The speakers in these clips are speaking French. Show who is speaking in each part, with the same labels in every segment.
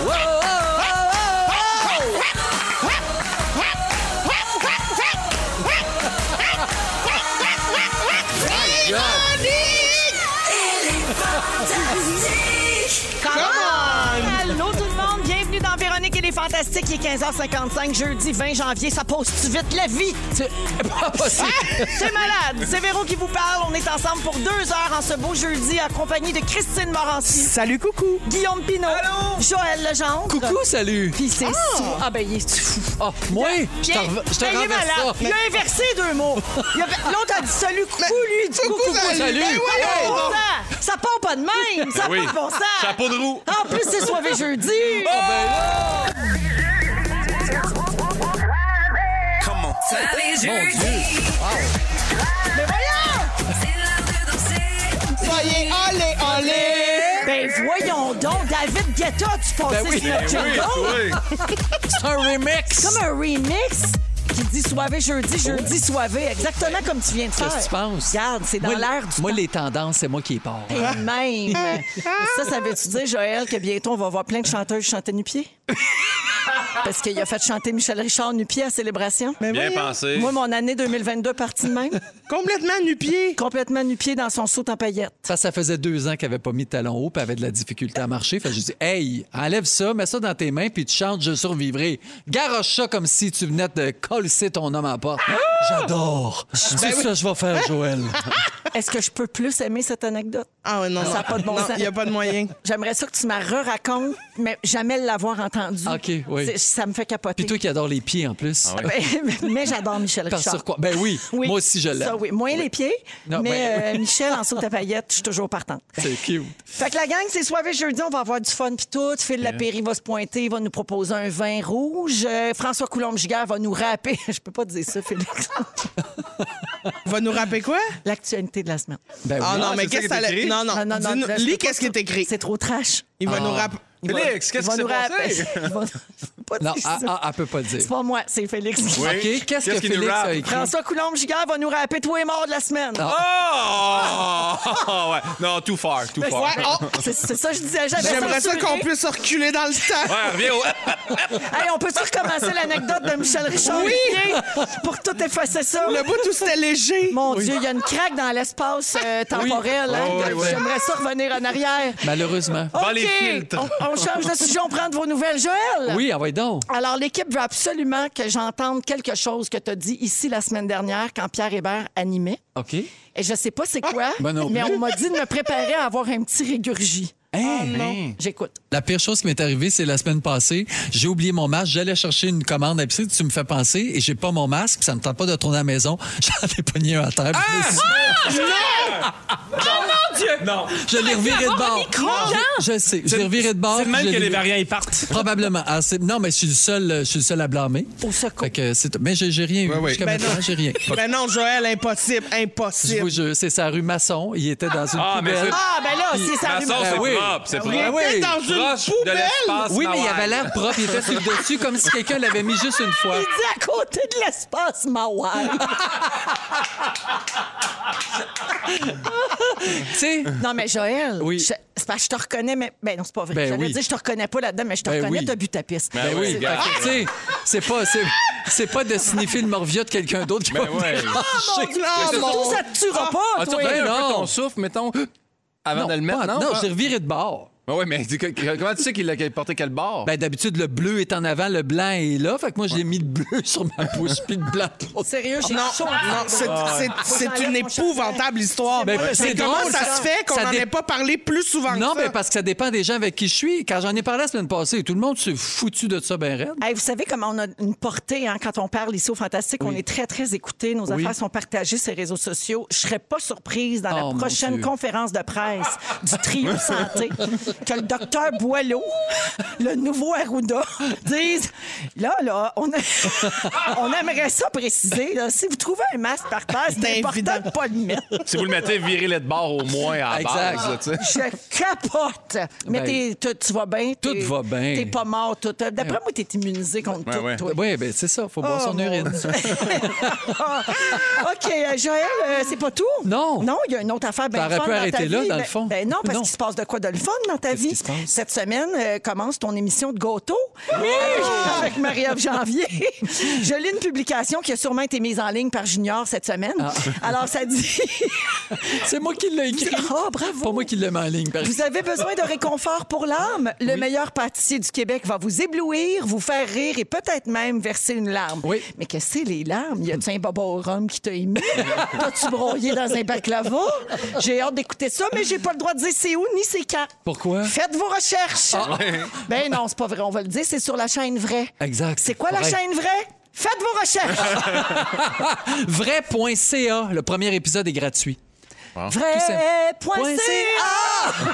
Speaker 1: Wow, wow, wow, wow.
Speaker 2: Allô tout le monde, bienvenue dans Véronique et les Fantastiques. Il est 15h55, jeudi 20 janvier. Ça pose-tu vite la vie?
Speaker 1: C'est pas possible.
Speaker 2: Ah, C'est malade. C'est Véro qui vous parle. On est ensemble pour deux heures en ce beau jeudi accompagné de Christine Morancy. Salut, coucou. Guillaume Pinot. Joël Legendre.
Speaker 1: Coucou, salut!
Speaker 2: Puis c'est sou- Ah ben, il est fou.
Speaker 1: Oh, moi, je te
Speaker 2: Pierre-
Speaker 1: rev- je te
Speaker 2: Ben, il est
Speaker 1: renverse
Speaker 2: malade. Il
Speaker 1: ça.
Speaker 2: a inversé deux mots. Il a- L'autre a dit salut, coucou, lui, il dit coucou, coucou.
Speaker 1: salut.
Speaker 2: Ben,
Speaker 1: Salut.
Speaker 2: voyons donc. Ça part pas de même.
Speaker 3: Ben
Speaker 2: Ça
Speaker 4: Oui.
Speaker 2: part pas de bon sens.
Speaker 4: Chapeau de roue.
Speaker 2: En plus, c'est soivé jeudi.
Speaker 3: Oh,
Speaker 1: Ah, ben là, mon Dieu!
Speaker 5: Soyez olé, olé!
Speaker 2: Ben voyons donc, David Guetta, tu passais
Speaker 1: Ben oui,
Speaker 2: sur
Speaker 1: ben
Speaker 2: notre
Speaker 4: Oui,
Speaker 2: jungle.
Speaker 4: oui.
Speaker 1: C'est un remix!
Speaker 2: Comme un remix qui dit soivé jeudi, jeudi soivé, exactement comme tu viens de faire.
Speaker 1: Qu'est-ce que tu penses?
Speaker 2: Regarde, c'est dans
Speaker 1: Moi,
Speaker 2: l'air du
Speaker 1: Moi, les tendances, c'est moi qui les porte.
Speaker 2: temps même. ça, ça veut-tu dire, Joël, que bientôt on va voir plein de chanteuses chanter nu-pied? Parce qu'il a fait chanter Michel Richard nu-pied à Célébration.
Speaker 4: Bien pensé.
Speaker 2: Moi, mon année 2022 partie de même,
Speaker 5: Complètement nu-pied!
Speaker 2: complètement nu-pied dans son saut en paillettes.
Speaker 1: Ça, ça faisait deux ans qu'il n'avait pas mis de talons hauts et avait de la difficulté à marcher. Fait que j'ai dit, hey, enlève ça, mets ça dans tes mains puis tu chantes, je survivrai. Garoche ça comme si tu venais de coller ton homme à la porte. Ben J'adore. Ah! C'est
Speaker 3: Ben,
Speaker 1: ça que je vais faire, Joël.
Speaker 2: Est-ce que je peux plus aimer cette anecdote?
Speaker 5: Ah ouais, non,
Speaker 2: Ça a pas de bon
Speaker 5: Non,
Speaker 2: sens.
Speaker 5: Il n'y a pas de moyen.
Speaker 2: J'aimerais ça que tu me re-racontes, mais jamais l'avoir entendu.
Speaker 1: OK, oui.
Speaker 2: C'est- Ça me fait capoter.
Speaker 1: Puis toi qui adore les pieds en plus.
Speaker 4: Ah
Speaker 2: Mais- mais j'adore Michel
Speaker 1: Par
Speaker 2: Richard.
Speaker 1: sur quoi? Ah Ben oui, moi aussi je l'aime.
Speaker 2: Ça, oui. Moins les pieds,
Speaker 1: Non,
Speaker 2: mais
Speaker 1: ben-
Speaker 2: euh, Michel en saute à paillettes, je suis toujours partante.
Speaker 1: C'est cute.
Speaker 2: Fait que la gang, c'est soirée jeudi, on va avoir du fun puis tout. Phil Lapéry va se pointer, il va nous proposer un vin rouge. Euh, François Coulombe-Giguère va nous rapper. Je peux pas dire ça, Félix.
Speaker 5: Va nous rappeler quoi?
Speaker 2: L'actualité de la semaine.
Speaker 1: Ben oui.
Speaker 5: Ah non,
Speaker 4: c'est
Speaker 5: mais
Speaker 4: ça
Speaker 5: qu'est-ce
Speaker 4: qui
Speaker 5: que
Speaker 4: est
Speaker 5: ça
Speaker 4: écrit?
Speaker 5: Non, non,
Speaker 2: Non, non, non.
Speaker 5: dis-nous-
Speaker 2: je peux
Speaker 5: lis
Speaker 2: pas
Speaker 5: qu'est-ce qui
Speaker 2: tout-
Speaker 5: est écrit.
Speaker 2: C'est trop trash.
Speaker 5: Il
Speaker 1: Ah.
Speaker 5: va nous rappeler.
Speaker 2: Il va-
Speaker 4: Félix, qu'est-ce
Speaker 2: il va
Speaker 4: qui
Speaker 2: nous
Speaker 4: s'est passé?
Speaker 2: rappeler. Il va- je peux pas
Speaker 1: Non,
Speaker 2: dire
Speaker 1: elle-
Speaker 2: ça.
Speaker 1: elle- elle peut pas le dire.
Speaker 2: C'est pas moi, c'est Félix.
Speaker 4: Oui.
Speaker 1: OK, qu'est-ce que
Speaker 4: Qu'est-ce qu'il nous
Speaker 1: Félix a
Speaker 4: rappe?
Speaker 1: écrit? Ah.
Speaker 2: François Coulombe-Giguère va nous rapper tous les morts de la semaine.
Speaker 4: Oh! ouais. Non, too far, too far.
Speaker 5: Ouais, oh,
Speaker 2: C'est c'est ça que je disais. j'avais
Speaker 5: J'aimerais ça
Speaker 2: censuré.
Speaker 5: qu'on puisse reculer dans le temps.
Speaker 4: Ouais, reviens au...
Speaker 2: Hey, on peut-tu recommencer l'anecdote de Michel Richard?
Speaker 5: Oui!
Speaker 2: Olivier Pour tout effacer ça.
Speaker 5: Le bout où c'était léger.
Speaker 2: Mon Dieu, il y a une craque dans l'espace euh, temporel. hein.
Speaker 4: Oui, oui,
Speaker 2: J'aimerais ça revenir en arrière.
Speaker 1: Malheureusement.
Speaker 4: Dans les
Speaker 2: OK.
Speaker 4: filtres.
Speaker 2: On, on change de sujet, on prend de vos nouvelles. Joël!
Speaker 1: Oui, envoyez donc.
Speaker 2: Alors, l'équipe veut absolument que j'entende quelque chose que tu as dit ici la semaine dernière quand Pierre Hébert animait.
Speaker 1: OK.
Speaker 2: Et je sais pas c'est quoi,
Speaker 1: Ben non
Speaker 2: mais
Speaker 1: plus. Hein?
Speaker 2: on m'a dit de me préparer à avoir un petit régurgie.
Speaker 1: Hey.
Speaker 2: J'écoute.
Speaker 1: La pire chose qui m'est arrivée, c'est la semaine passée. J'ai oublié mon masque. J'allais chercher une commande à l'épicerie. Tu me fais penser et j'ai pas mon masque. puis Ça me tente pas de retourner à la maison. J'en ai pogné un à terre. puis je
Speaker 3: Hein? Ah!
Speaker 1: me suis-
Speaker 2: Oh,
Speaker 6: Non.
Speaker 1: Je l'ai reviré de bord. Je sais. Je l'ai reviré de bord.
Speaker 6: C'est de même
Speaker 1: je
Speaker 6: que
Speaker 1: l'ai-
Speaker 6: les variants ils partent.
Speaker 1: Probablement. Ah, c'est- non, mais je suis le seul, euh, je suis le seul à blâmer.
Speaker 2: Au secours.
Speaker 1: Fait que c'est- mais j'ai j'ai rien eu.
Speaker 5: Ouais, ouais.
Speaker 1: Jusqu'à
Speaker 5: Ben
Speaker 1: maintenant,
Speaker 5: non.
Speaker 1: j'ai rien.
Speaker 5: Ben non, Joël, impossible,
Speaker 1: Je vous
Speaker 5: impossible.
Speaker 1: jure, c'est sa rue Masson. Il était dans une
Speaker 4: Ah, mais
Speaker 1: poubelle.
Speaker 4: c'est-
Speaker 2: Ah, ben là, c'est ça.
Speaker 4: Façon, c'est
Speaker 1: oui. Ben
Speaker 4: propre, c'est propre.
Speaker 5: Il était dans une
Speaker 4: Proche de
Speaker 5: poubelle.
Speaker 4: l'espace
Speaker 1: Oui, mais il
Speaker 4: Mawai.
Speaker 1: avait l'air propre. Il était sur le dessus comme si quelqu'un l'avait mis juste une fois.
Speaker 2: Il dit à côté de l'espace Mawai.
Speaker 1: Tu sais,
Speaker 2: Non, mais Joël,
Speaker 1: Oui.
Speaker 2: je- c'est parce que je te reconnais, mais. Ben non, c'est pas vrai.
Speaker 1: Ben
Speaker 2: J'allais
Speaker 1: oui.
Speaker 2: dire, je te reconnais pas là-dedans, mais je te
Speaker 1: Ben
Speaker 2: reconnais,
Speaker 1: oui.
Speaker 2: t'as bu ta piste.
Speaker 1: Ben oui,
Speaker 4: gars.
Speaker 1: fait que, tu sais, c'est pas, c'est, c'est pas de signifier le morvia de quelqu'un d'autre qui
Speaker 4: Ben
Speaker 1: va
Speaker 6: Oh,
Speaker 4: ouais.
Speaker 1: venir manger.
Speaker 5: Ah,
Speaker 2: Surtout,
Speaker 5: mon-
Speaker 2: ça te tuera pas,
Speaker 6: As-tu
Speaker 2: toi.
Speaker 1: Ben
Speaker 6: regardé un
Speaker 1: non.
Speaker 6: peu ton souffle, mettons, avant de le mettre?
Speaker 1: pas-
Speaker 6: Non,
Speaker 1: j'ai reviré de bord.
Speaker 6: Ah ouais, mais dis que- que- comment tu sais qu'il a porté quel bord?
Speaker 1: Ben d'habitude, le bleu est en avant, le blanc est là. Fait que moi, j'ai mis le bleu sur ma bouche, puis le blanc.
Speaker 2: Sérieux, j'ai
Speaker 5: Oh. Non,
Speaker 2: chaud.
Speaker 5: non, c'est-
Speaker 6: Ah.
Speaker 1: Ah.
Speaker 5: c'est- c'est une épouvantable histoire.
Speaker 1: Ben,
Speaker 5: Mais
Speaker 1: c'est
Speaker 5: comment
Speaker 1: drôle,
Speaker 5: ça
Speaker 1: ça.
Speaker 5: se fait qu'on
Speaker 1: Ça
Speaker 5: n'en
Speaker 1: dé-
Speaker 5: ait pas parlé plus souvent que
Speaker 1: Non,
Speaker 5: ça?
Speaker 1: mais parce que ça dépend des gens avec qui je suis. Quand j'en ai parlé la semaine passée, tout le monde s'est foutu de ça ben raide.
Speaker 2: Hey, vous savez comment on a une portée hein, quand on parle ici au Fantastique, on est très, très écoutés, nos affaires sont partagées sur les réseaux sociaux. Je serais pas surprise dans
Speaker 1: Oh, mon
Speaker 2: la prochaine
Speaker 1: Dieu.
Speaker 2: conférence de presse du trio santé que le docteur Boileau, le nouveau Arruda, dise là, là, on, a- on aimerait ça préciser. là, si vous trouvez un masque par terre, c'est
Speaker 5: C'est
Speaker 2: important
Speaker 5: évident.
Speaker 2: de pas le mettre.
Speaker 6: Ben, Si vous le mettez, virez-le de bord au moins à la
Speaker 1: Exact.
Speaker 6: base. là, tu sais.
Speaker 2: Je capote. Mais
Speaker 1: Ben,
Speaker 2: t'es- t'es- tu vas bien.
Speaker 1: tout
Speaker 2: t'es-
Speaker 1: va bien.
Speaker 2: T'es pas mort. tout. D'après moi, t'es immunisé contre
Speaker 4: Ouais,
Speaker 2: tout.
Speaker 4: ouais.
Speaker 2: toi.
Speaker 1: Oui, ben c'est ça, faut boire
Speaker 2: Oh,
Speaker 1: son
Speaker 2: mon
Speaker 1: urine.
Speaker 2: OK, euh, Joël, euh, c'est pas tout?
Speaker 1: Non.
Speaker 2: Non, il y a une autre affaire bien
Speaker 1: Ça aurait
Speaker 2: fun
Speaker 1: pu
Speaker 2: dans ta
Speaker 1: arrêter là,
Speaker 2: vie.
Speaker 1: dans le
Speaker 2: Ben-
Speaker 1: fond.
Speaker 2: Ben non, parce
Speaker 1: Non.
Speaker 2: qu'il se passe de quoi de le fun dans ta
Speaker 1: Qu'est-ce
Speaker 2: vie.
Speaker 1: qui se passe?
Speaker 2: Cette semaine euh, commence ton émission de gâteau Euh, avec, avec Marie-Ève Janvier. Je lis une publication qui a sûrement été mise en ligne par Junior cette semaine.
Speaker 1: Ah.
Speaker 2: Alors, ça dit...
Speaker 1: C'est moi qui l'ai écrit.
Speaker 2: Oh, bravo!
Speaker 1: Pas moi qui l'ai mis en ligne. par-
Speaker 2: Vous avez besoin de réconfort pour l'âme? Le meilleur pâtissier du Québec va vous éblouir, vous faire rire et peut-être même verser une larme.
Speaker 1: Oui.
Speaker 2: Mais qu'est-ce que c'est, les larmes? Y a-tu un baba au rhum qui t'a ému? T'as-tu broyé dans un baklava? J'ai hâte d'écouter ça, mais j'ai pas le droit de dire c'est où ni c'est quand.
Speaker 1: Pourquoi? Ah.
Speaker 2: Faites vos recherches! Ben non, c'est pas vrai, on va le dire, c'est sur la chaîne vraie.
Speaker 1: Exact.
Speaker 2: C'est quoi la
Speaker 1: Correct.
Speaker 2: chaîne vraie? Faites vos recherches!
Speaker 1: Vrai.ca, le premier épisode est gratuit. Ah, Point
Speaker 2: Vrai.ca!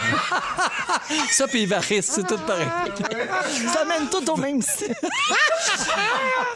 Speaker 1: Ça, puis Ivaris, c'est tout pareil.
Speaker 2: Ça mène tout au même site.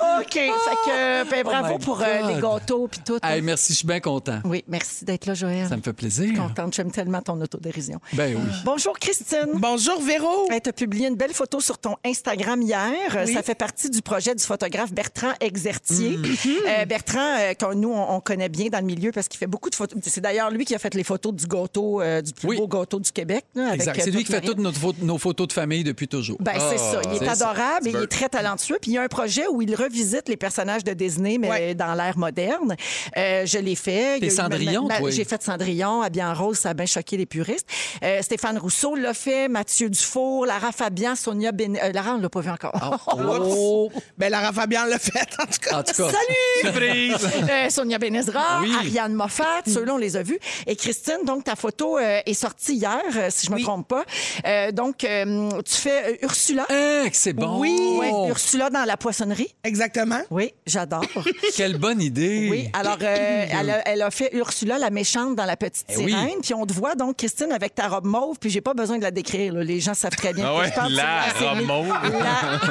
Speaker 2: OK. Fait que, ben, bravo
Speaker 1: Oh my
Speaker 2: pour euh,
Speaker 1: God.
Speaker 2: les gâteaux puis tout.
Speaker 1: Hey, merci, je suis bien content.
Speaker 2: Oui, merci d'être là, Joël.
Speaker 1: Ça me fait plaisir.
Speaker 2: Je suis contente. J'aime tellement ton autodérision.
Speaker 1: Ben oui.
Speaker 2: Bonjour, Christine.
Speaker 5: Bonjour, Véro.
Speaker 2: Tu as publié une belle photo sur ton Instagram hier. Euh, Ça fait partie du projet du photographe Bertrand Exertier.
Speaker 1: Mhm.
Speaker 2: Euh, Bertrand, euh, que nous, on, on connaît bien dans le milieu parce qu'il fait beaucoup de photos. C'est d'ailleurs lui qui a fait les photos du gâteau, euh, du plus
Speaker 1: Oui.
Speaker 2: beau gâteau du Québec. là, avec,
Speaker 1: Exact.
Speaker 2: euh,
Speaker 1: C'est lui
Speaker 2: toute
Speaker 1: qui fait
Speaker 2: Marie-
Speaker 1: toutes notre photo- nos photos de famille depuis toujours.
Speaker 2: Ben, c'est ça. Il est,
Speaker 1: Ah, c'est ça.
Speaker 2: adorable et il est très talentueux. Puis il y a un projet où il revisite les personnages de Disney, mais
Speaker 5: Ouais.
Speaker 2: dans l'ère moderne. Euh, je l'ai fait. Il y a eu
Speaker 1: Cendrillon,
Speaker 2: ma- ma-
Speaker 1: toi.
Speaker 2: J'ai fait Cendrillon, habillé en rose, ça a bien choqué les puristes. Euh, Stéphane Rousseau l'a fait, Mathieu Dufour, Lara Fabian, Sonia Ben... euh, Lara, on l'a pas vu encore.
Speaker 1: Ah, Oh!
Speaker 5: Ben, Lara Fabian l'a fait, en tout cas.
Speaker 1: En tout cas,
Speaker 2: Salut!
Speaker 4: Surprise!
Speaker 2: Euh, Sonia Benezra,
Speaker 1: Oui. Mm.
Speaker 2: Ariane Moffat, ceux-là, on les a vus. Et Christine, donc, ta photo euh, est sortie hier, euh, si je me trompe pas. Euh, donc, euh, tu fais euh, Ursula.
Speaker 1: hein, que c'est bon.
Speaker 2: Oui, Ursula dans la poissonnerie.
Speaker 5: Exactement.
Speaker 2: Oui, j'adore.
Speaker 1: Quelle bonne idée.
Speaker 2: Oui, alors euh, elle, a, elle a fait Ursula la méchante dans la petite
Speaker 1: Eh oui.
Speaker 2: sirène, puis on te voit donc Christine avec ta robe mauve, puis j'ai pas besoin de la décrire, là. les gens savent très bien. de
Speaker 4: Ah
Speaker 2: quoi
Speaker 4: ouais,
Speaker 2: je parle,
Speaker 4: la
Speaker 2: c'est série.
Speaker 4: robe mauve.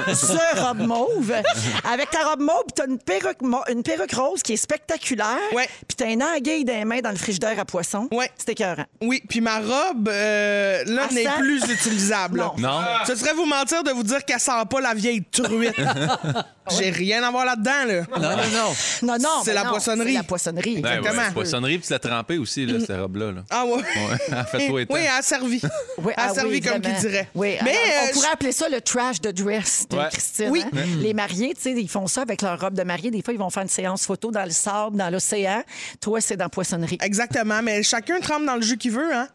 Speaker 2: La ce robe mauve. Avec ta robe mauve, t'as une perruque mau- une perruque rose qui est spectaculaire,
Speaker 5: Ouais.
Speaker 2: puis t'as un anguille dans les mains dans le frigidaire à poisson.
Speaker 5: Ouais.
Speaker 2: C'est écœurant.
Speaker 5: Oui, puis ma robe, euh, là,
Speaker 2: Elle
Speaker 5: n'est
Speaker 2: sent-
Speaker 5: plus utilisable. là.
Speaker 4: Non.
Speaker 2: Ah.
Speaker 5: Ce serait vous mentir de vous dire qu'elle sent pas la vieille truite. J'ai rien à voir là-dedans, là.
Speaker 1: Ah Non, non, non. Ben
Speaker 2: Non, non,
Speaker 5: C'est
Speaker 2: mais
Speaker 5: la
Speaker 2: non,
Speaker 5: poissonnerie.
Speaker 2: C'est la poissonnerie.
Speaker 6: Ben
Speaker 4: Ouais,
Speaker 5: Exactement.
Speaker 4: ouais, poissonnerie, puis tu l'as trempé aussi, là, cette robe-là. là.
Speaker 5: Ah ouais?
Speaker 4: Ouais, fais-toi éteindre.
Speaker 5: oui, elle
Speaker 2: hein?
Speaker 5: a servi.
Speaker 2: Oui,
Speaker 5: elle a
Speaker 2: ah
Speaker 5: servi
Speaker 2: oui,
Speaker 5: comme qui
Speaker 2: vraiment.
Speaker 5: dirait.
Speaker 2: Oui,
Speaker 5: Mais
Speaker 2: alors,
Speaker 5: euh,
Speaker 2: on pourrait appeler ça le trash de dress de
Speaker 4: Ouais.
Speaker 2: Christine.
Speaker 5: Oui.
Speaker 2: hein. Les mariés, tu sais, ils font ça avec leur robe de mariée. Des fois, ils vont faire une séance photo dans le sable, dans l'océan. Toi, c'est dans poissonnerie.
Speaker 5: Exactement, mais chacun trempe dans le jus qu'il veut, hein?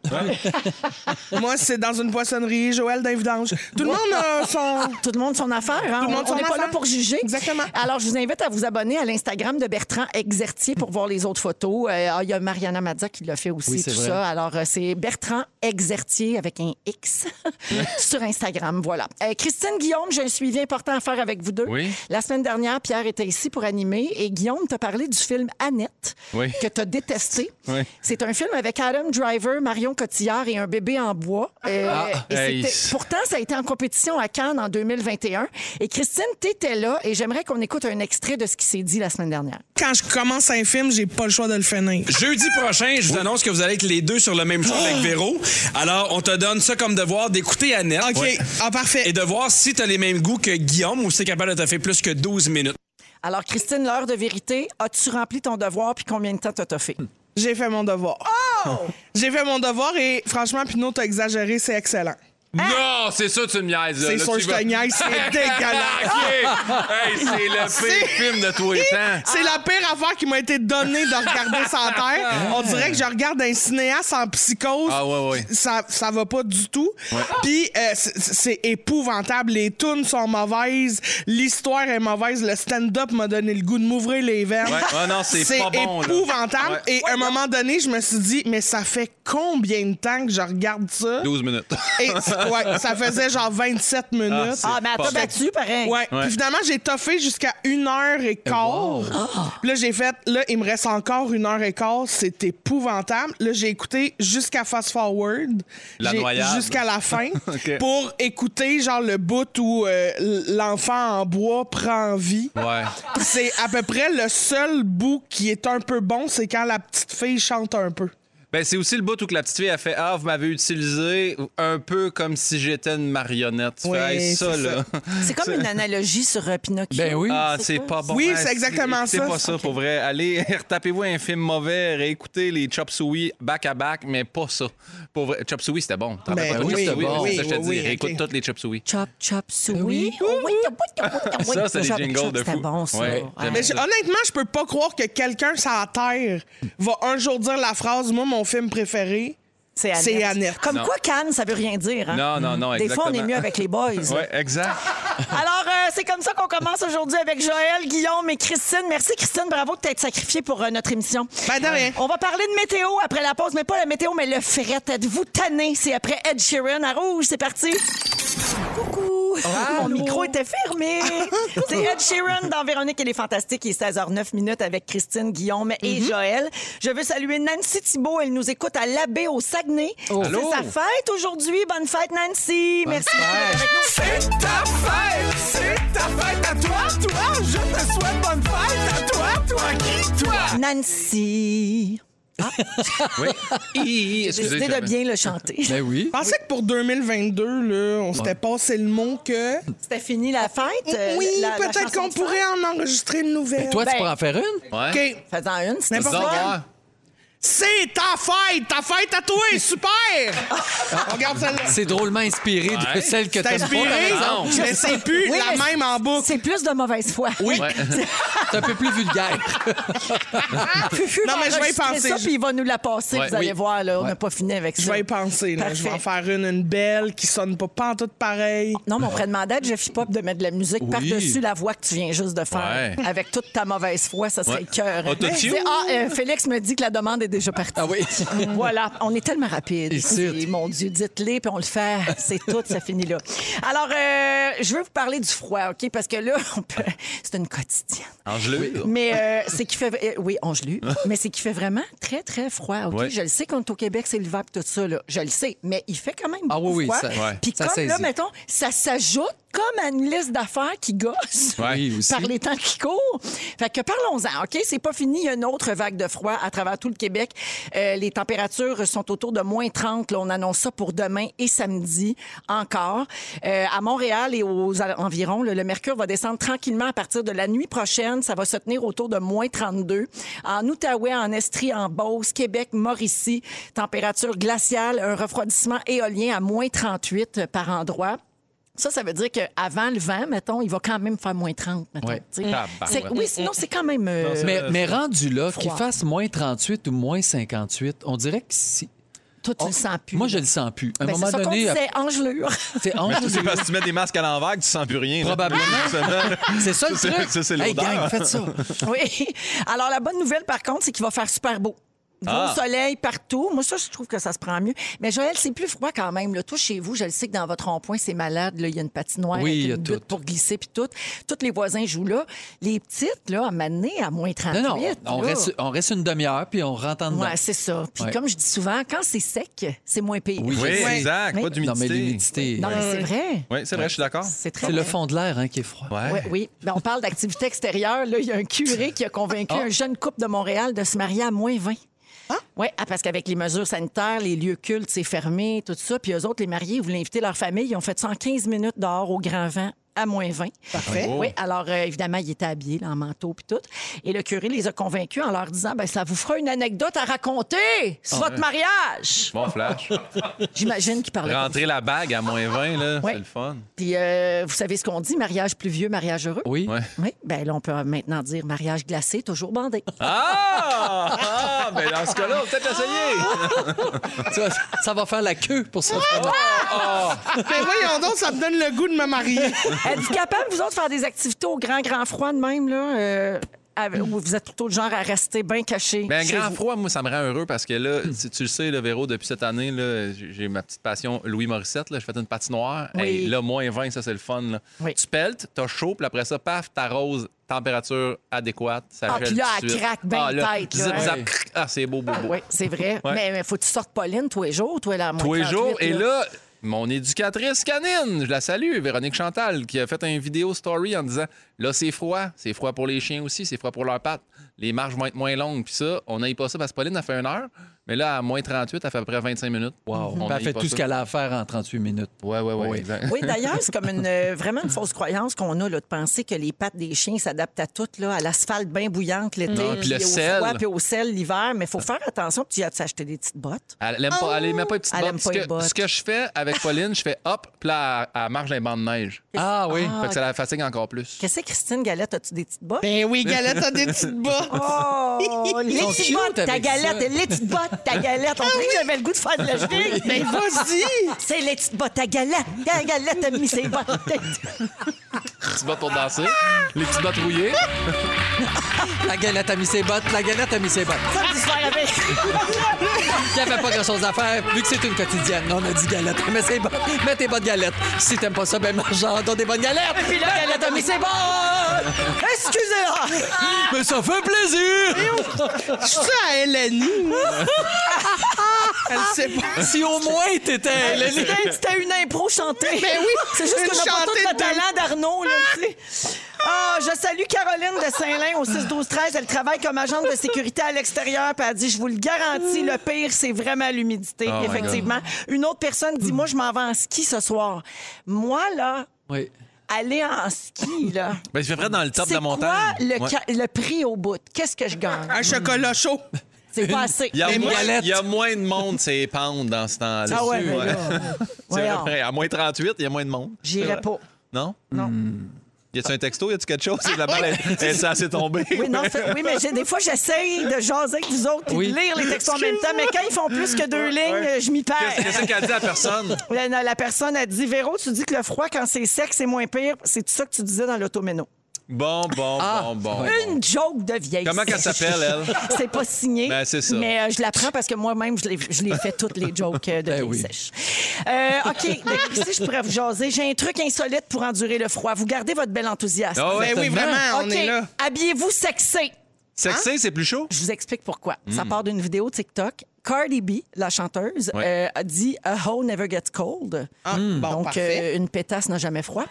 Speaker 5: Moi, c'est dans une poissonnerie, Joël d'un vidange. Tout le monde euh, a son.
Speaker 2: Ah, Tout le monde son affaire. Hein?
Speaker 5: Tout le monde
Speaker 2: on
Speaker 5: son
Speaker 2: n'est pas
Speaker 5: affaire.
Speaker 2: là pour juger.
Speaker 5: Exactement.
Speaker 2: Alors, je vous invite à vous abonner à l'Instagram de Bertrand Exertier pour voir les autres photos. Euh, ah, Il y a Mariana Mazza qui l'a fait aussi,
Speaker 1: Oui,
Speaker 2: tout
Speaker 1: c'est vrai.
Speaker 2: ça. Alors, euh, c'est Bertrand Exertier avec un X sur Instagram. Voilà. Euh, Christine Guillaume, j'ai un suivi important à faire avec vous deux.
Speaker 4: Oui.
Speaker 2: La semaine dernière, Pierre était ici pour animer et Guillaume t'a parlé du film Annette
Speaker 4: Oui.
Speaker 2: que t'as détesté.
Speaker 4: Oui.
Speaker 2: C'est un film avec Adam Driver, Marion Cotillard et un bébé en bois. Euh, et
Speaker 4: Ah, hey.
Speaker 2: c'était- Pourtant, ça a été en compétition à Cannes en 2021. Et Christine, t'étais là et j'aimerais qu'on écoute un extrait de ce qui s'est dit la semaine dernière.
Speaker 5: Quand je commence un film, j'ai pas le choix de le finir.
Speaker 7: Jeudi prochain, je vous annonce que vous allez être les deux sur le même show
Speaker 5: Ah!
Speaker 7: avec Véro. Alors, on te donne ça comme devoir d'écouter Annette.
Speaker 5: OK, ah, parfait.
Speaker 7: Et de voir si t'as les mêmes goûts que Guillaume ou si t'es capable de te faire plus que 12 minutes.
Speaker 2: Alors, Christine, l'heure de vérité, as-tu rempli ton devoir puis combien de temps t'as fait?
Speaker 5: J'ai fait mon devoir.
Speaker 2: Oh!
Speaker 5: J'ai fait mon devoir et franchement, Pinot, t'as exagéré, c'est excellent.
Speaker 6: Non, c'est sûr que tu me niaises. là.
Speaker 5: C'est
Speaker 6: Là,
Speaker 5: sûr,
Speaker 6: tu
Speaker 5: je
Speaker 6: vas-
Speaker 5: te niaise, c'est dégueulasse.
Speaker 6: OK. Hey, c'est le pire film de tous les temps.
Speaker 5: C'est la pire affaire qui m'a été donnée de regarder sans terre. On dirait que je regarde un cinéaste en psychose.
Speaker 6: Ah, ouais, ouais.
Speaker 5: Ça, ça va pas du tout. Puis euh, c'est- c'est épouvantable. Les tunes sont mauvaises. L'histoire est mauvaise. Le stand-up m'a donné le goût de m'ouvrir les veines.
Speaker 4: Ouais. Ah non, c'est pas bon, là.
Speaker 5: épouvantable.
Speaker 4: Ouais.
Speaker 5: Et à un moment donné, je me suis dit, mais ça fait combien de temps que je regarde ça?
Speaker 4: 12 minutes.
Speaker 5: Et c- Ouais, ça faisait genre 27 minutes.
Speaker 2: Ah, mais elle t'a battu, pareil.
Speaker 5: Ouais. Puis finalement, j'ai toffé jusqu'à une heure et quart.
Speaker 1: wow.
Speaker 5: Puis là, j'ai fait, là, il me reste encore une heure et quart. C'est épouvantable. Là, j'ai écouté jusqu'à Fast Forward.
Speaker 4: La
Speaker 5: J'ai-
Speaker 4: noyade.
Speaker 5: Jusqu'à la fin.
Speaker 4: OK.
Speaker 5: Pour écouter, genre, le bout où euh, l'enfant en bois prend vie.
Speaker 4: Ouais.
Speaker 5: Puis C'est à peu près le seul bout qui est un peu bon, c'est quand la petite fille chante un peu.
Speaker 4: Ben, c'est aussi le bout où que la petite fille a fait Ah, vous m'avez utilisé un peu comme si j'étais une marionnette. Tu
Speaker 5: Oui,
Speaker 4: fais, Hey, ça,
Speaker 5: c'est ça.
Speaker 4: là.
Speaker 2: C'est comme une analogie sur euh, Pinocchio.
Speaker 1: Ben oui.
Speaker 4: Ah, c'est pas bon.
Speaker 5: Oui,
Speaker 4: Hey,
Speaker 5: c'est exactement
Speaker 4: écoutez
Speaker 5: ça.
Speaker 4: pas ça, pour vrai. Allez, retapez-vous un film mauvais, réécoutez les Chop Suey back à back, mais pas ça. Pour vrai, Chop Suey, c'était bon. T'en
Speaker 5: Ben
Speaker 4: rappelles pas de
Speaker 5: oui,
Speaker 4: Chop Suey?
Speaker 1: oui,
Speaker 4: c'est ça, que je te
Speaker 5: oui,
Speaker 4: dis.
Speaker 5: oui,
Speaker 4: Réécoute
Speaker 5: ok.
Speaker 4: toutes les Chop Suey.
Speaker 2: Chop, chop, souris.
Speaker 1: Oui.
Speaker 2: Oui, oui, oui, oui, oui.
Speaker 4: Ça, c'est des
Speaker 2: Chop,
Speaker 4: jingles
Speaker 2: chop,
Speaker 4: de
Speaker 2: C'était
Speaker 4: fou.
Speaker 2: bon, ça.
Speaker 4: Ouais,
Speaker 2: Ah.
Speaker 5: Mais je- honnêtement, je peux pas croire que quelqu'un sur la Terre va un jour dire la phrase Moi, mon film préféré.
Speaker 2: C'est Annette.
Speaker 5: C'est Annette.
Speaker 2: Comme
Speaker 4: Non.
Speaker 2: quoi, Cannes, ça veut rien dire. hein.
Speaker 4: Non, non, non,
Speaker 2: Des fois, on est
Speaker 4: exactement.
Speaker 2: mieux avec les boys.
Speaker 4: Ouais, exact.
Speaker 2: Alors, euh, c'est comme ça qu'on commence aujourd'hui avec Joël, Guillaume et Christine. Merci, Christine. Bravo de t'être sacrifiée pour euh, notre émission.
Speaker 5: Ben, de rien.
Speaker 2: On va parler de météo après la pause, mais pas la météo, mais le fret. Êtes-vous tanné? C'est après Ed Sheeran à rouge. C'est parti. Coucou. Mon micro était fermé. C'est Ed Sheeran dans Véronique et les Fantastiques. Il est 16h09 minutes avec Christine, Guillaume et
Speaker 5: Mm-hmm.
Speaker 2: Joël. Je veux saluer Nancy Thibault. Elle nous écoute à l'abbé au Saguenay.
Speaker 5: Oh.
Speaker 4: Allô?
Speaker 2: C'est sa fête aujourd'hui. Bonne fête, Nancy. Merci d'être avec nous.
Speaker 3: C'est ta fête, c'est ta fête à toi, toi. Je te souhaite bonne fête à toi, toi qui, toi.
Speaker 2: Nancy. Ah.
Speaker 4: Oui. Hi, hi,
Speaker 2: J'ai décidé de
Speaker 4: j'avais-
Speaker 2: bien le chanter.
Speaker 1: Ben oui.
Speaker 5: Je pensais que pour 2022, là, on s'était passé le mot que.
Speaker 2: C'était fini la fête? euh,
Speaker 5: oui,
Speaker 2: la- la
Speaker 5: peut-être
Speaker 2: chanson
Speaker 5: qu'on
Speaker 2: de
Speaker 5: pourrait en enregistrer une nouvelle.
Speaker 1: Toi,
Speaker 2: Ben-
Speaker 1: tu pourrais en faire une?
Speaker 4: Ouais.
Speaker 5: OK.
Speaker 2: fête. Fais-en une, c'est
Speaker 4: Dis
Speaker 5: N'importe
Speaker 4: donc,
Speaker 5: quoi.
Speaker 4: ouais.
Speaker 5: C'est ta fête! Ta fête à toi! Super! Regarde celle-là.
Speaker 1: Ah. C'est drôlement inspiré de
Speaker 4: Ouais.
Speaker 1: celle que
Speaker 5: T'es
Speaker 1: t'aimes pas.
Speaker 5: inspiré?
Speaker 4: raison.
Speaker 5: Mais c'est plus
Speaker 2: Oui,
Speaker 5: la
Speaker 2: mais
Speaker 5: même en boucle.
Speaker 2: C'est plus de mauvaise foi.
Speaker 1: Oui. C'est un peu plus vulgaire.
Speaker 2: Fufu
Speaker 5: Non,
Speaker 2: va
Speaker 5: mais je vais y
Speaker 2: enregistrer
Speaker 5: penser.
Speaker 2: Ça,
Speaker 5: Je-
Speaker 2: puis il va nous la passer,
Speaker 4: Ouais,
Speaker 2: vous allez
Speaker 4: oui.
Speaker 2: voir. Là, On n'a pas fini avec ça.
Speaker 5: Je vais y penser. là. Je vais en faire une, une belle qui sonne pas pantoute pareil.
Speaker 2: Non, mais on pourrait demander à Jeffy Pop de mettre de la musique
Speaker 1: Oui.
Speaker 2: par-dessus la voix que tu viens juste de faire.
Speaker 4: Ouais.
Speaker 2: Avec toute ta mauvaise foi, ça serait
Speaker 4: Ouais.
Speaker 2: cœur.
Speaker 4: Autotune.
Speaker 2: Ah, euh, Félix me dit que la demande est déjà partie.
Speaker 1: Ah oui.
Speaker 2: voilà, on est tellement rapide.
Speaker 1: Ici.
Speaker 2: Et mon Dieu, dites-les, puis on le fait. C'est tout, ça finit là. Alors, euh, je veux vous parler du froid, OK? Parce que là, on peut- c'est une quotidienne.
Speaker 4: Angelou.
Speaker 2: Mais euh, c'est qui fait. euh, oui, on gelue. Mais c'est qui fait vraiment très, très froid. OK?
Speaker 4: Ouais.
Speaker 2: Je le sais qu'on est au Québec, c'est l'hiver et tout ça. Là. Je le sais. Mais il fait quand même
Speaker 1: Ah
Speaker 2: beaucoup
Speaker 1: oui, oui,
Speaker 2: froid.
Speaker 1: ça- ouais.
Speaker 2: Puis
Speaker 1: ça
Speaker 2: comme là,
Speaker 1: saisit.
Speaker 2: mettons, ça s'ajoute comme à une liste d'affaires qui gosse.
Speaker 4: Ouais.
Speaker 1: Oui, aussi.
Speaker 2: Par les temps qui courent. Fait que parlons-en, OK? C'est pas fini. Il y a une autre vague de froid à travers tout le Québec. Euh, les températures sont autour de moins 30. là. on annonce ça pour demain et samedi encore. Euh, à Montréal et aux al- environs, là, le mercure va descendre tranquillement à partir de la nuit prochaine. Ça va se tenir autour de moins 32. En Outaouais, en Estrie, en Beauce, Québec, Mauricie, température glaciale, un refroidissement éolien à moins 38 par endroit. Ça, ça veut dire qu'avant le vent, mettons, il va quand même faire moins 30, mettons.
Speaker 1: Ouais.
Speaker 2: tu sais.
Speaker 4: Tabarouette.
Speaker 2: C'est- oui, sinon, c'est quand même... euh,
Speaker 1: Mais, mais rendu là, qu'il
Speaker 2: froid.
Speaker 1: fasse moins 38 ou moins 58, on dirait que si.
Speaker 2: toi, tu le sens plus.
Speaker 1: Moi, je
Speaker 2: là.
Speaker 1: le sens plus. À un
Speaker 2: Ben,
Speaker 1: moment
Speaker 2: c'est ça qu'on
Speaker 1: donné, euh,
Speaker 2: disait, engelure.
Speaker 1: c'est on-
Speaker 4: C'est parce que tu mets des masques à l'envers que tu sens plus rien. là.
Speaker 1: Probablement. C'est ça le
Speaker 4: Ça,
Speaker 1: truc.
Speaker 4: c'est- ça, c'est
Speaker 1: hey,
Speaker 4: l'odeur.
Speaker 1: gang, faites ça.
Speaker 2: oui. Alors, la bonne nouvelle, par contre, c'est qu'il va faire super beau. Gros
Speaker 4: Ah.
Speaker 2: soleil partout. Moi, ça, je trouve que ça se prend mieux. Mais Joël, c'est plus froid quand même. Là. Toi, chez vous, je le sais que dans votre rond-point, c'est malade. Là. Il y a une patinoire
Speaker 1: Oui, il y
Speaker 2: avec
Speaker 1: a
Speaker 2: une butte
Speaker 1: tout.
Speaker 2: pour glisser puis tout. Tous les voisins jouent là. Les petites, là, à m'amener à moins 38.
Speaker 1: Non, non, on
Speaker 2: là.
Speaker 1: reste, on reste une demi-heure, puis on rentre en dedans.
Speaker 2: Oh. Ouais, c'est ça. Puis
Speaker 1: Ouais.
Speaker 2: comme je dis souvent, quand c'est sec, c'est moins pire.
Speaker 1: Oui,
Speaker 4: Oui,
Speaker 1: je sais.
Speaker 4: exact.
Speaker 2: Mais-
Speaker 1: Non,
Speaker 4: Pas
Speaker 1: mais
Speaker 4: d'humidité.
Speaker 1: l'humidité.
Speaker 2: Non, mais c'est vrai.
Speaker 4: Oui, c'est vrai, je suis d'accord.
Speaker 2: C'est très
Speaker 1: C'est le
Speaker 2: vrai.
Speaker 1: fond de l'air hein, qui est froid.
Speaker 2: Ouais, oui, Ben, on parle d'activité extérieure. Là, il y a un curé qui a convaincu un jeune couple de Montréal de se marier à moins 20. Oui, parce qu'avec les mesures sanitaires, les lieux cultes, c'est fermé, tout ça. Puis eux autres, les mariés, ils voulaient inviter leur famille. Ils ont fait 115 minutes dehors au grand vent à moins 20.
Speaker 5: Parfait.
Speaker 2: Oui, alors euh, évidemment, ils étaient habillés là, en manteau puis tout. Et le curé les a convaincus en leur disant, ben ça vous fera une anecdote à raconter sur votre mariage.
Speaker 4: Bon flash.
Speaker 2: J'imagine qu'il parlait comme
Speaker 4: Rentrer la bague à moins 20, là,
Speaker 2: Ouais.
Speaker 4: c'est le fun.
Speaker 2: Puis, euh, vous savez ce qu'on dit, mariage pluvieux, mariage heureux.
Speaker 1: Oui.
Speaker 4: Ouais.
Speaker 2: Oui, bien là, on peut maintenant dire mariage glacé, toujours bandé.
Speaker 4: Ah! Ah! Ben dans ce cas-là, on va peut-être l'essayer.
Speaker 1: Tu vois, ça va faire la queue pour ça.
Speaker 4: Oh!
Speaker 5: Mais Oh! Ben voyons donc, ça me donne le goût de me marier.
Speaker 2: Êtes-vous capable, vous autres, de faire des activités au grand, grand froid de même, là? euh, à- ou vous êtes plutôt le genre à rester bien caché
Speaker 4: Ben, un
Speaker 2: chez
Speaker 4: grand
Speaker 2: vous?
Speaker 4: froid, moi, ça me rend heureux parce que là, tu, tu le sais, le Véro, depuis cette année, là, j'ai j'ai ma petite passion Louis Morissette. Là, je fais une patinoire.
Speaker 2: Oui.
Speaker 4: Hey, là, moins 20, ça, c'est le fun. là. Tu peltes, t'as chaud, puis après ça, paf, t'arroses, température adéquate. Ça
Speaker 2: Ah,
Speaker 4: gèle
Speaker 2: puis là,
Speaker 4: tout de
Speaker 2: elle
Speaker 4: suite.
Speaker 2: craque ben
Speaker 4: ah, là,
Speaker 2: tête, là,
Speaker 4: Zip,
Speaker 2: hein.
Speaker 4: zap, cric. ah, c'est beau, beau, beau.
Speaker 2: Oui, c'est vrai.
Speaker 4: Ouais.
Speaker 2: Mais, mais faut que tu sortes Pauline tous les jours, toi, là, à moins
Speaker 4: Tous les
Speaker 2: 38,
Speaker 4: jours. Et là, mon éducatrice canine, je la salue, Véronique Chantal, qui a fait une vidéo story en disant Là, c'est froid. C'est froid pour les chiens aussi. C'est froid pour leurs pattes. Les marches vont être moins longues. Puis ça, on n'aille pas ça parce que Pauline a fait une heure. Mais là, à moins 38, elle fait à peu près 25 minutes. Wow.
Speaker 1: Ben, Elle fait tout ce qu'elle a à faire en 38 minutes.
Speaker 4: Ouais, ouais, ouais. exact.
Speaker 2: Oui, d'ailleurs, c'est comme une, euh, vraiment une fausse croyance qu'on a là, de penser que les pattes des chiens s'adaptent à tout, là, à l'asphalte bien bouillante l'été,
Speaker 4: Non, puis le
Speaker 2: au
Speaker 4: sel.
Speaker 2: froid, puis au sel l'hiver. Mais il faut faire attention, puis tu as de s'acheter des petites bottes.
Speaker 4: Elle aime pas, elle aime pas les petites
Speaker 2: Oh, Elle
Speaker 4: bottes.
Speaker 2: aime
Speaker 4: Ce
Speaker 2: pas les
Speaker 4: que-
Speaker 2: bottes.
Speaker 4: Ce que je fais avec Pauline, je fais hop, puis là, elle, elle marche dans les bancs de neige.
Speaker 1: Ah oui.
Speaker 4: Fait que ça la fatigue encore plus.
Speaker 2: Qu'est-ce que Christine Galette, as-tu des petites bottes?
Speaker 5: Ben oui, Galette a des petites bottes.
Speaker 2: Oh, les
Speaker 1: sont
Speaker 2: petites
Speaker 1: cute
Speaker 2: bottes, ta
Speaker 1: avec
Speaker 2: galette,
Speaker 1: ça.
Speaker 2: les petites bottes, ta galette. On dirait que j'avais le goût de faire de la cheville.
Speaker 5: Mais Ben, vas-y!
Speaker 2: C'est les petites bottes, ta galette, ta galette, t'as mis ses bottes.
Speaker 4: Petites bottes pour danser, les petites bottes rouillées.
Speaker 1: La galette a mis ses bottes, la galette a mis ses bottes.
Speaker 2: Ça, tu faire avec.
Speaker 1: Il n'y avait pas grand-chose à faire, vu que c'est une quotidienne. On a dit galette, mais c'est bon. Mets tes bonnes galettes. Si t'aimes pas ça, ben mange en dans des bonnes galettes.
Speaker 2: Puis la galette a mis ses bottes. Excusez-la.
Speaker 1: Mais ça fait plaisir!
Speaker 5: Je suis à Eleni. Elle sait pas.
Speaker 1: Si au moins t'étais... Hélène.
Speaker 2: C'était c'était une impro chantée.
Speaker 5: Ben oui,
Speaker 2: C'est juste
Speaker 5: une
Speaker 2: qu'on n'a pas
Speaker 5: chantée
Speaker 2: tout le
Speaker 5: de-
Speaker 2: talent d'Arnaud, là, tu sais. Ah, je salue Caroline de Saint-Lin au 6-12-13. Elle travaille comme agente de sécurité à l'extérieur. Puis elle dit, je vous le garantis, le pire, c'est vraiment l'humidité.
Speaker 4: Oh my God.
Speaker 2: Effectivement. Une autre personne dit, moi, je m'en vais en ski ce soir. Moi, là,
Speaker 1: Oui.
Speaker 2: aller en ski, là.
Speaker 4: Ben, je fais vrai dans le top de
Speaker 2: C'est
Speaker 4: la
Speaker 2: quoi
Speaker 4: montagne.
Speaker 2: le,
Speaker 4: Ouais.
Speaker 2: ca- le prix au bout? Qu'est-ce que je gagne?
Speaker 5: Un chocolat chaud.
Speaker 2: C'est pas assez.
Speaker 4: Il y, a
Speaker 5: Mais
Speaker 4: moins,
Speaker 5: moi-
Speaker 4: il y a moins de monde, c'est pendre dans ce temps-là.
Speaker 2: Ah ouais, mais
Speaker 4: Ouais.
Speaker 2: là,
Speaker 4: C'est
Speaker 2: voyons.
Speaker 4: vrai. À moins 38, il y a moins de monde.
Speaker 2: J'irai pas.
Speaker 4: Non? Hmm.
Speaker 2: Non. Ah
Speaker 4: Y a-tu un texto? Y a-tu quelque chose? La balle, elle, elle s'est assez tombée.
Speaker 2: Oui, non, c'est- oui, mais j'ai- des fois, j'essaye de jaser avec vous autres et
Speaker 1: Oui.
Speaker 2: de lire les textes en même temps, mais quand ils font plus que deux lignes, euh, je m'y
Speaker 4: Qu'est-ce
Speaker 2: perds.
Speaker 4: qu'elle dit à la personne?
Speaker 2: La, la- la personne a dit Véro, tu dis que le froid, quand c'est sec, c'est moins pire. C'est ça que tu disais dans l'automéno.
Speaker 4: Bon, bon,
Speaker 1: Ah,
Speaker 4: bon, bon. bon.
Speaker 2: Une joke de vieille.
Speaker 4: Comment qu'elle s'appelle, elle?
Speaker 2: C'est pas signé.
Speaker 4: Ben, c'est ça.
Speaker 2: Mais euh, je la prends parce que moi-même, je l'ai- je l'ai fait toutes les jokes euh, de
Speaker 1: Ben
Speaker 2: vieille
Speaker 1: oui.
Speaker 2: sèche. Euh, OK, si je pourrais vous jaser, j'ai un truc insolite pour endurer le froid. Vous gardez votre bel enthousiasme.
Speaker 4: Ah ouais.
Speaker 5: Ben oui, vraiment, on
Speaker 2: OK,
Speaker 5: est là.
Speaker 2: habillez-vous sexy. Hein?
Speaker 4: Sexy, c'est plus chaud? Mm.
Speaker 2: Je vous explique pourquoi. Ça part d'une vidéo TikTok. Cardi B, la chanteuse,
Speaker 4: Ouais.
Speaker 2: euh, a dit A hoe never gets cold.
Speaker 5: Ah,
Speaker 1: Mm.
Speaker 5: bon,
Speaker 2: Donc,
Speaker 5: parfait.
Speaker 2: euh, une pétasse n'a jamais froid.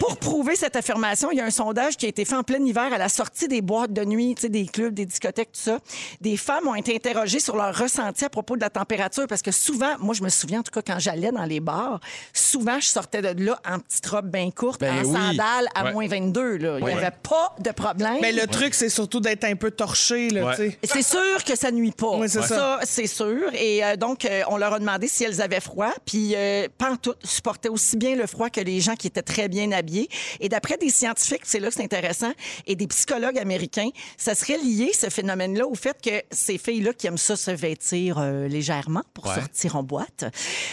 Speaker 2: Pour prouver cette affirmation, il y a un sondage qui a été fait en plein hiver à la sortie des boîtes de nuit, tu sais, des clubs, des discothèques, tout ça. Des femmes ont été interrogées sur leur ressenti à propos de la température parce que souvent, moi, je me souviens, en tout cas, quand j'allais dans les bars, souvent, je sortais de là en petite robe bien courte, en
Speaker 1: Ben oui.
Speaker 2: sandales à
Speaker 4: Ouais.
Speaker 2: moins 22. là. Il n'y
Speaker 4: Ouais.
Speaker 2: avait pas de problème.
Speaker 5: Mais le truc, c'est surtout d'être un peu torché, là,
Speaker 4: Ouais.
Speaker 5: tu sais.
Speaker 2: C'est sûr que ça nuit pas.
Speaker 5: Oui, c'est ça.
Speaker 2: c'est sûr. Et euh, donc, euh, on leur a demandé si elles avaient froid. Puis, euh, pantoute, supportaient aussi bien le froid que les gens qui étaient très bien habillés. Et d'après des scientifiques, c'est là que c'est intéressant, et des psychologues américains, ça serait lié, ce phénomène-là, au fait que ces filles-là qui aiment ça se vêtir euh, légèrement pour
Speaker 4: Ouais.
Speaker 2: sortir en boîte,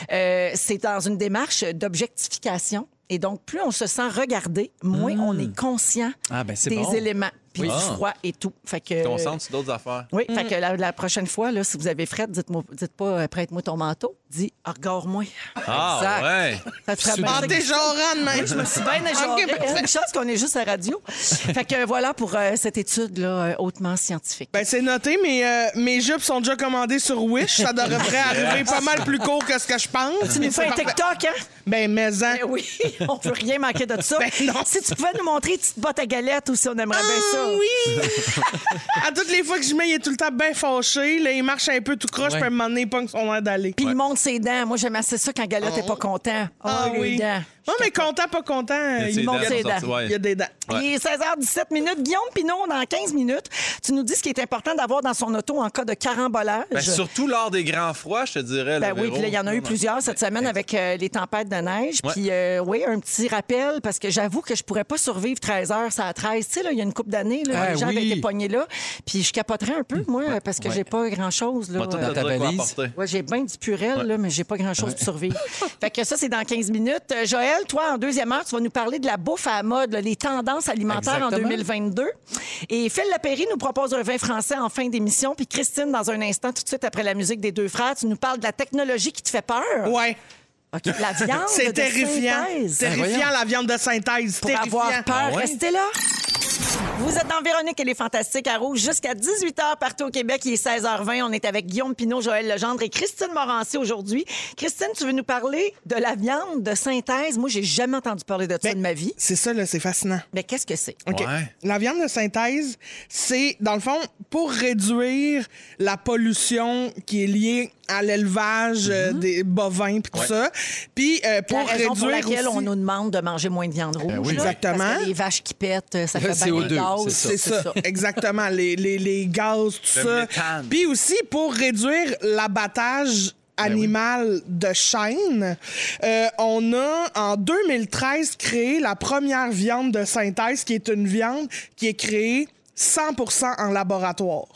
Speaker 2: euh, c'est dans une démarche d'objectification. Et donc, plus on se sent regardé, moins
Speaker 4: Hmm.
Speaker 2: on est conscient
Speaker 1: Ah, ben, c'est
Speaker 2: des
Speaker 1: bon.
Speaker 2: éléments, puis
Speaker 1: Oui.
Speaker 2: du
Speaker 4: Ah.
Speaker 2: froid et tout. Fait que,
Speaker 4: Ton centre, c'est d'autres affaires. Hmm.
Speaker 2: oui, fait que la, la prochaine fois, là, si vous avez fret, dites-moi, dites pas euh, prête-moi ton manteau, dis Ah, regarde-moi.
Speaker 4: Ah, ouais.
Speaker 2: Ça te ferait
Speaker 5: Ah,
Speaker 2: bien.
Speaker 5: t'es genrant de même.
Speaker 2: Je me suis bien égarée.
Speaker 5: Ok, parfait.
Speaker 2: Une chance qu'on est juste à radio. fait que euh, voilà pour euh, cette étude là, euh, hautement scientifique.
Speaker 5: Ben, c'est noté, mais euh, mes jupes sont déjà commandées sur Wish. Ça devrait arriver pas mal plus court que ce que je pense.
Speaker 2: tu nous fais un TikTok, hein?
Speaker 5: Ben, mais en...
Speaker 2: Ben oui, on peut rien manquer de ça.
Speaker 5: Ben non.
Speaker 2: Si tu pouvais nous montrer une petite botte à galette aussi, on aimerait bien ça.
Speaker 5: Ah oui! à toutes les fois que je mets, il est tout le temps bien fâché. Là, il marche un peu tout croche,
Speaker 1: Ouais.
Speaker 5: puis à un moment donné, il pogne son air d'aller.
Speaker 2: Puis il monte ses dents. Moi, j'aime assez ça quand Galette n'est pas content. Oh, les dents.
Speaker 5: Non, Ah mais content, pas content,
Speaker 4: Il y a
Speaker 5: il,
Speaker 4: ses
Speaker 5: monte
Speaker 4: dents
Speaker 5: ses
Speaker 4: sorties,
Speaker 5: dents.
Speaker 4: ouais.
Speaker 5: Il y a des dents.
Speaker 4: Ouais.
Speaker 2: Il est 16h17 minutes. Guillaume Pinot, dans 15 minutes, tu nous dis ce qui est important d'avoir dans son auto en cas de carambolage.
Speaker 4: Ben, surtout lors des grands froids, je te dirais.
Speaker 2: Ben
Speaker 4: le
Speaker 2: oui,
Speaker 4: Véro.
Speaker 2: puis là, il y en a eu
Speaker 4: Non, non.
Speaker 2: plusieurs cette semaine avec euh, les tempêtes de neige.
Speaker 4: Ouais.
Speaker 2: Puis euh, oui, un petit rappel, parce que j'avoue que je pourrais pas survivre 13 heures, ça à 13. Tu sais, là, il y a une couple d'années, là,
Speaker 1: Ah
Speaker 2: les gens avaient
Speaker 1: oui.
Speaker 2: été pognés là. Puis je capoterais un peu, moi, parce que j'ai pas grand-chose. là.
Speaker 4: Moi, tout
Speaker 2: Euh,
Speaker 1: ta
Speaker 4: te dire quoi
Speaker 1: valise.
Speaker 4: apporter.
Speaker 2: Ouais, j'ai bien du purel, là, mais j'ai pas grand-chose pour survivre. Fait que ça, c'est dans 15 minutes. Euh, Joël, Joël, toi, en deuxième heure, tu vas nous parler de la bouffe à la mode, là, les tendances alimentaires en
Speaker 1: Exactement.
Speaker 2: 2022. Et Phil Lapéry nous propose un vin français en fin d'émission. Puis Christine, dans un instant, tout de suite après la musique des deux frères, tu nous parles de la technologie qui te fait peur.
Speaker 5: Ouais.
Speaker 2: OK, la viande. de
Speaker 5: C'est terrifiant.
Speaker 2: synthèse.
Speaker 5: Terrifiant, la viande de synthèse.
Speaker 2: Pour
Speaker 5: terrifiant.
Speaker 2: avoir peur, restez là. Vous êtes dans Véronique et les Fantastiques à Rouge jusqu'à 18h partout au Québec. Il est 16h20. On est avec Guillaume Pinot, Joël Legendre et Christine Morancy aujourd'hui. Christine, tu veux nous parler de la viande de synthèse? Moi, j'ai jamais entendu parler de ça de ma vie.
Speaker 5: Ben, C'est ça, là, c'est fascinant.
Speaker 2: Mais qu'est-ce que c'est?
Speaker 5: OK.
Speaker 4: Ouais.
Speaker 5: La viande de synthèse, c'est, dans le fond, pour réduire la pollution qui est liée à l'élevage euh, des bovins puis tout ça. Puis euh, pour
Speaker 2: La raison
Speaker 5: réduire
Speaker 2: pour laquelle
Speaker 5: aussi-
Speaker 2: on nous demande de manger moins de viande rouge.
Speaker 4: oui.
Speaker 2: là, Parce
Speaker 5: Exactement.
Speaker 2: que les vaches qui pètent, euh, ça
Speaker 1: Le
Speaker 2: fait bien
Speaker 1: CO2,
Speaker 2: de gaz.
Speaker 1: c'est ça.
Speaker 5: C'est ça, exactement. Les, les, les gaz, tout
Speaker 4: Le
Speaker 5: ça.
Speaker 4: méthane.
Speaker 5: Puis aussi pour réduire l'abattage
Speaker 1: Ben
Speaker 5: animal de chêne, euh, on a en 2013 créé la première viande de synthèse qui est une viande qui est créée 100% en laboratoire.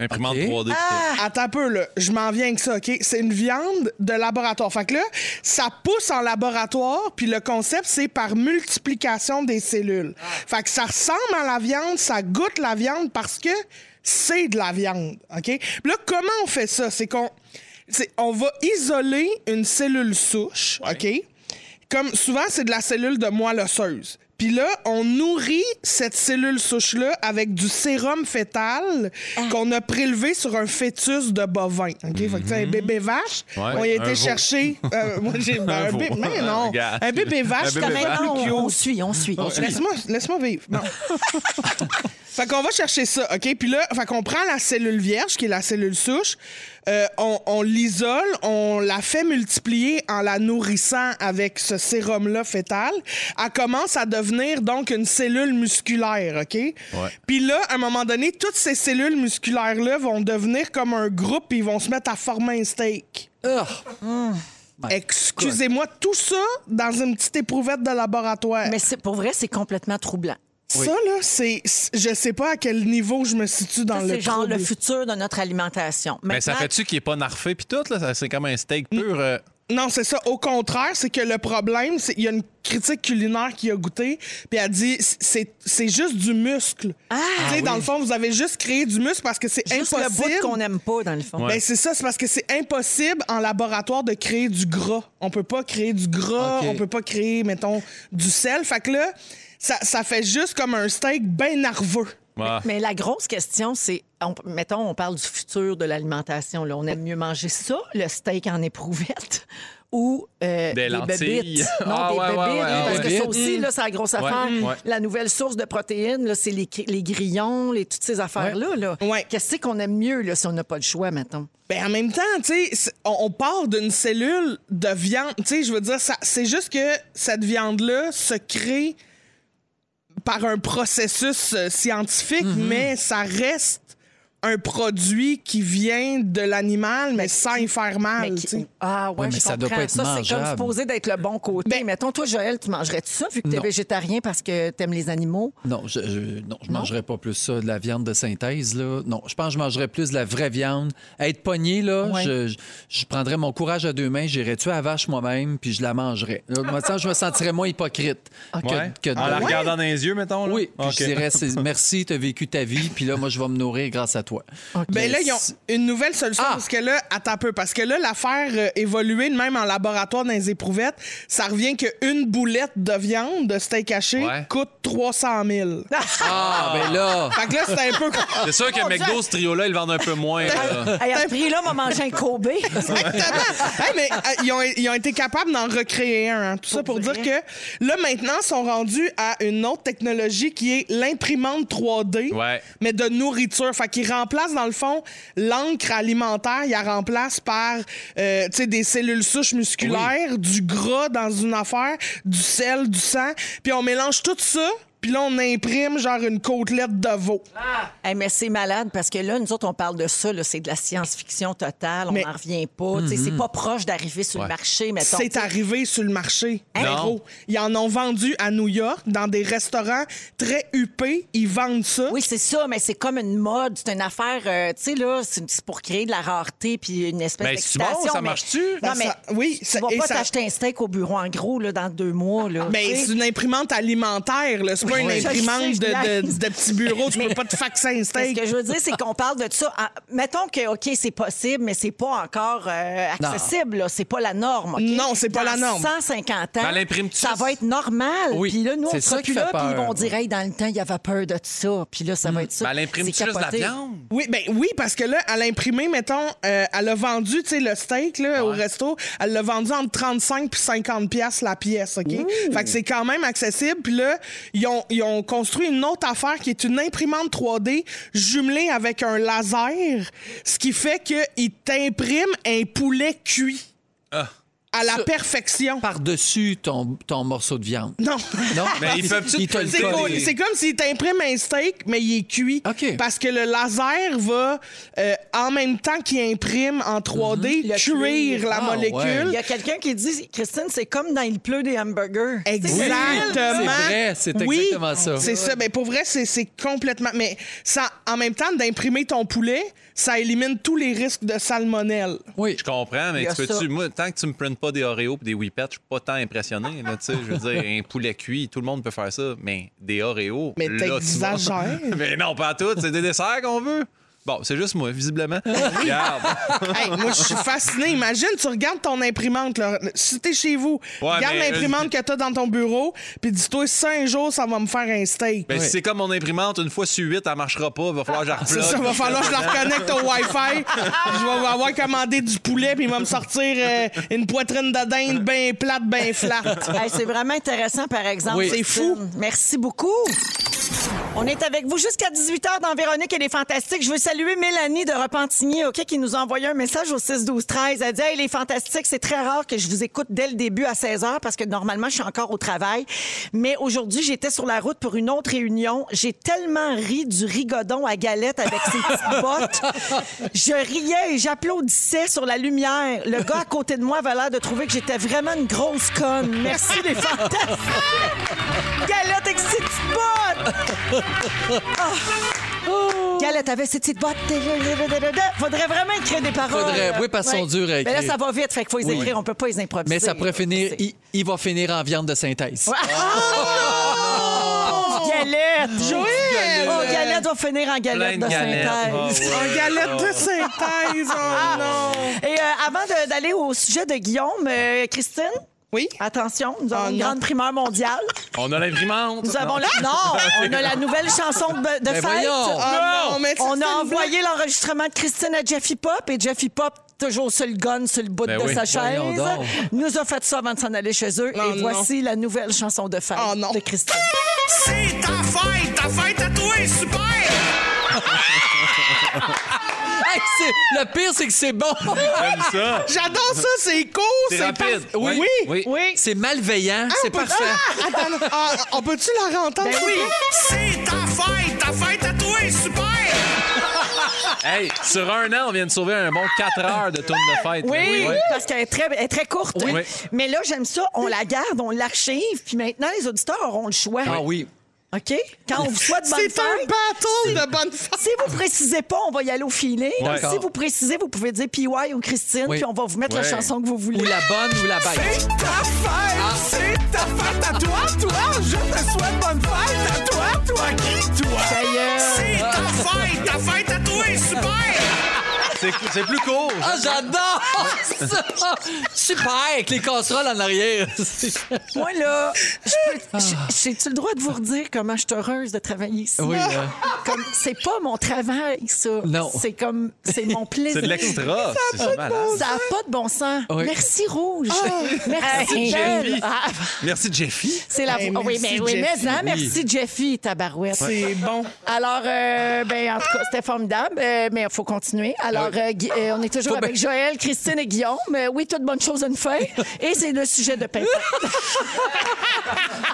Speaker 6: Imprimante
Speaker 1: Ok.
Speaker 6: 3D.
Speaker 2: Ah,
Speaker 5: Attends un peu, là. Je m'en viens avec ça, OK? C'est une viande de laboratoire. Fait que là, ça pousse en laboratoire, puis le concept, c'est par multiplication des cellules. Fait que ça ressemble à la viande, ça goûte la viande parce que c'est de la viande, OK? Puis là, comment on fait ça? C'est qu'on... c'est- On va isoler une cellule souche, OK? comme souvent, c'est de la cellule de moelle osseuse. Puis là, on nourrit cette cellule souche-là avec du sérum fétal qu'on a prélevé sur un fœtus de bovin. OK? Fait que c'est un bébé vache,
Speaker 6: Ouais,
Speaker 5: on y a
Speaker 6: un
Speaker 5: été
Speaker 6: veau.
Speaker 5: chercher. euh, moi, j'ai ben, un,
Speaker 6: veau.
Speaker 5: bébé. mais non.
Speaker 6: Regarde.
Speaker 5: Un bébé vache,
Speaker 6: Un
Speaker 5: c'est
Speaker 6: bébé
Speaker 5: quand même
Speaker 6: vache.
Speaker 5: plus
Speaker 2: Maintenant,
Speaker 5: cute.
Speaker 2: on, on suit, on suit.
Speaker 5: Ah, Laisse-moi laisse-moi vivre. Non. fait qu'on va chercher ça, OK? Puis là, fait qu'on prend la cellule vierge, qui est la cellule souche, euh, on, on l'isole, on la fait multiplier en la nourrissant avec ce sérum-là fétal. Elle commence à devenir donc une cellule musculaire, OK? Puis là, à un moment donné, toutes ces cellules musculaires-là vont devenir comme un groupe puis ils vont se mettre à former un steak.
Speaker 2: Ah!
Speaker 5: Excusez-moi, tout ça dans une petite éprouvette de laboratoire.
Speaker 2: Mais c'est- pour vrai, c'est complètement troublant.
Speaker 5: Ça, là, c'est. c'est- Je sais pas à quel niveau je me situe dans
Speaker 2: Ça,
Speaker 5: le
Speaker 2: c'est genre
Speaker 5: trouble.
Speaker 2: le futur de notre alimentation.
Speaker 4: Mais Ben, ça
Speaker 2: Maintenant,
Speaker 4: fait-tu qu'il est pas narfé puis tout, là? Ça, C'est comme un steak pur. euh,
Speaker 5: Non, c'est ça. Au contraire, c'est que le problème, c'est il y a une critique culinaire qui a goûté, puis elle dit c'est c'est juste du muscle. Tu sais, dans le fond, vous avez juste créé du muscle parce que c'est
Speaker 2: Ah, Juste
Speaker 5: impossible.
Speaker 2: le bout qu'on n'aime pas, dans le fond.
Speaker 5: Ben, c'est ça, c'est parce que c'est impossible en laboratoire de créer du gras. On peut pas créer du gras,
Speaker 1: OK.
Speaker 5: on peut pas créer, mettons, du sel. Fait que là, ça, ça fait juste comme un steak ben nerveux.
Speaker 4: ah.
Speaker 2: Mais la grosse question, c'est, on- mettons, on parle du futur de l'alimentation. là. On aime mieux manger ça, le steak en éprouvette, ou euh,
Speaker 4: Des
Speaker 2: des
Speaker 4: lentilles.
Speaker 2: bébites. Non,
Speaker 4: Ah,
Speaker 2: des
Speaker 4: ouais, ouais,
Speaker 2: bébites,
Speaker 4: ouais,
Speaker 2: parce
Speaker 1: ouais.
Speaker 2: que ça aussi, là, c'est la grosse affaire.
Speaker 4: ouais.
Speaker 2: La nouvelle source de protéines, là, c'est les, les grillons, les, toutes ces affaires-là. là.
Speaker 5: Ouais.
Speaker 2: Qu'est-ce qu'on aime mieux là, si on n'a pas le choix, mettons?
Speaker 5: Ben en même temps, tu sais, c'est- on, on part d'une cellule de viande. Tu sais, je veux dire, ça- c'est juste que cette viande-là se crée par un processus euh, scientifique,
Speaker 2: Mhm.
Speaker 5: mais ça reste un produit qui vient de l'animal, mais sans y faire mal.
Speaker 2: Mais qui-
Speaker 5: tu sais.
Speaker 2: Ah ouais,
Speaker 1: Ouais, mais
Speaker 2: je
Speaker 1: ça doit
Speaker 2: comprends.
Speaker 1: pas être
Speaker 2: ça, c'est comme
Speaker 1: mangeable.
Speaker 2: supposé d'être le bon côté.
Speaker 5: Ben-
Speaker 2: mettons, toi, Joël, tu mangerais-tu ça vu que t'es
Speaker 1: Non.
Speaker 2: végétarien parce que t'aimes les animaux?
Speaker 1: Non, je, je, non, je mangerais pas plus ça, de la viande de synthèse. Là. Non, je pense que je mangerais plus de la vraie viande. Être pogné, là,
Speaker 2: Ouais.
Speaker 1: je, je, je prendrais mon courage à deux mains, j'irais tuer la vache moi-même, puis je la mangerais. Là, moi, ça, je me sentirais moins hypocrite que,
Speaker 4: Ouais.
Speaker 1: que de
Speaker 2: Ah
Speaker 4: en la
Speaker 1: la
Speaker 4: regardant dans les yeux, mettons. là?
Speaker 1: Oui, puis
Speaker 4: Ok.
Speaker 1: je dirais c'est- merci, t'as vécu ta vie, puis là, moi, je vais me nourrir grâce à toi.
Speaker 5: Ben
Speaker 1: Mais
Speaker 5: là, ils ont
Speaker 1: si-
Speaker 5: une nouvelle solution
Speaker 1: Ah!
Speaker 5: parce que là, attends un peu, parce que là, l'affaire euh, évoluer de même en laboratoire dans les éprouvettes, ça revient qu'une boulette de viande de steak haché
Speaker 4: Ouais.
Speaker 5: coûte 300 000.
Speaker 1: Ah, ben là!
Speaker 5: fait que là, c'est un peu...
Speaker 4: C'est sûr que McDo, ce trio-là, ils le vendent un peu moins. là.
Speaker 2: Hey, à ce prix-là, on va manger un Kobe.
Speaker 5: Exactement. Hey, mais euh, ils, ont, ils ont été capables d'en recréer un. hein. Tout ça pour dire que là, maintenant, ils sont rendus à une autre technologie qui est l'imprimante 3D,
Speaker 4: Ouais.
Speaker 5: mais de nourriture. Fait qu'ils remplacent, dans le fond, l'encre alimentaire, ils la remplacent par euh, tu sais, des cellules souches musculaires, du gras dans une affaire, du sel, du sang. Puis on mélange tout ça Puis là, on imprime genre une côtelette de veau.
Speaker 2: Ah. Hey, mais c'est malade parce que là, nous autres, on parle de ça, là, c'est de la science-fiction totale, on n'en revient pas. tu sais,
Speaker 4: Mm-hmm.
Speaker 2: C'est pas proche d'arriver sur le marché, mettons.
Speaker 5: C'est
Speaker 2: tu sais.
Speaker 5: arrivé sur le marché.
Speaker 2: Hein? Non.
Speaker 5: Véro. Ils en ont vendu à New York dans des restaurants très huppés. Ils vendent ça.
Speaker 2: Oui, c'est ça, mais c'est comme une mode, c'est une affaire, euh, tu sais, là, c'est c'est pour créer de la rareté puis une espèce
Speaker 4: Mais c'est bon,
Speaker 2: d'excitation.
Speaker 4: ça
Speaker 2: mais-
Speaker 4: marche-tu?
Speaker 2: Non,
Speaker 5: Ben, Ça-
Speaker 2: mais
Speaker 5: oui,
Speaker 2: tu
Speaker 5: ça-
Speaker 2: vas
Speaker 5: et
Speaker 2: pas
Speaker 5: ça-
Speaker 2: t'acheter un steak au bureau, en gros, là, dans deux mois, là.
Speaker 5: Ben,
Speaker 2: tu sais.
Speaker 5: c'est une imprimante alimentaire. là. C'est pas une
Speaker 2: Oui. Je
Speaker 5: imprimante
Speaker 2: sais, je
Speaker 5: de, de,
Speaker 2: blague.
Speaker 5: de petits bureaux. Tu peux pas te faxer un
Speaker 2: Mais
Speaker 5: steak.
Speaker 2: Ce que je veux dire, c'est qu'on parle de ça. Ah, mettons que, OK, c'est possible, mais c'est pas encore euh,
Speaker 1: Non.
Speaker 2: accessible. là. C'est pas la norme. OK?
Speaker 5: Non, c'est pas
Speaker 2: Dans
Speaker 5: la norme.
Speaker 2: 150 ans,
Speaker 4: Dans l'imprime-tu?
Speaker 2: ça va être normal.
Speaker 1: Oui,
Speaker 2: Puis là, nous, on
Speaker 1: Ben, c'est
Speaker 2: sera
Speaker 1: ça qui
Speaker 2: plus
Speaker 1: fait
Speaker 2: là, puis ils
Speaker 1: peur. Ben,
Speaker 2: vont dire, hey, dans le temps, il y avait peur de ça. Puis là, ça va être ça.
Speaker 4: Mais elle imprime
Speaker 2: C'est
Speaker 4: juste de la
Speaker 2: capoté.
Speaker 4: viande.
Speaker 5: Oui, ben oui, parce que là, elle a imprimé, mettons, euh, elle a vendu, tu sais, le steak là, au resto, elle l'a vendu entre 35 puis 50 pièces la pièce, OK?
Speaker 2: Mmh.
Speaker 5: Fait que c'est quand même accessible. Puis là, ils ont, ils ont construit une autre affaire qui est une imprimante 3D jumelée avec un laser, ce qui fait qu'ils t'impriment un poulet cuit à la perfection.
Speaker 1: Par-dessus ton, ton morceau de viande.
Speaker 5: Non.
Speaker 1: Non?
Speaker 7: Mais il fait
Speaker 1: Il te le
Speaker 5: C'est
Speaker 1: colle.
Speaker 5: cool. C'est comme s'il t'imprime un steak, mais il est cuit.
Speaker 1: OK.
Speaker 5: Parce que le laser va, euh, en même temps qu'il imprime en
Speaker 1: Mhm.
Speaker 5: 3D,
Speaker 2: Le
Speaker 5: cuire
Speaker 2: cuire.
Speaker 5: la
Speaker 1: Ah,
Speaker 2: Il
Speaker 5: molécule.
Speaker 2: y a quelqu'un qui dit, Christine, c'est comme dans il pleut des hamburgers.
Speaker 5: Exactement.
Speaker 1: Oui, c'est vrai, c'est
Speaker 5: Oui,
Speaker 1: exactement ça.
Speaker 5: C'est ça. Mais pour vrai, c'est c'est complètement. Mais ça, en même temps, d'imprimer ton poulet, ça élimine tous les risques de salmonelle.
Speaker 1: Oui.
Speaker 4: Je comprends,
Speaker 2: Il
Speaker 4: mais
Speaker 2: y a
Speaker 4: tu peux-tu.
Speaker 2: ça.
Speaker 4: Moi, tant que tu me prennes pas des Oreos et des Whippets, je suis pas tant impressionné. Là, tu sais, je veux dire, un poulet cuit, tout le monde peut faire ça, mais des Oreos.
Speaker 5: Mais
Speaker 4: là, tu vas-
Speaker 5: t'exagères.
Speaker 4: mais non, pas à tout. C'est des desserts qu'on veut. Bon, c'est juste moi, visiblement. Regarde.
Speaker 5: Hey, moi, je suis fasciné. Imagine, tu regardes ton imprimante. Là. Si t'es chez vous,
Speaker 4: Ouais,
Speaker 5: regarde
Speaker 4: mais- euh,
Speaker 5: l'imprimante que t'as dans ton bureau, puis dis-toi, cinq jours, ça va me faire un steak.
Speaker 4: Ben, si c'est comme mon imprimante, une fois sur huit, elle marchera pas. Va falloir que je
Speaker 5: Ah, C'est
Speaker 4: la
Speaker 5: ça,
Speaker 4: replug.
Speaker 5: va falloir que je la reconnecte au Wi-Fi. Je vais avoir commandé du poulet, puis il va me sortir euh, une poitrine de dinde bien plate, bien flatte.
Speaker 2: Hey, c'est vraiment intéressant, par exemple.
Speaker 1: Oui.
Speaker 2: C'est fou. Merci beaucoup. On est avec vous jusqu'à 18h dans Véronique et les Fantastiques. Je veux saluer Mélanie de Repentigny, OK, qui nous a envoyé un message au 6-12-13. Elle dit Hey, les Fantastiques, c'est très rare que je vous écoute dès le début à 16h parce que normalement, je suis encore au travail. Mais aujourd'hui, j'étais sur la route pour une autre réunion. J'ai tellement ri du rigodon à galette avec ses petites bottes. Je riais et j'applaudissais sur la lumière. Le gars à côté de moi avait l'air de trouver que j'étais vraiment une grosse conne. Merci, les Fantastiques. Galette avec ses petites bottes! Oh! Galette avait ses petites bottes. Faudrait vraiment écrire des paroles.
Speaker 1: Faudrait, oui, parce qu'elles sont dures
Speaker 2: Mais
Speaker 1: à
Speaker 2: là,
Speaker 1: écrire.
Speaker 2: ça va vite, fait qu'il faut les écrire, on peut pas les improviser.
Speaker 1: Mais ça pourrait finir,
Speaker 2: C'est-
Speaker 1: il, il va finir en viande de synthèse.
Speaker 2: Oh, Galette! Joël! Oh, Galette va finir en
Speaker 4: Plein
Speaker 2: galette
Speaker 4: de
Speaker 2: de synthèse.
Speaker 4: galettes.
Speaker 2: Ah!
Speaker 4: Ah, ouais.
Speaker 5: Un galette de synthèse, oh non!
Speaker 2: Et euh, avant de- d'aller au sujet de Guillaume, euh, Christine,
Speaker 5: Oui?
Speaker 2: attention, nous avons
Speaker 5: Oh,
Speaker 2: une
Speaker 5: non.
Speaker 2: grande primeur mondiale.
Speaker 4: On a l'imprimante.
Speaker 2: Nous avons la...
Speaker 4: Ah,
Speaker 2: Non, on a la nouvelle chanson de, de fête.
Speaker 1: voyons.
Speaker 5: Oh non, mais ça,
Speaker 2: On
Speaker 5: c'est
Speaker 2: a
Speaker 5: une
Speaker 2: envoyé l'enregistrement de Christine à Jeffy Pop et Jeffy Pop toujours sur le gun, sur le bout
Speaker 4: Ben
Speaker 2: de
Speaker 4: oui.
Speaker 2: sa chaise,
Speaker 1: Voyons donc.
Speaker 2: nous a fait ça avant de s'en aller chez eux.
Speaker 5: Ah, Non,
Speaker 2: et voici la nouvelle chanson de fête
Speaker 5: Oh non.
Speaker 2: de Christine.
Speaker 3: C'est ta fête, ta fête à toi, super!
Speaker 1: Hey, c'est- le pire, c'est que c'est bon.
Speaker 4: J'aime ça.
Speaker 5: J'adore ça, c'est court,
Speaker 4: C'est
Speaker 5: c'est
Speaker 4: rapide.
Speaker 5: parfait. Oui.
Speaker 4: Oui.
Speaker 1: C'est malveillant.
Speaker 5: Ah,
Speaker 1: c'est
Speaker 5: on peut-
Speaker 1: parfait. Ben
Speaker 5: Ah, attends, ah, on peut-tu la rentendre?
Speaker 3: Ben C'est ta fête, ta fête à toi, super!
Speaker 4: Hey, sur un an, on vient de sauver un bon 4 heures de tourne de fête.
Speaker 2: Oui,
Speaker 4: là.
Speaker 2: parce qu'elle est très, elle est très courte.
Speaker 4: Oui.
Speaker 2: Mais là, j'aime ça. On la garde, on l'archive. Puis maintenant, les auditeurs auront le choix.
Speaker 1: Ah oui.
Speaker 2: OK? Quand on vous souhaite bonne
Speaker 5: C'est un
Speaker 2: fête,
Speaker 5: battle de bonne fête.
Speaker 2: Si vous précisez pas, on va y aller au filet.
Speaker 1: D'accord.
Speaker 2: Si vous précisez, vous pouvez dire PY ou Christine,
Speaker 1: Oui.
Speaker 2: puis on va vous mettre la
Speaker 4: Ouais.
Speaker 2: chanson que vous voulez.
Speaker 1: Ou la bonne ou la bête.
Speaker 3: C'est ta fête,
Speaker 4: Ah.
Speaker 3: c'est ta fête à toi, toi! Je te souhaite bonne fête à toi, toi qui, toi!
Speaker 2: Ta gueule.
Speaker 3: C'est ta fête, ta fête à toi, super!
Speaker 4: C'est c'est plus
Speaker 3: Oh,
Speaker 4: court.
Speaker 1: Ah, j'adore ça! Super, avec les casseroles en arrière.
Speaker 2: Moi, là, je peux-
Speaker 5: Ah.
Speaker 2: je- j'ai-tu le droit de vous redire comment je suis heureuse de travailler ici? Ah!
Speaker 1: Oui, là.
Speaker 2: Comme, c'est pas mon travail, ça.
Speaker 1: Non.
Speaker 2: C'est comme, c'est mon plaisir.
Speaker 4: C'est de l'extra. C'est ça, malade.
Speaker 2: Ça n'a pas de bon sens.
Speaker 1: Oui.
Speaker 2: Merci, Rouge. Merci,
Speaker 4: Hey,
Speaker 2: Belle.
Speaker 4: Jeffy.
Speaker 2: Ah,
Speaker 4: Merci, Jeffy.
Speaker 2: c'est la
Speaker 5: Hey,
Speaker 2: voix. Oui, mais,
Speaker 5: merci,
Speaker 2: oui, mais,
Speaker 5: Jeffy.
Speaker 2: hein, merci, Jeffy, tabarouette.
Speaker 5: C'est bon.
Speaker 2: Alors, euh, ben, en tout cas, c'était formidable, euh, mais il faut continuer. Alors, euh, Gui- euh, on est toujours
Speaker 1: Faut
Speaker 2: avec
Speaker 1: bien-
Speaker 2: Joël, Christine et Guillaume. Euh, oui, toute bonne chose à une feuille. Et c'est le sujet de Pimpin.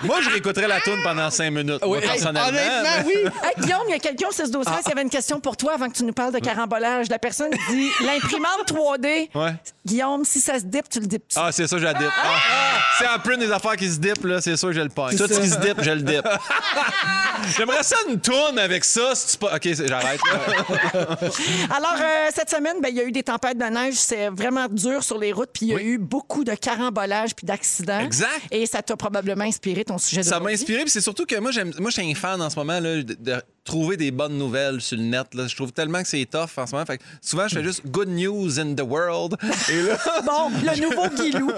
Speaker 4: Moi, je réécouterais la toune pendant cinq minutes. Moi, personnellement. Ah.
Speaker 5: Honnêtement,
Speaker 4: mais-
Speaker 5: oui.
Speaker 2: Hey, Guillaume, il y a quelqu'un au 16 12 il y avait une question pour toi avant que tu nous parles de carambolage. La personne dit l'imprimante 3D.
Speaker 4: Ouais.
Speaker 2: Guillaume, si ça se dip, tu le dips.
Speaker 4: Ah, c'est ça, je la dip. Ah. C'est en print des affaires qui se dip, là, c'est sûr que je le pogne. Tout ce qui se dip, je le dip. J'aimerais ça une tourne avec ça, si tu pas. Ok, c'est- j'arrête. là.
Speaker 2: Alors, euh, cette semaine, ben, il y a eu des tempêtes de neige. C'est vraiment dur sur les routes. Puis il y a eu beaucoup de carambolages puis d'accidents.
Speaker 4: Exact.
Speaker 2: Et ça t'a probablement inspiré ton sujet de
Speaker 4: Ça m'a inspiré, puis c'est surtout que moi, j'aime, moi, je suis un fan en ce moment là, de, de trouver des bonnes nouvelles sur le net. là. Je trouve tellement que c'est tough en ce moment. Fait que souvent, je fais juste good news in the world. Et là,
Speaker 2: Bon, le nouveau Guilou.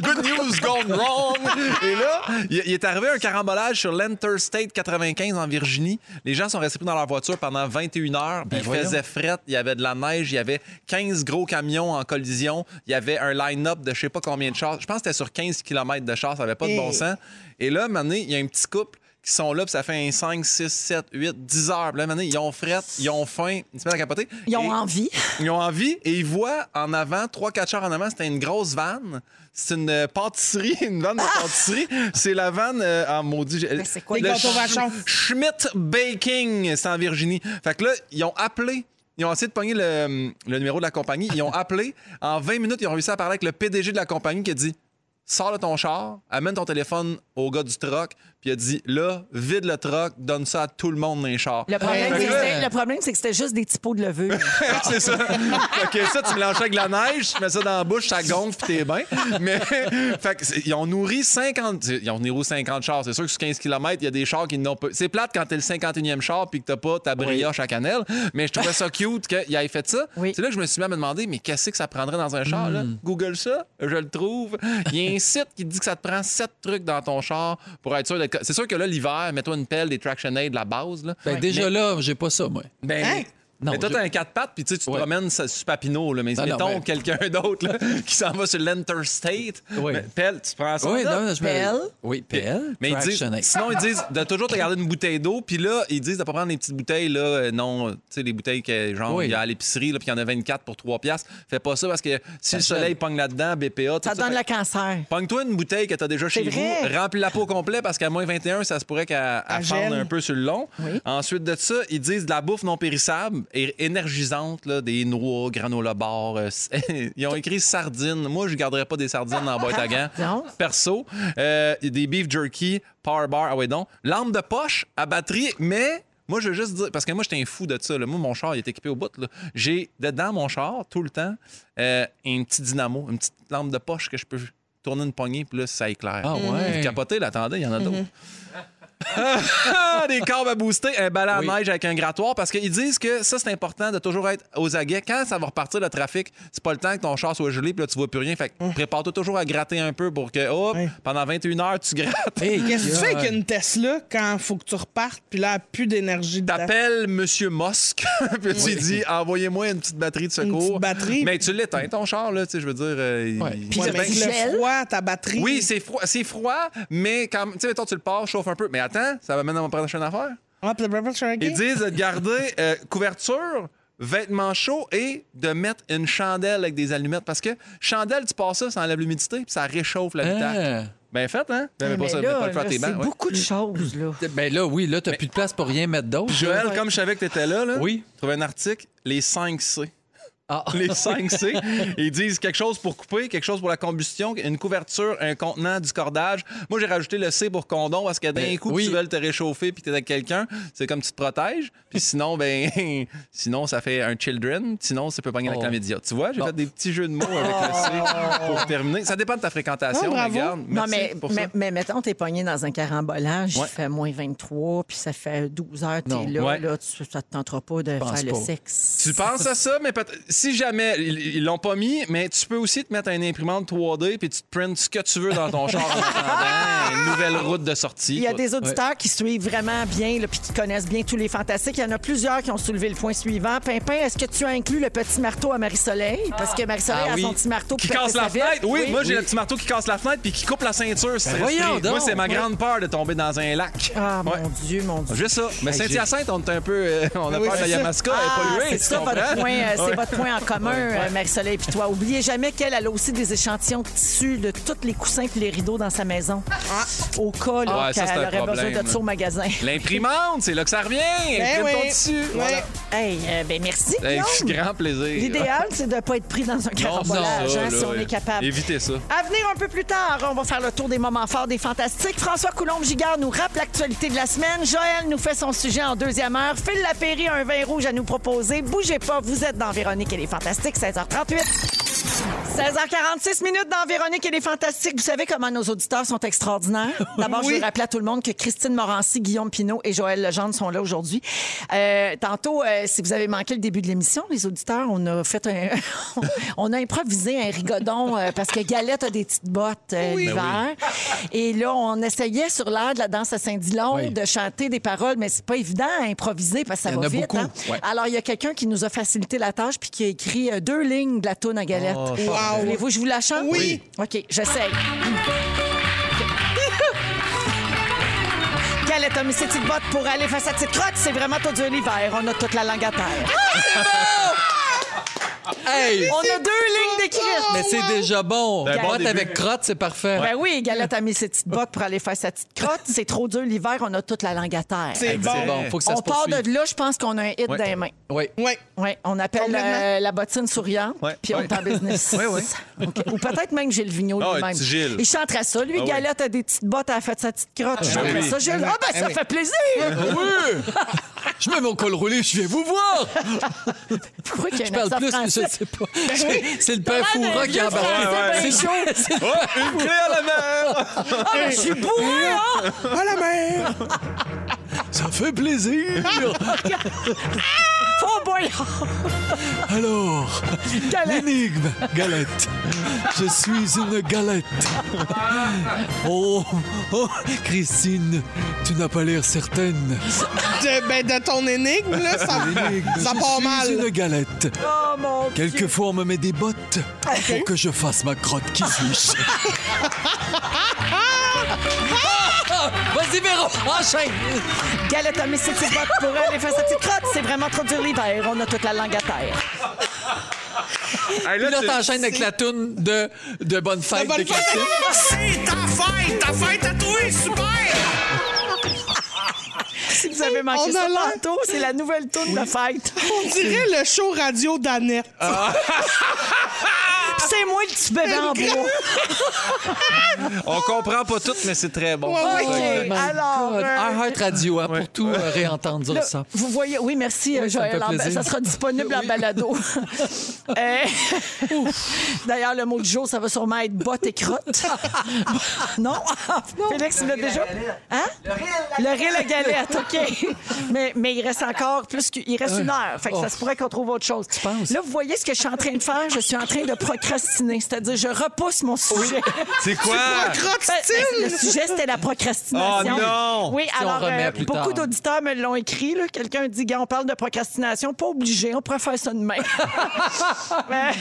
Speaker 4: Good news gone wrong! Et là, il, il est arrivé un carambolage sur l'Interstate 95 en Virginie. Les gens sont restés pris dans leur voiture pendant 21 heures. puis il faisait fret, il y avait de la neige, il y avait 15 gros camions en collision, il y avait un line-up de je sais pas combien de chars. Je pense que c'était sur 15 km de chars, ça n'avait pas de bon sens. Et là, maintenant, il y a un petit couple qui sont là, puis ça fait un 5, 6, 7, 8, 10 heures. Puis là, maintenant, ils ont fret, ils ont faim, ils se mettent à capoter.
Speaker 2: Ils ont
Speaker 4: Et-
Speaker 2: envie.
Speaker 4: ils ont envie et ils voient en avant, 3-4 chars en avant, c'était une grosse vanne. C'est une euh, pâtisserie, une vanne de
Speaker 2: Ah!
Speaker 4: pâtisserie. C'est la vanne euh, en maudit. j'ai-
Speaker 2: Mais c'est quoi
Speaker 5: Des
Speaker 4: le
Speaker 5: gâteaux
Speaker 4: Sch-
Speaker 5: vachons.
Speaker 4: Schmidt Baking, c'est en Virginie. Fait que là, ils ont appelé. Ils ont essayé de pogner le, le numéro de la compagnie. Ils ont appelé. En 20 minutes, ils ont réussi à parler avec le PDG de la compagnie qui a dit Sors de ton char, amène ton téléphone au gars du truck. Puis il a dit Là, vide le truck, donne ça à tout le monde dans les chars.
Speaker 2: Le problème,
Speaker 4: Fait
Speaker 2: c'est
Speaker 4: que
Speaker 2: que
Speaker 4: là-
Speaker 2: c'était- le problème, c'est que c'était juste des typos de levure.
Speaker 4: c'est ça. Fait que ça, tu mélanges ça avec de la neige, tu mets ça dans la bouche, ça gonfle, puis t'es bien. Mais, fait que c'est- ils ont nourri 50... c'est- Ils ont nourri 50 chars. C'est sûr que sur 15 km, il y a des chars qui n'ont pas... C'est plate quand t'es le 51e char puis que t'as pas ta brioche à cannelle, mais je trouvais ça cute qu'il ait fait ça.
Speaker 2: Oui.
Speaker 4: C'est là que je me suis mis à me demander, mais qu'est-ce que ça prendrait dans un char, là?
Speaker 1: Hmm.
Speaker 4: Google ça, je le trouve. Il y a un site qui dit que ça te prend 7 trucs dans ton char pour être sûr d'être... C'est sûr que là, l'hiver, mets-toi une pelle, des traction aid, de la base, là.
Speaker 1: Ben, déjà là, j'ai pas ça, moi.
Speaker 4: Ben,
Speaker 5: Hein?
Speaker 1: Non,
Speaker 4: mais toi,
Speaker 1: je-
Speaker 4: t'as un quatre pattes, puis tu sais, tu te
Speaker 1: Ouais.
Speaker 4: promènes sur sur Papineau, là, mais
Speaker 1: Ah non,
Speaker 4: mettons
Speaker 1: ben-
Speaker 4: quelqu'un d'autre là, qui s'en va sur l'Interstate.
Speaker 1: Ouais.
Speaker 4: Mais, Pelle, tu prends ça.
Speaker 1: Oui,
Speaker 4: là?
Speaker 1: non, non, je me-
Speaker 2: Pelle.
Speaker 1: Oui, pelle.
Speaker 4: mais ils disent,
Speaker 1: Traction Aid.
Speaker 4: sinon, ils disent de toujours te garder une bouteille d'eau, puis là, ils disent de pas prendre les petites bouteilles, là, euh, non, tu sais, les bouteilles que, genre,
Speaker 1: Oui.
Speaker 4: il y a à l'épicerie, là, puis il y en a 24 pour 3 piastres. Fais pas ça parce que si le soleil
Speaker 1: gèle.
Speaker 4: pogne là-dedans, BPA, tout
Speaker 2: Ça donne
Speaker 4: fait-
Speaker 2: le cancer.
Speaker 4: Pogne-toi une bouteille que t'as déjà chez
Speaker 2: vrai.
Speaker 4: vous, remplis la peau au complet parce qu'à moins 21, ça se pourrait qu'elle elle
Speaker 5: Elle
Speaker 4: fende
Speaker 5: gèle.
Speaker 4: un peu sur le long. Ensuite de ça, ils disent de la bouffe non périssable et énergisante, là, des noix, granola bar. euh, ils ont écrit sardines. Moi, je garderais pas des sardines dans la boîte à gants.
Speaker 2: Non.
Speaker 4: Perso, Euh, des beef jerky, power bar, ah ouais donc. Lampe de poche à batterie, mais... Moi, je veux juste dire, parce que moi, j'étais un fou de ça. là. Moi, mon char, il est équipé au bout. là. J'ai dedans mon char, tout le temps, euh, un petit dynamo, une petite lampe de poche que je peux tourner une poignée, puis là, ça éclaire.
Speaker 1: Ah ouais.
Speaker 4: Vous capotez, là, attendez, il y en a d'autres. Ah, des câbles à booster, un ballon à
Speaker 1: Oui.
Speaker 4: neige avec un grattoir, parce qu'ils disent que ça, c'est important de toujours être aux aguets. Quand ça va repartir le trafic, c'est pas le temps que ton char soit gelé, puis là, tu vois plus rien. Fait que
Speaker 5: Hein.
Speaker 4: prépare-toi toujours à gratter un peu pour que, hop, pendant 21 heures, tu grattes.
Speaker 1: Hey,
Speaker 5: Qu'est-ce que tu fais
Speaker 1: God.
Speaker 5: avec une Tesla quand faut que tu repartes, puis là, elle a plus d'énergie dedans?
Speaker 4: T'appelles Monsieur Musk, puis tu dis envoyez-moi une petite batterie de secours.
Speaker 5: petite batterie.
Speaker 4: Mais tu l'éteins, ton char, là, tu sais, je veux dire. euh, il-
Speaker 1: Ouais.
Speaker 4: il-
Speaker 2: Puis
Speaker 5: Ouais,
Speaker 4: c'est
Speaker 5: mais
Speaker 4: bien-
Speaker 2: il
Speaker 5: le
Speaker 2: gèle.
Speaker 5: froid, ta batterie.
Speaker 4: Oui, c'est froid, c'est froid, mais quand tu sais, mettons, tu le pars, chauffe un peu. Mais attends, ça m'amène à mon prochaine affaire.
Speaker 5: Ah, puis le-
Speaker 4: Ils disent de garder euh, couverture, vêtements chauds et de mettre une chandelle avec des allumettes. Parce que chandelle, tu passes ça, ça enlève l'humidité, puis ça réchauffe l'habitacle.
Speaker 1: Ah.
Speaker 4: Ben fait, hein? Ben,
Speaker 2: Ah,
Speaker 4: mais pas
Speaker 2: Mais
Speaker 4: ça,
Speaker 2: là,
Speaker 4: mais pas le faire
Speaker 2: là,
Speaker 4: à
Speaker 2: c'est
Speaker 4: tes bancs, ouais.
Speaker 2: beaucoup de choses, là.
Speaker 1: Ben là, oui, là, t'as plus de place pour rien mettre d'autre.
Speaker 4: Joël, comme je savais que t'étais là, là,
Speaker 1: Oui.
Speaker 4: je trouvais un article, les 5 C.
Speaker 1: Ah.
Speaker 4: les 5C. Ils disent quelque chose pour couper, quelque chose pour la combustion, une couverture, un contenant, du cordage. Moi, j'ai rajouté le C pour condom parce que d'un
Speaker 1: Ben,
Speaker 4: coup,
Speaker 1: oui.
Speaker 4: tu veux te réchauffer puis t'es avec quelqu'un, c'est comme tu te protèges. Puis sinon, ben, sinon, ça fait un children. Sinon, ça peut pogner avec
Speaker 1: Oh.
Speaker 4: la média. Tu vois, j'ai
Speaker 1: Bon.
Speaker 4: fait des petits jeux de mots avec le C pour terminer. Ça dépend de ta fréquentation,
Speaker 5: Ah, bravo.
Speaker 4: regarde.
Speaker 2: Non,
Speaker 4: Merci
Speaker 2: mais,
Speaker 4: pour
Speaker 2: mais,
Speaker 4: ça.
Speaker 2: mais mettons, t'es pogné dans un carambolage, il
Speaker 4: Ouais.
Speaker 2: fait moins 23, puis ça fait 12 heures que
Speaker 1: Non.
Speaker 2: t'es là,
Speaker 4: Ouais.
Speaker 2: là tu, ça te tentera pas de
Speaker 1: pense
Speaker 2: faire le
Speaker 1: pas.
Speaker 2: sexe.
Speaker 4: Tu penses à ça, mais peut- si jamais ils ils l'ont pas mis, mais tu peux aussi te mettre un imprimante 3D puis tu te printes ce que tu veux dans ton char en attendant une nouvelle route de sortie.
Speaker 2: Il y a des auditeurs qui suivent vraiment bien, là, puis qui connaissent bien tous les fantastiques. Il y en a plusieurs qui ont soulevé le point suivant. Pimpin, est-ce que tu as inclus le petit marteau à Marie-Soleil? Parce que Marie-Soleil
Speaker 1: Ah
Speaker 2: a
Speaker 1: oui.
Speaker 2: son petit marteau
Speaker 4: qui
Speaker 2: pour
Speaker 4: casse
Speaker 2: percer
Speaker 4: la
Speaker 2: sa vitre.
Speaker 4: fenêtre. Oui, moi j'ai
Speaker 1: Oui.
Speaker 4: le petit marteau qui casse la fenêtre puis qui coupe la ceinture. c'est
Speaker 1: voyons
Speaker 4: resté. Moi
Speaker 1: donc.
Speaker 4: c'est ma
Speaker 1: Oui.
Speaker 4: grande peur de tomber dans un lac.
Speaker 2: Ah,
Speaker 4: Ouais.
Speaker 2: mon Dieu, mon Dieu.
Speaker 4: Juste ça. Mais
Speaker 1: Hey,
Speaker 4: Saint-Hyacinthe, on est un peu. euh, on a
Speaker 5: Oui,
Speaker 4: peur de
Speaker 5: c'est
Speaker 4: la
Speaker 5: ça.
Speaker 4: Yamaska, elle est
Speaker 2: Ah,
Speaker 4: polluée.
Speaker 2: c'est
Speaker 4: tu
Speaker 2: ça votre
Speaker 4: comprends?
Speaker 2: point, euh, c'est votre point points en commun, euh, Marie-Soleil et toi. Oubliez jamais qu'elle elle a aussi des échantillons de tissu de tous les coussins et les rideaux dans sa maison. Au cas là,
Speaker 4: Ouais, ça, c'est
Speaker 2: qu'elle
Speaker 4: un
Speaker 2: aurait besoin
Speaker 4: problème,
Speaker 2: de tout au magasin.
Speaker 4: L'imprimante, c'est là que ça revient.
Speaker 2: Ben
Speaker 4: Imprime
Speaker 2: oui.
Speaker 4: ton tissu.
Speaker 2: Oui.
Speaker 4: Voilà.
Speaker 2: Hey, euh, ben merci.
Speaker 4: Avec
Speaker 2: Guillaume.
Speaker 4: grand plaisir.
Speaker 2: L'idéal, c'est de ne pas être pris dans un
Speaker 4: Non,
Speaker 2: carambolage,
Speaker 4: ça,
Speaker 2: hein, si
Speaker 4: là,
Speaker 2: on
Speaker 4: ouais.
Speaker 2: est capable.
Speaker 4: Évitez ça.
Speaker 2: À venir un peu plus tard, on va faire le tour des moments forts des fantastiques. François Coulombe-Gigard nous rappe l'actualité de la semaine. Joël nous fait son sujet en deuxième heure. Phil Lapéry a un vin rouge à nous proposer. Bougez pas, vous êtes dans Véronique et les Fantastiques, 16h38. 16h46 minutes dans Véronique et les Fantastiques. Vous savez comment nos auditeurs sont extraordinaires. D'abord, je
Speaker 5: Oui.
Speaker 2: veux rappeler à tout le monde que Christine Morancy, Guillaume Pinault et Joël Legendre sont là aujourd'hui. Euh, tantôt, euh, si vous avez manqué le début de l'émission, les auditeurs, on a fait un... on a improvisé un rigodon euh, parce que Galette a des petites bottes euh,
Speaker 5: Oui.
Speaker 1: Ben
Speaker 2: l'hiver. Et là, on essayait sur l'air de la danse à Saint-Dilon
Speaker 1: Oui.
Speaker 2: de chanter des paroles, mais c'est pas évident à improviser parce que ça
Speaker 1: Il y en
Speaker 2: va
Speaker 1: a
Speaker 2: vite.
Speaker 1: beaucoup,
Speaker 2: hein.
Speaker 1: ouais.
Speaker 2: Alors, il y a quelqu'un qui nous a facilité la tâche puis qui a écrit euh, deux lignes de la toune à Galette.
Speaker 1: Ah,
Speaker 5: Wow.
Speaker 2: Voulez-vous que je vous la chante?
Speaker 5: Oui.
Speaker 2: OK, j'essaye. Galette a mis ses petites bottes pour aller faire sa petite crotte. C'est vraiment tout dur l'hiver. On a toute la langue à terre.
Speaker 1: Hey!
Speaker 2: On a deux lignes d'écrite.
Speaker 1: Mais c'est déjà bon.
Speaker 4: C'est un Ben, bon
Speaker 1: Boîte
Speaker 4: début.
Speaker 1: avec crotte, c'est parfait.
Speaker 2: Ben oui, Galette a mis ses petites bottes pour aller faire sa petite crotte. C'est trop dur l'hiver. On a toute la langue à terre.
Speaker 5: C'est
Speaker 1: C'est
Speaker 5: bon.
Speaker 1: bon, faut que ça
Speaker 2: On
Speaker 1: se
Speaker 2: part
Speaker 1: poursuive.
Speaker 2: de là, je pense qu'on a un hit
Speaker 4: Ouais.
Speaker 2: dans les mains.
Speaker 1: Oui.
Speaker 5: Ouais.
Speaker 2: Oui, on appelle
Speaker 5: Complètement.
Speaker 2: euh, la bottine souriante,
Speaker 4: Ouais,
Speaker 2: puis on
Speaker 4: ouais.
Speaker 2: est en business.
Speaker 4: Ouais, ouais.
Speaker 2: OK. Ou peut-être même Gilles Vigneault
Speaker 4: Ah, un
Speaker 2: lui-même.
Speaker 4: petit Gilles.
Speaker 2: Il chanterait ça. Lui,
Speaker 4: Ah, oui.
Speaker 2: Galette a des petites bottes, elle a fait sa petite crotte. Je chanterais
Speaker 4: oui.
Speaker 2: ça, Gilles. Ah, ben,
Speaker 5: Ah,
Speaker 2: ça
Speaker 5: oui.
Speaker 2: fait plaisir!
Speaker 1: Oui! Je mets mon col roulé, je vais vous voir!
Speaker 2: Pourquoi qu'il y a
Speaker 1: Je
Speaker 2: un
Speaker 1: parle
Speaker 2: accent
Speaker 1: plus, mais je
Speaker 2: français? Ben
Speaker 1: sais pas. C'est- C'est le père Foura qui a
Speaker 4: français
Speaker 1: embarqué.
Speaker 4: bien
Speaker 1: C'est chaud!
Speaker 4: Oh, une clé à la mer!
Speaker 2: Ah, ben, je suis bourré, hein!
Speaker 5: Ah, la mère!
Speaker 1: Ça fait plaisir!
Speaker 2: Faut boire!
Speaker 1: Alors,
Speaker 2: Galette.
Speaker 1: l'énigme, galette. Je suis une galette. Oh, oh, Christine, tu n'as pas l'air certaine.
Speaker 5: De, ben, de ton énigme, là, ça,
Speaker 1: L'énigme,
Speaker 5: ça
Speaker 1: je
Speaker 5: part
Speaker 1: suis
Speaker 5: mal.
Speaker 1: une galette.
Speaker 2: Oh, mon Dieu.
Speaker 1: Quelquefois, on me met des bottes pour que je fasse ma crotte. Qui suis-je? Ah! Vas-y, Véro, enchaîne!
Speaker 2: Galette a mis ses petites bottes pour aller faire sa petite crotte. C'est vraiment trop dur l'hiver. On a toute la langue à terre.
Speaker 4: Hey,
Speaker 1: Puis là,
Speaker 4: tu-
Speaker 1: t'enchaînes avec la toune de, de Bonne Fête
Speaker 5: bonne
Speaker 1: de
Speaker 5: fête.
Speaker 3: C'est
Speaker 1: Christine.
Speaker 3: ta fête! Ta fête à toi! Super!
Speaker 2: Si vous avez manqué
Speaker 5: On
Speaker 2: ça
Speaker 5: a l'air-
Speaker 2: tantôt, c'est la nouvelle tourne de fête.
Speaker 5: On dirait le show radio d'Annette.
Speaker 2: Puis c'est moi le petit bébé en bois.
Speaker 4: On comprend pas tout, mais c'est très bon.
Speaker 5: Ouais,
Speaker 2: OK,
Speaker 1: Oh my
Speaker 2: alors,
Speaker 1: God.
Speaker 2: euh,
Speaker 1: iHeart Radio, hein, pour tout euh, réentendre dire
Speaker 2: Là,
Speaker 1: ça.
Speaker 2: Vous voyez, oui, merci,
Speaker 1: Oui, ça me
Speaker 2: Joël.
Speaker 1: fait
Speaker 2: en- Ça,
Speaker 1: plaisir.
Speaker 2: sera disponible en balado. Euh, D'ailleurs, le mot du jour, ça va sûrement être botte et crotte. non? Félix, il l'a déjà? Hein? Le riz la galette, OK. mais, mais il reste encore plus qu'il il reste une heure. Fait que ça se pourrait qu'on trouve autre chose.
Speaker 1: penses?
Speaker 2: Là, vous voyez ce que je suis en train de faire? Je suis en train de procrastiner. C'est-à-dire, je repousse mon sujet.
Speaker 4: C'est quoi?
Speaker 2: Ben, Le sujet, c'était la procrastination.
Speaker 4: Oh non!
Speaker 2: Oui,
Speaker 1: Si on
Speaker 2: alors,
Speaker 1: remet
Speaker 2: euh,
Speaker 1: plus
Speaker 2: beaucoup
Speaker 1: tard.
Speaker 2: d'auditeurs me l'ont écrit. là. Quelqu'un dit, gars, on parle de procrastination, pas obligé, on pourrait faire ça demain. Ben,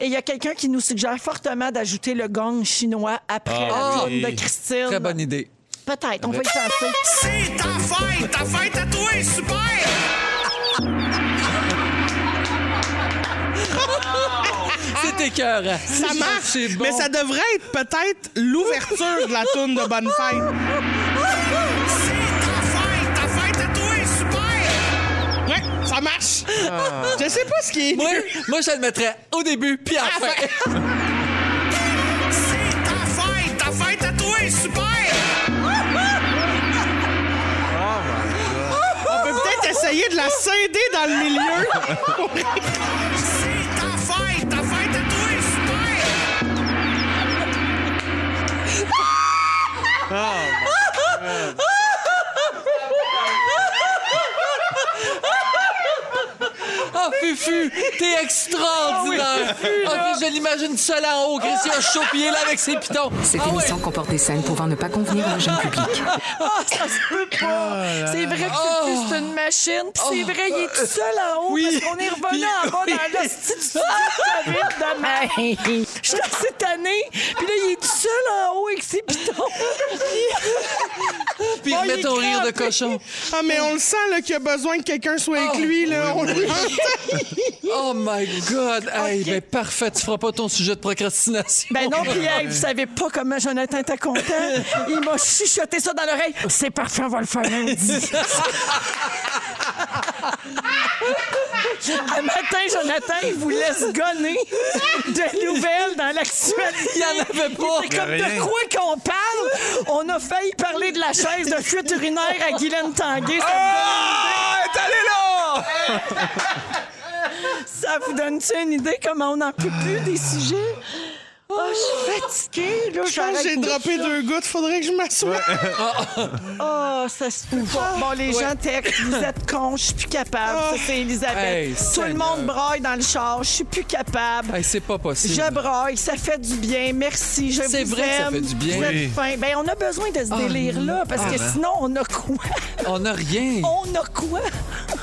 Speaker 2: Et il y a quelqu'un qui nous suggère fortement d'ajouter le gong chinois après
Speaker 4: Ah
Speaker 2: la
Speaker 4: oui.
Speaker 2: toune de Christine.
Speaker 1: Très bonne idée.
Speaker 2: Peut-être, on va y penser.
Speaker 3: C'est ta fête! Ta fête à toi! Super!
Speaker 1: C'est écœurant.
Speaker 5: Ah, Ça marche,
Speaker 1: C'est bon.
Speaker 5: mais ça devrait être peut-être l'ouverture de la toune de Bonne Fête.
Speaker 3: C'est ta fête! Ta fête à toi! Super!
Speaker 5: Ouais, ça marche.
Speaker 2: Ah.
Speaker 1: Ah.
Speaker 5: Je sais pas ce qui est
Speaker 1: Moi,
Speaker 5: mieux.
Speaker 1: moi, je le mettrais au début, puis à la fin.
Speaker 3: C'est ta fête! Ta fête à toi! Super!
Speaker 5: On peut peut-être essayer de la scinder dans le milieu.
Speaker 3: C'est ta fête! Ta fête à toi! Super!
Speaker 1: Oh, Fufu, t'es
Speaker 6: Ah
Speaker 1: extraordinaire! Ok, je l'imagine seul en haut, Christian chaud, puis il est là avec ses pitons.
Speaker 8: Cette
Speaker 1: Ah ouais.
Speaker 8: émission comporte des scènes pouvant ne pas convenir à un jeune public.
Speaker 2: Ah, ça se peut
Speaker 1: Ah
Speaker 2: pas! C'est vrai que c'est- c'est une machine, puis c'est vrai, il est tout seul en haut,
Speaker 1: Oh. Oui.
Speaker 2: parce qu'on est revenu en bas dans le style de COVID demain. Je suis assez tannée, puis là, Oh, il est tout seul en haut avec ses pitons.
Speaker 1: Puis il met ton rire de cochon.
Speaker 5: Ah, mais on le sent là, qu'il a besoin que quelqu'un soit avec lui. Là. on lui
Speaker 1: oh my God! Hey, ben parfait, tu feras pas ton sujet de procrastination.
Speaker 2: Ben non, Pierre, vous savez pas comment Jonathan était content. Il m'a chuchoté ça dans l'oreille. C'est parfait, on va le faire lundi. Un matin, Jonathan, il vous laisse gonner de nouvelles dans l'actualité.
Speaker 1: Il n'y en avait pas.
Speaker 2: C'est comme de quoi qu'on parle. On a failli parler de la chaise de fuite urinaire à Guylaine Tanguay. Ça,
Speaker 3: Ah, elle est allée là!
Speaker 2: ça vous donne-tu une idée comment on n'en peut plus des sujets? Oh, je suis fatiguée, là.
Speaker 5: Je pense que j'ai
Speaker 2: j'arrête
Speaker 5: droppé
Speaker 2: de-
Speaker 5: deux gouttes, faudrait que je m'assoie.
Speaker 3: Ah,
Speaker 1: Ah,
Speaker 2: Oh, ça se peut pas. Bon, les gens textent, vous êtes cons, je suis plus capable. Ça, c'est Elisabeth.
Speaker 1: Ah. Hey,
Speaker 2: Tout le
Speaker 1: Seigneur.
Speaker 2: monde braille dans le char, je suis plus capable.
Speaker 1: Hey, c'est pas possible.
Speaker 2: Je braille, ça fait du bien, merci, je vous
Speaker 1: C'est vrai que ça
Speaker 2: aime.
Speaker 1: fait du bien.
Speaker 2: Vous êtes
Speaker 1: Oui.
Speaker 2: fin. Ben, on a besoin de ce
Speaker 1: Ah,
Speaker 2: délire-là, parce
Speaker 1: ah,
Speaker 2: que
Speaker 1: ben.
Speaker 2: sinon, on a quoi?
Speaker 1: On n'a rien.
Speaker 2: On a quoi?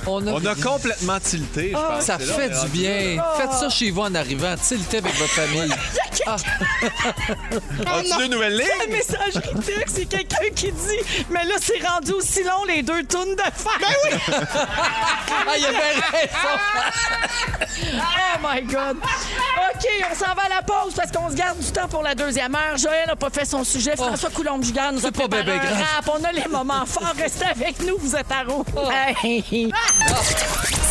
Speaker 1: On a,
Speaker 6: On a
Speaker 1: rien.
Speaker 6: complètement tilté, je pense.
Speaker 1: Ah, Ça
Speaker 6: C'est là,
Speaker 1: fait
Speaker 6: on est
Speaker 1: du
Speaker 6: rendu
Speaker 1: bien.
Speaker 6: là.
Speaker 1: Faites ça chez vous en arrivant. Tiltez avec votre famille. Ah,
Speaker 3: ah.
Speaker 6: As-tu deux nouvelles
Speaker 2: La
Speaker 6: lignes?
Speaker 2: messagerie texte, c'est quelqu'un qui dit Mais là, c'est rendu aussi long les deux tournes de faire. Ben oui!
Speaker 1: ah, il y avait raison.
Speaker 2: Oh my God! OK, on s'en va à la pause parce qu'on se garde du temps pour la deuxième heure. Joël n'a pas fait son sujet. François coulombe jugard nous a
Speaker 1: Oh. C'est pas
Speaker 2: préparé
Speaker 1: ben, ben
Speaker 2: un
Speaker 1: grave.
Speaker 2: rap. On a les moments forts. Restez avec nous, vous êtes à roue. Hey.
Speaker 9: Oh.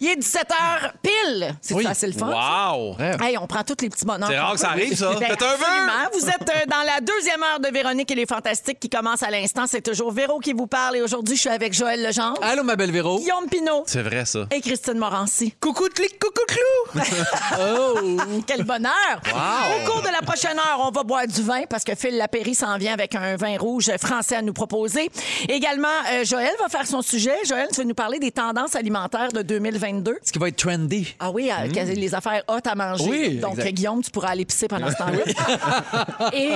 Speaker 2: Il est 17h pile. C'est
Speaker 1: Oui.
Speaker 2: ça, c'est le fun. ça.
Speaker 6: Wow!
Speaker 2: Hey, on prend tous les petits bonheurs.
Speaker 6: C'est rare que ça arrive, ça.
Speaker 2: Ben,
Speaker 6: Faites un vœu.
Speaker 2: absolument. Vous êtes euh, dans la deuxième heure de Véronique et les Fantastiques qui commence à l'instant. C'est toujours Véro qui vous parle et aujourd'hui, je suis avec Joël Legendre,
Speaker 1: Allô, ma belle Véro.
Speaker 2: Guillaume Pinot
Speaker 6: C'est vrai, ça.
Speaker 2: et Christine Morancy.
Speaker 5: Coucou, clic, coucou, clou.
Speaker 1: Oh!
Speaker 2: Quel bonheur! Au cours de la prochaine heure, on va boire du vin parce que Phil Lapéry s'en vient avec un vin rouge français à nous proposer. Également, euh, Joël va faire son sujet. Joël, tu veux nous parler des tendances alimentaires de 2022?
Speaker 1: Ce qui va être trendy. Mm.
Speaker 2: Ah oui, euh, que- les affaires hot à manger.
Speaker 1: Oui,
Speaker 2: Donc,
Speaker 1: exact.
Speaker 2: euh, Guillaume, tu pourras aller pisser pendant ce temps-là. Et,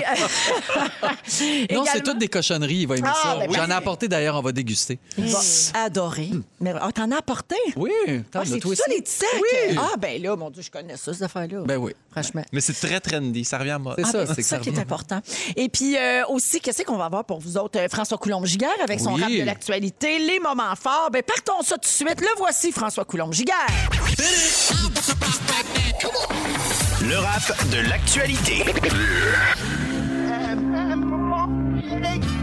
Speaker 2: euh,
Speaker 1: Non, c'est
Speaker 2: également-
Speaker 1: toutes des cochonneries. Il va aimer
Speaker 2: Ah,
Speaker 1: ça.
Speaker 2: ben,
Speaker 1: J'en
Speaker 2: parfait.
Speaker 1: ai apporté d'ailleurs. On va déguster.
Speaker 2: Il va adorer. Mais ah, t'en as apporté?
Speaker 1: Oui.
Speaker 2: Ah,
Speaker 1: Attends,
Speaker 2: c'est
Speaker 1: toi
Speaker 2: ça,
Speaker 1: aussi.
Speaker 2: les petits sacs?
Speaker 1: Oui.
Speaker 2: Ah, ben là, mon Dieu, je connais ça, cette affaire-là.
Speaker 1: Ben oui.
Speaker 2: Franchement.
Speaker 6: Mais c'est très trendy, ça revient à moi.
Speaker 1: C'est
Speaker 2: Ah, ben,
Speaker 1: ça.
Speaker 2: c'est ça
Speaker 1: que
Speaker 2: qui
Speaker 1: ça
Speaker 2: est
Speaker 1: revient.
Speaker 2: important. Et puis euh, aussi, qu'est-ce qu'on va avoir pour vous autres? Euh, François Coulombe-Giguère avec son
Speaker 1: Oui.
Speaker 2: rap de l'actualité, les moments forts. Ben, partons ça tout de suite. Le voici, François Coulombe-Giguère.
Speaker 10: Le rap de l'actualité.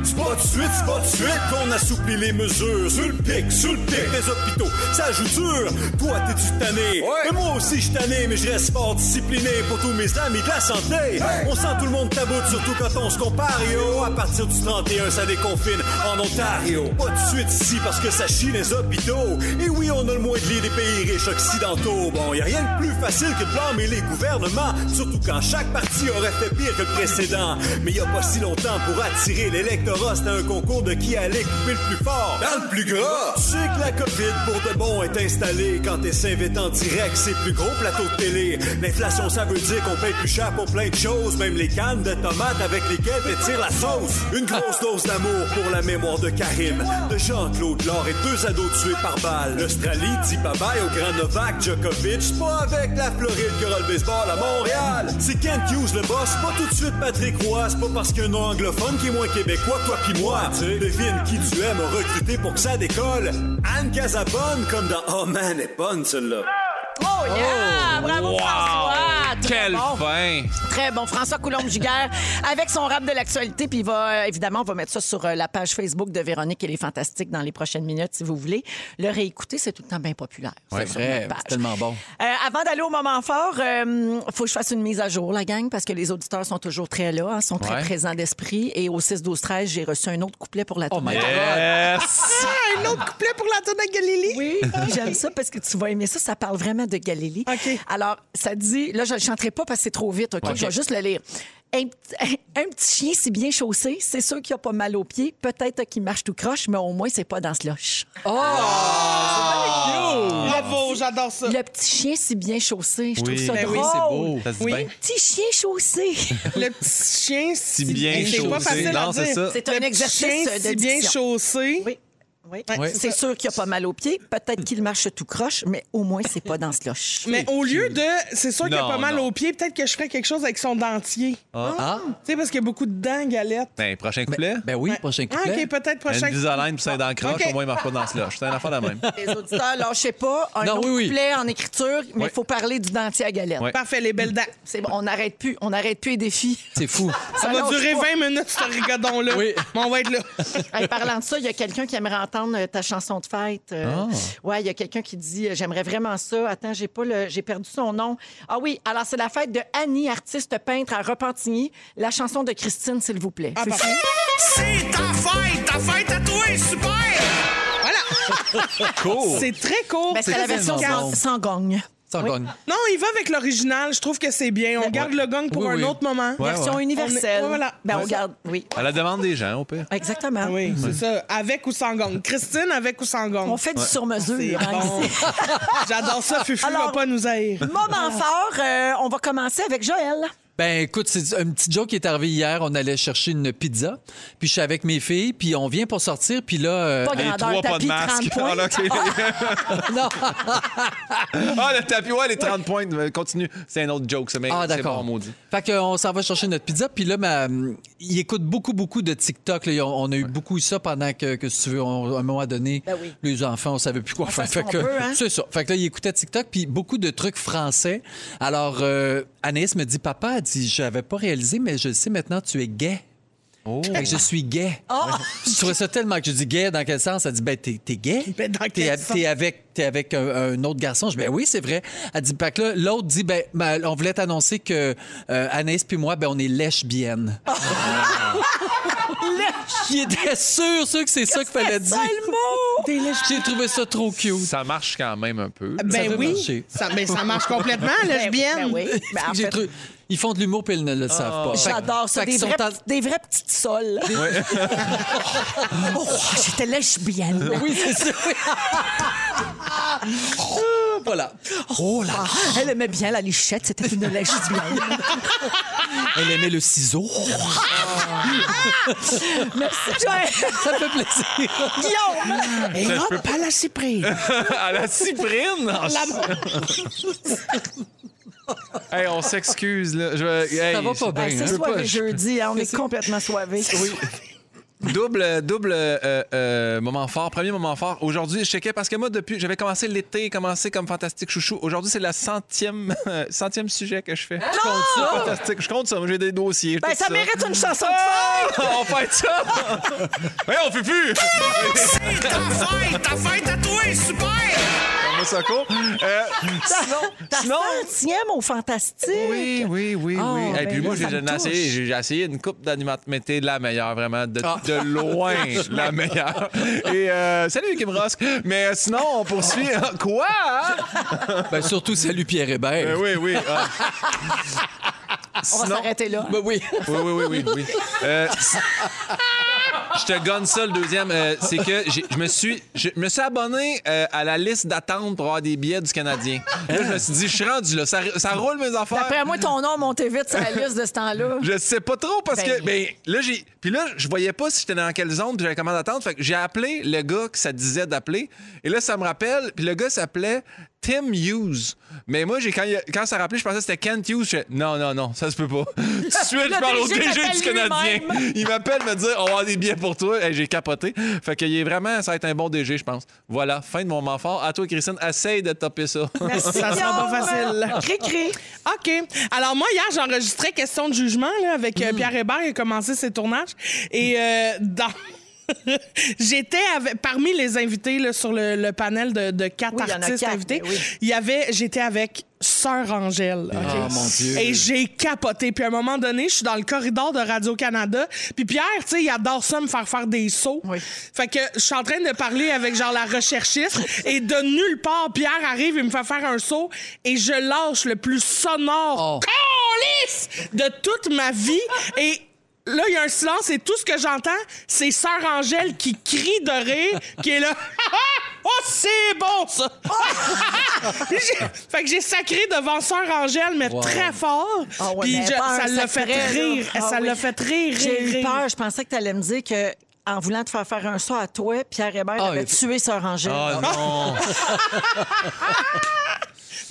Speaker 11: C'est pas de suite, c'est pas de suite qu'on assouplit les mesures. Sur le pic, sur le pic des hôpitaux, ça joue dur. Toi, t'es-tu tanné? Mais moi aussi, je suis tanné, mais je reste fort discipliné pour tous mes amis de la santé. On sent tout le monde taboute, surtout quand on se compare. Yo, à partir du 31, ça déconfine en Ontario. Pas de suite ici parce que ça chie les hôpitaux. Et oui, on a le moins de lits des pays riches occidentaux. Bon, y a rien de plus facile que de blâmer les gouvernements, surtout quand chaque parti aurait fait pire que le précédent. Mais y a pas si longtemps pour attirer l'électorat, c'était un concours de qui allait couper le plus fort. Dans le plus gras! Tu sais que la COVID pour de bon est installée. Quand t'es s'invite en direct, c'est plus gros plateau de télé. L'inflation, ça veut dire qu'on paye plus cher pour plein de choses, même les cannes de tomates avec lesquelles pétire la sauce. Une grosse dose d'amour pour la mémoire de Karim, de Jean-Claude Laure et deux ados tués par balle. L'Australie dit bye-bye au grand Novak Djokovic. C'est pas avec la Floride que roule le baseball à Montréal. C'est Kent Hughes le boss, pas tout de suite Patrick Roy. C'est pas parce qu'un nom anglophone qui est moins québécois que toi pis moi.
Speaker 6: Ah,
Speaker 11: Devine qui tu aimes a recruté pour que ça décolle. Anne Casabonne, comme dans Oh man, elle est bonne celle-là.
Speaker 2: Oh, yeah! Bravo, François! Très
Speaker 6: Quel
Speaker 2: bon.
Speaker 6: fin!
Speaker 2: Très bon. François Coulombe-Giguère avec son rap de l'actualité. Puis il va, euh, évidemment, on va mettre ça sur euh, la page Facebook de Véronique et les Fantastiques dans les prochaines minutes, si vous voulez. Le réécouter, c'est tout le temps bien populaire.
Speaker 1: Ouais,
Speaker 2: sur
Speaker 1: vrai,
Speaker 2: notre page.
Speaker 1: c'est tellement bon.
Speaker 2: Euh, avant d'aller au moment fort, il faut que je fasse une mise à jour, la gang, parce que les auditeurs sont toujours très là, hein, sont très
Speaker 6: Ouais.
Speaker 2: présents d'esprit. Et au 6-12-13, j'ai reçu un autre couplet pour la
Speaker 1: Oh
Speaker 2: tournée.
Speaker 1: my God.
Speaker 6: Yes!
Speaker 5: Ah, un autre couplet pour la tour de Galilée.
Speaker 2: Oui, j'aime ça parce que tu vas aimer ça. Ça parle vraiment de Galilée.
Speaker 5: OK.
Speaker 2: Alors, ça dit, là, je ne le chanterai pas parce que c'est trop vite. OK? Je vais juste le lire. Un, p'ti- un petit chien si bien chaussé, c'est sûr qu'il a pas mal aux pieds. Peut-être qu'il marche tout croche, mais au moins, c'est pas dans ce loche.
Speaker 3: Ah.
Speaker 5: Bravo, j'adore ça.
Speaker 2: Le petit chien si bien chaussé, je trouve
Speaker 6: Ah. Oui.
Speaker 2: ça
Speaker 5: Ben oui,
Speaker 2: drôle.
Speaker 5: c'est
Speaker 6: Ça se dit
Speaker 5: Oui.
Speaker 6: bien.
Speaker 2: Petit chien chaussé.
Speaker 5: Le petit chien si
Speaker 6: bien
Speaker 5: C'est pas
Speaker 6: chaussé.
Speaker 5: facile à
Speaker 6: Non, c'est
Speaker 5: dire.
Speaker 6: ça.
Speaker 2: C'est
Speaker 5: Le
Speaker 2: un
Speaker 5: petit
Speaker 2: exercice
Speaker 5: chien
Speaker 2: de
Speaker 5: si bien
Speaker 2: diction.
Speaker 5: chaussé.
Speaker 2: Oui. Oui. C'est sûr qu'il a pas mal aux pieds. Peut-être qu'il marche tout croche, mais au moins, c'est pas dans ce loche.
Speaker 5: Mais au lieu de. C'est sûr qu'il a
Speaker 4: Non,
Speaker 5: pas mal
Speaker 4: non.
Speaker 5: aux pieds, peut-être que je ferais quelque chose avec son dentier.
Speaker 4: Ah.
Speaker 5: Tu sais, parce qu'il y a beaucoup de dents, galette.
Speaker 4: Ben, prochain couplet? Ben,
Speaker 1: oui, prochain
Speaker 5: Ah, couplet. OK, peut-être prochain-
Speaker 4: Une bisoline puis c'est dans le croche,
Speaker 5: OK.
Speaker 4: au moins, il marche pas dans ce loche. C'est un affaire de même.
Speaker 2: Les auditeurs, lâchez pas. Un
Speaker 4: Non,
Speaker 2: autre
Speaker 4: oui, oui.
Speaker 2: couplet en écriture, mais il
Speaker 4: Oui.
Speaker 2: faut parler du dentier à galette.
Speaker 4: Oui.
Speaker 5: Parfait, les belles dents.
Speaker 2: C'est bon, on n'arrête plus. On n'arrête plus les défis.
Speaker 1: C'est fou.
Speaker 5: Ça va
Speaker 2: lâche
Speaker 5: durer
Speaker 2: pas.
Speaker 5: 20 minutes, ce rigodon-là. Oui. Mais on va être là.
Speaker 2: Hey, parlant de ça, il y a quelqu'un qui aimerait entendre euh, ta chanson de fête. Euh,
Speaker 5: Ah.
Speaker 2: Ouais, il y a quelqu'un qui dit euh, j'aimerais vraiment ça. Attends, j'ai pas le, j'ai perdu son nom. Ah oui, alors c'est la fête de Annie, artiste peintre à Repentigny. La chanson de Christine, s'il vous plaît. C'est ça.
Speaker 3: C'est ta fête, ta fête à toi, super!
Speaker 5: Voilà.
Speaker 3: Court.
Speaker 5: C'est très court.
Speaker 2: Ben, c'est la version sans, sans gogne.
Speaker 1: Sans
Speaker 2: Oui.
Speaker 1: gogne.
Speaker 5: Non, il va avec l'original. Je trouve que c'est bien. On garde le gong pour
Speaker 4: Oui,
Speaker 5: un
Speaker 4: oui.
Speaker 5: autre moment.
Speaker 4: Ouais, Version ouais.
Speaker 2: universelle.
Speaker 5: On est- ouais, voilà.
Speaker 2: Ben, on garde, oui.
Speaker 4: À la demande des gens, au pire.
Speaker 2: Exactement.
Speaker 5: Oui,
Speaker 4: Ouais.
Speaker 5: c'est ça. Avec ou sans gong. Christine, avec ou sans gong.
Speaker 2: On fait du Ouais. sur-mesure,
Speaker 5: C'est
Speaker 2: hein,
Speaker 5: bon.
Speaker 2: ici.
Speaker 5: J'adore ça.
Speaker 3: Ah,
Speaker 5: Fufu va
Speaker 2: Alors,
Speaker 5: pas nous haïr.
Speaker 2: Moment fort, euh, on va commencer avec Joël.
Speaker 1: Ben écoute, c'est un petit joke qui est arrivé hier. On allait chercher une pizza, puis je suis avec mes filles, puis on vient pour sortir, puis là. euh,
Speaker 3: Pas Les grandeur, trois, pas de tapis, masque. 30 points. Ah, là, OK.
Speaker 1: non.
Speaker 4: Ah, le tapis, ouais, les 30 points. euh, Continue. C'est un autre joke, ce mec.
Speaker 1: Ah,
Speaker 4: C'est
Speaker 1: d'accord.
Speaker 4: bon, maudit.
Speaker 1: Fait qu'on s'en va chercher notre pizza. Puis là, ma- il écoute beaucoup, beaucoup de TikTok. là. On, on a eu beaucoup ça pendant que, que si tu veux, on- à un moment donné,
Speaker 3: Ben oui.
Speaker 1: les enfants, on savait plus quoi faire.
Speaker 3: fait ce
Speaker 1: Fait
Speaker 3: qu'on
Speaker 1: que-
Speaker 3: peut, hein?
Speaker 1: C'est ça. Fait que là, il écoutait TikTok, puis beaucoup de trucs français. Alors, euh, Anaïs me dit, papa, elle dit, j'avais pas réalisé, mais je sais maintenant, tu es gay. Fait que je suis gay.
Speaker 3: Oh!
Speaker 1: Je trouvais ça tellement que je dis gay, dans quel sens? Elle dit, ben, t'es t'es gay. T'es
Speaker 3: quel
Speaker 1: a-
Speaker 3: sens?
Speaker 1: t'es avec, t'es avec un, un autre garçon. Je dis, ben oui, c'est vrai. Elle dit, fait que là, l'autre dit, ben, ben, on voulait t'annoncer que euh, Anaïs puis moi, ben, on est lesbiennes. Qui était sûr, sûr que c'est ça qu'il fallait dire. J'ai trouvé ça trop cute.
Speaker 4: Ça marche quand même un peu.
Speaker 1: Ça
Speaker 5: Ben
Speaker 1: veut
Speaker 5: oui.
Speaker 1: marcher.
Speaker 5: Ça, ben, ça marche complètement,
Speaker 2: Ben
Speaker 3: Eh
Speaker 5: lesbienne.
Speaker 1: J'ai tru- Ils font de l'humour puis ils ne le savent pas.
Speaker 2: Ah. J'adore ça.
Speaker 1: Fait qu'ils
Speaker 2: Des
Speaker 1: sont
Speaker 2: vraies,
Speaker 1: en-
Speaker 2: des vraies petites sols. oh, j'étais lesbienne.
Speaker 1: Oui, c'est ça. voilà. Oh là
Speaker 2: Elle aimait bien la lichette, c'était une lesbienne.
Speaker 1: Elle aimait le ciseau.
Speaker 2: Merci, Joël.
Speaker 1: Ça me fait plaisir.
Speaker 2: Guillaume.
Speaker 5: Et
Speaker 4: Ça, je
Speaker 5: hop,
Speaker 4: peux pas.
Speaker 5: à la cyprine.
Speaker 4: à la cyprine?
Speaker 5: La-
Speaker 1: Ah,
Speaker 4: Hey, on s'excuse. là. Je... hey,
Speaker 2: Ça va
Speaker 4: je-
Speaker 2: pas bien,
Speaker 4: je
Speaker 1: hein.
Speaker 2: c'est
Speaker 4: peux
Speaker 2: soivé
Speaker 4: pas, je-
Speaker 2: jeudi, hein, on est complètement soivé. Oui.
Speaker 4: Double, double euh, euh, moment fort. Premier moment fort. Aujourd'hui, je checkais parce que moi, depuis, j'avais commencé l'été, commencé comme Fantastique Chouchou. Aujourd'hui, c'est la centième, euh, centième sujet que je fais. Je compte ça. Fantastique. Je compte ça. Moi, J'ai des dossiers.
Speaker 3: Ah! Ben,
Speaker 4: tout
Speaker 3: ça mérite une chanson de
Speaker 4: Ah!
Speaker 3: fête.
Speaker 4: On fête ça. hey, on fait plus.
Speaker 3: Ah! C'est ta fête, ta fête à toi, super!
Speaker 4: Moi, ça court. Euh, sinon,
Speaker 2: T'as centième au Fantastique. Ah, ben Oui,
Speaker 4: oui, oui, oui. Et
Speaker 3: Ben,
Speaker 4: puis moi, j'ai j'ai essayé,
Speaker 2: essayé.
Speaker 4: j'ai- j'ai essayé une coupe d'animateurs, mais t'es la meilleure, vraiment, de,
Speaker 3: Ah!
Speaker 4: de loin, la meilleure. Et euh, salut, Kim Rosk. Mais euh, sinon, on poursuit. hein. Quoi?
Speaker 2: Ah.
Speaker 1: Ben, surtout, salut Pierre Hébert.
Speaker 4: oui, oui. ah.
Speaker 2: Ah, On va
Speaker 4: Sinon-
Speaker 2: s'arrêter là.
Speaker 1: Ben oui.
Speaker 4: Oui, oui, oui, oui. oui. Euh, si- je te gonne ça, le deuxième. euh, c'est que j'ai- je me suis, je me suis abonné euh, à la liste d'attente pour avoir des billets du Canadien. Là, je me suis dit, je suis rendu là. Ça, ça roule mes affaires.
Speaker 2: D'après moi, ton nom montait vite sur la liste de ce temps-là.
Speaker 4: Je sais pas trop parce
Speaker 2: Ben.
Speaker 4: que ben là j'ai puis là je voyais pas si j'étais dans quelle zone puis j'avais comment d'attendre fait que j'ai appelé le gars que ça disait d'appeler et là ça me rappelle puis le gars s'appelait Tim Hughes mais moi j'ai quand, il a- quand ça rappelait je pensais que c'était Kent Hughes je fais, non non non ça se peut pas tout de suite
Speaker 3: Le
Speaker 4: je parle au
Speaker 3: DG
Speaker 4: DG
Speaker 3: t'appelle
Speaker 4: du Canadien
Speaker 3: lui-même.
Speaker 4: il m'appelle me dire on va avoir des billets pour toi et j'ai capoté fait que il est vraiment ça va être un bon DG je pense voilà fin de mon moment fort à toi Christine essaye de topper ça
Speaker 5: Merci, ça sera pas facile. OK. Alors, moi, hier, j'enregistrais Question de jugement là, avec
Speaker 2: Mm.
Speaker 5: euh, Pierre Hébert. Il a commencé ses tournages. Et euh, dans. J'étais avec- parmi les invités là, sur le, le panel de, de quatre
Speaker 2: Oui, il y en a
Speaker 5: artistes
Speaker 2: quatre,
Speaker 5: invités.
Speaker 2: mais oui.
Speaker 5: Il y avait, j'étais avec Sœur Angèle. OK?
Speaker 1: Ah, mon Dieu.
Speaker 5: Et j'ai capoté. Puis à un moment donné, je suis dans le corridor de Radio-Canada. Puis Pierre, tu sais, il adore ça, me faire faire des sauts. Fait que je suis en train de parler avec, genre, la recherchiste. et de nulle part, Pierre arrive, il me fait faire un saut. Et je lâche le plus
Speaker 1: Oh.
Speaker 5: sonore câlisse de toute ma vie. Et là, il y a un silence. Et tout ce que j'entends, c'est Sœur Angèle qui crie de rire, qui est là. Oh, c'est bon, ça! J'ai- fait que j'ai sacré devant Sœur Angèle, mais
Speaker 2: Wow.
Speaker 5: très fort.
Speaker 2: Ah ouais,
Speaker 5: Puis
Speaker 2: mais
Speaker 5: je-
Speaker 2: peur,
Speaker 5: ça l'a fait
Speaker 2: sacré, là.
Speaker 5: rire.
Speaker 2: Ah
Speaker 5: ça
Speaker 2: oui.
Speaker 5: l'a fait rire.
Speaker 2: J'ai
Speaker 5: rire,
Speaker 2: eu
Speaker 5: rire.
Speaker 2: peur. Je pensais que tu allais me dire que en voulant te faire faire un saut à toi, Pierre Hébert
Speaker 5: Ah,
Speaker 2: avait
Speaker 5: il-
Speaker 2: tué Sœur Angèle.
Speaker 5: Ah, non.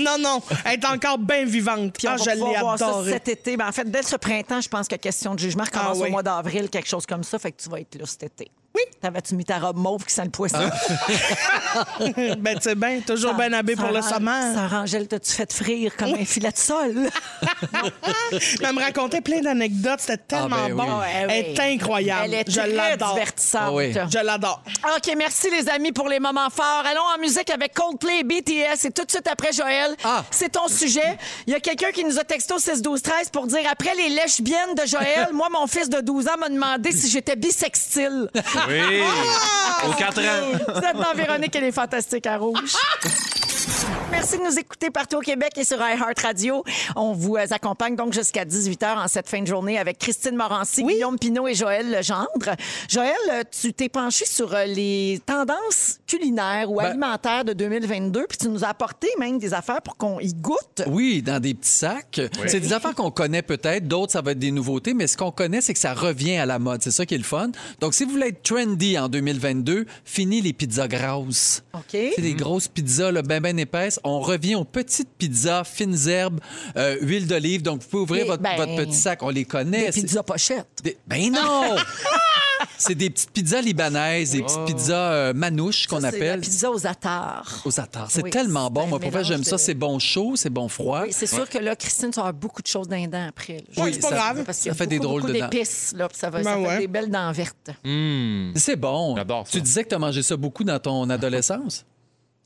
Speaker 5: Non, non, elle est encore bien vivante.
Speaker 2: Puis on
Speaker 5: Ah,
Speaker 2: va
Speaker 5: je l'ai
Speaker 2: pouvoir voir ça
Speaker 5: adorée.
Speaker 2: cet été. Ben, en fait, dès ce printemps, je pense que question de jugement recommence
Speaker 5: Ah oui.
Speaker 2: au mois d'avril, quelque chose comme ça. Fait que tu vas être là cet été. Oui. T'avais-tu mis ta robe mauve qui sent le poisson?
Speaker 5: ben, tu sais bien, toujours bien habillé pour le sommaire.
Speaker 2: Sœur Angèle, t'as-tu fait frire comme un filet de sol?
Speaker 5: Mais elle me racontait plein d'anecdotes, c'était tellement
Speaker 2: Ah, ben
Speaker 5: bon.
Speaker 2: oui.
Speaker 5: Elle est
Speaker 2: Ah, oui.
Speaker 5: incroyable.
Speaker 2: Elle est
Speaker 5: je
Speaker 2: très
Speaker 5: l'adore.
Speaker 2: divertissante. Ah oui.
Speaker 5: Je l'adore.
Speaker 2: OK, merci les amis pour les moments forts. Allons en musique avec Coldplay et BTS et tout de suite après Joël.
Speaker 5: Ah.
Speaker 2: C'est ton sujet. Il y a quelqu'un qui nous a texté au 6 12 13 pour dire après les lesbiennes de Joël, moi mon fils de 12 ans m'a demandé si j'étais bisextile.
Speaker 6: Oui. Aux quatre ans.
Speaker 2: Vous êtes dans Véronique et les Fantastiques à Rouge. Merci de nous écouter partout au Québec et sur iHeartRadio. On vous euh, accompagne donc jusqu'à 18h en cette fin de journée avec Christine Morancy, Guillaume Pinot et Joël Legendre. Joël, euh, tu t'es penché sur euh, les tendances culinaires ou
Speaker 1: Ben
Speaker 2: alimentaires de 2022 puis tu nous as apporté même des affaires pour qu'on y goûte.
Speaker 1: Oui, dans des petits sacs. C'est des affaires qu'on connaît peut-être, d'autres, ça va être des nouveautés, mais ce qu'on connaît, c'est que ça revient à la mode. C'est ça qui est le fun. Donc, si vous voulez être trendy en 2022, fini les pizzas grasses.
Speaker 2: OK.
Speaker 1: C'est des grosses pizzas, là, ben, ben épaisses. On revient aux petites pizzas, fines herbes, euh, huile d'olive. Donc, vous pouvez ouvrir
Speaker 2: Et
Speaker 1: votre,
Speaker 2: ben,
Speaker 1: votre petit sac. On les connaît.
Speaker 2: Des
Speaker 1: C'est-
Speaker 2: pizzas pochettes.
Speaker 1: des- Ben non! c'est des petites pizzas libanaises, des petites pizzas euh, manouches qu'on
Speaker 2: Oh. Ça, c'est la
Speaker 1: appelle.
Speaker 2: pizza aux attards.
Speaker 1: Aux attards. C'est
Speaker 2: Oui,
Speaker 1: tellement
Speaker 2: c'est
Speaker 1: bon.
Speaker 2: un
Speaker 1: Moi, pour vrai,
Speaker 2: mélange
Speaker 1: j'aime
Speaker 2: de-
Speaker 1: ça. C'est bon chaud, c'est bon froid.
Speaker 2: Oui, c'est sûr que là, Christine, tu vas avoir beaucoup de choses dans les dents après. là.
Speaker 1: Oui, c'est pas
Speaker 2: Ça-
Speaker 1: grave.
Speaker 2: Parce qu'il y a
Speaker 1: Ça fait des
Speaker 2: beaucoup,
Speaker 1: drôles
Speaker 2: beaucoup
Speaker 1: de dents.
Speaker 2: d'épices, là, puis ça va
Speaker 1: Ben
Speaker 2: ça fait
Speaker 1: ouais.
Speaker 2: des belles dents vertes.
Speaker 1: C'est bon. Tu disais que tu as mangé ça beaucoup dans ton adolescence?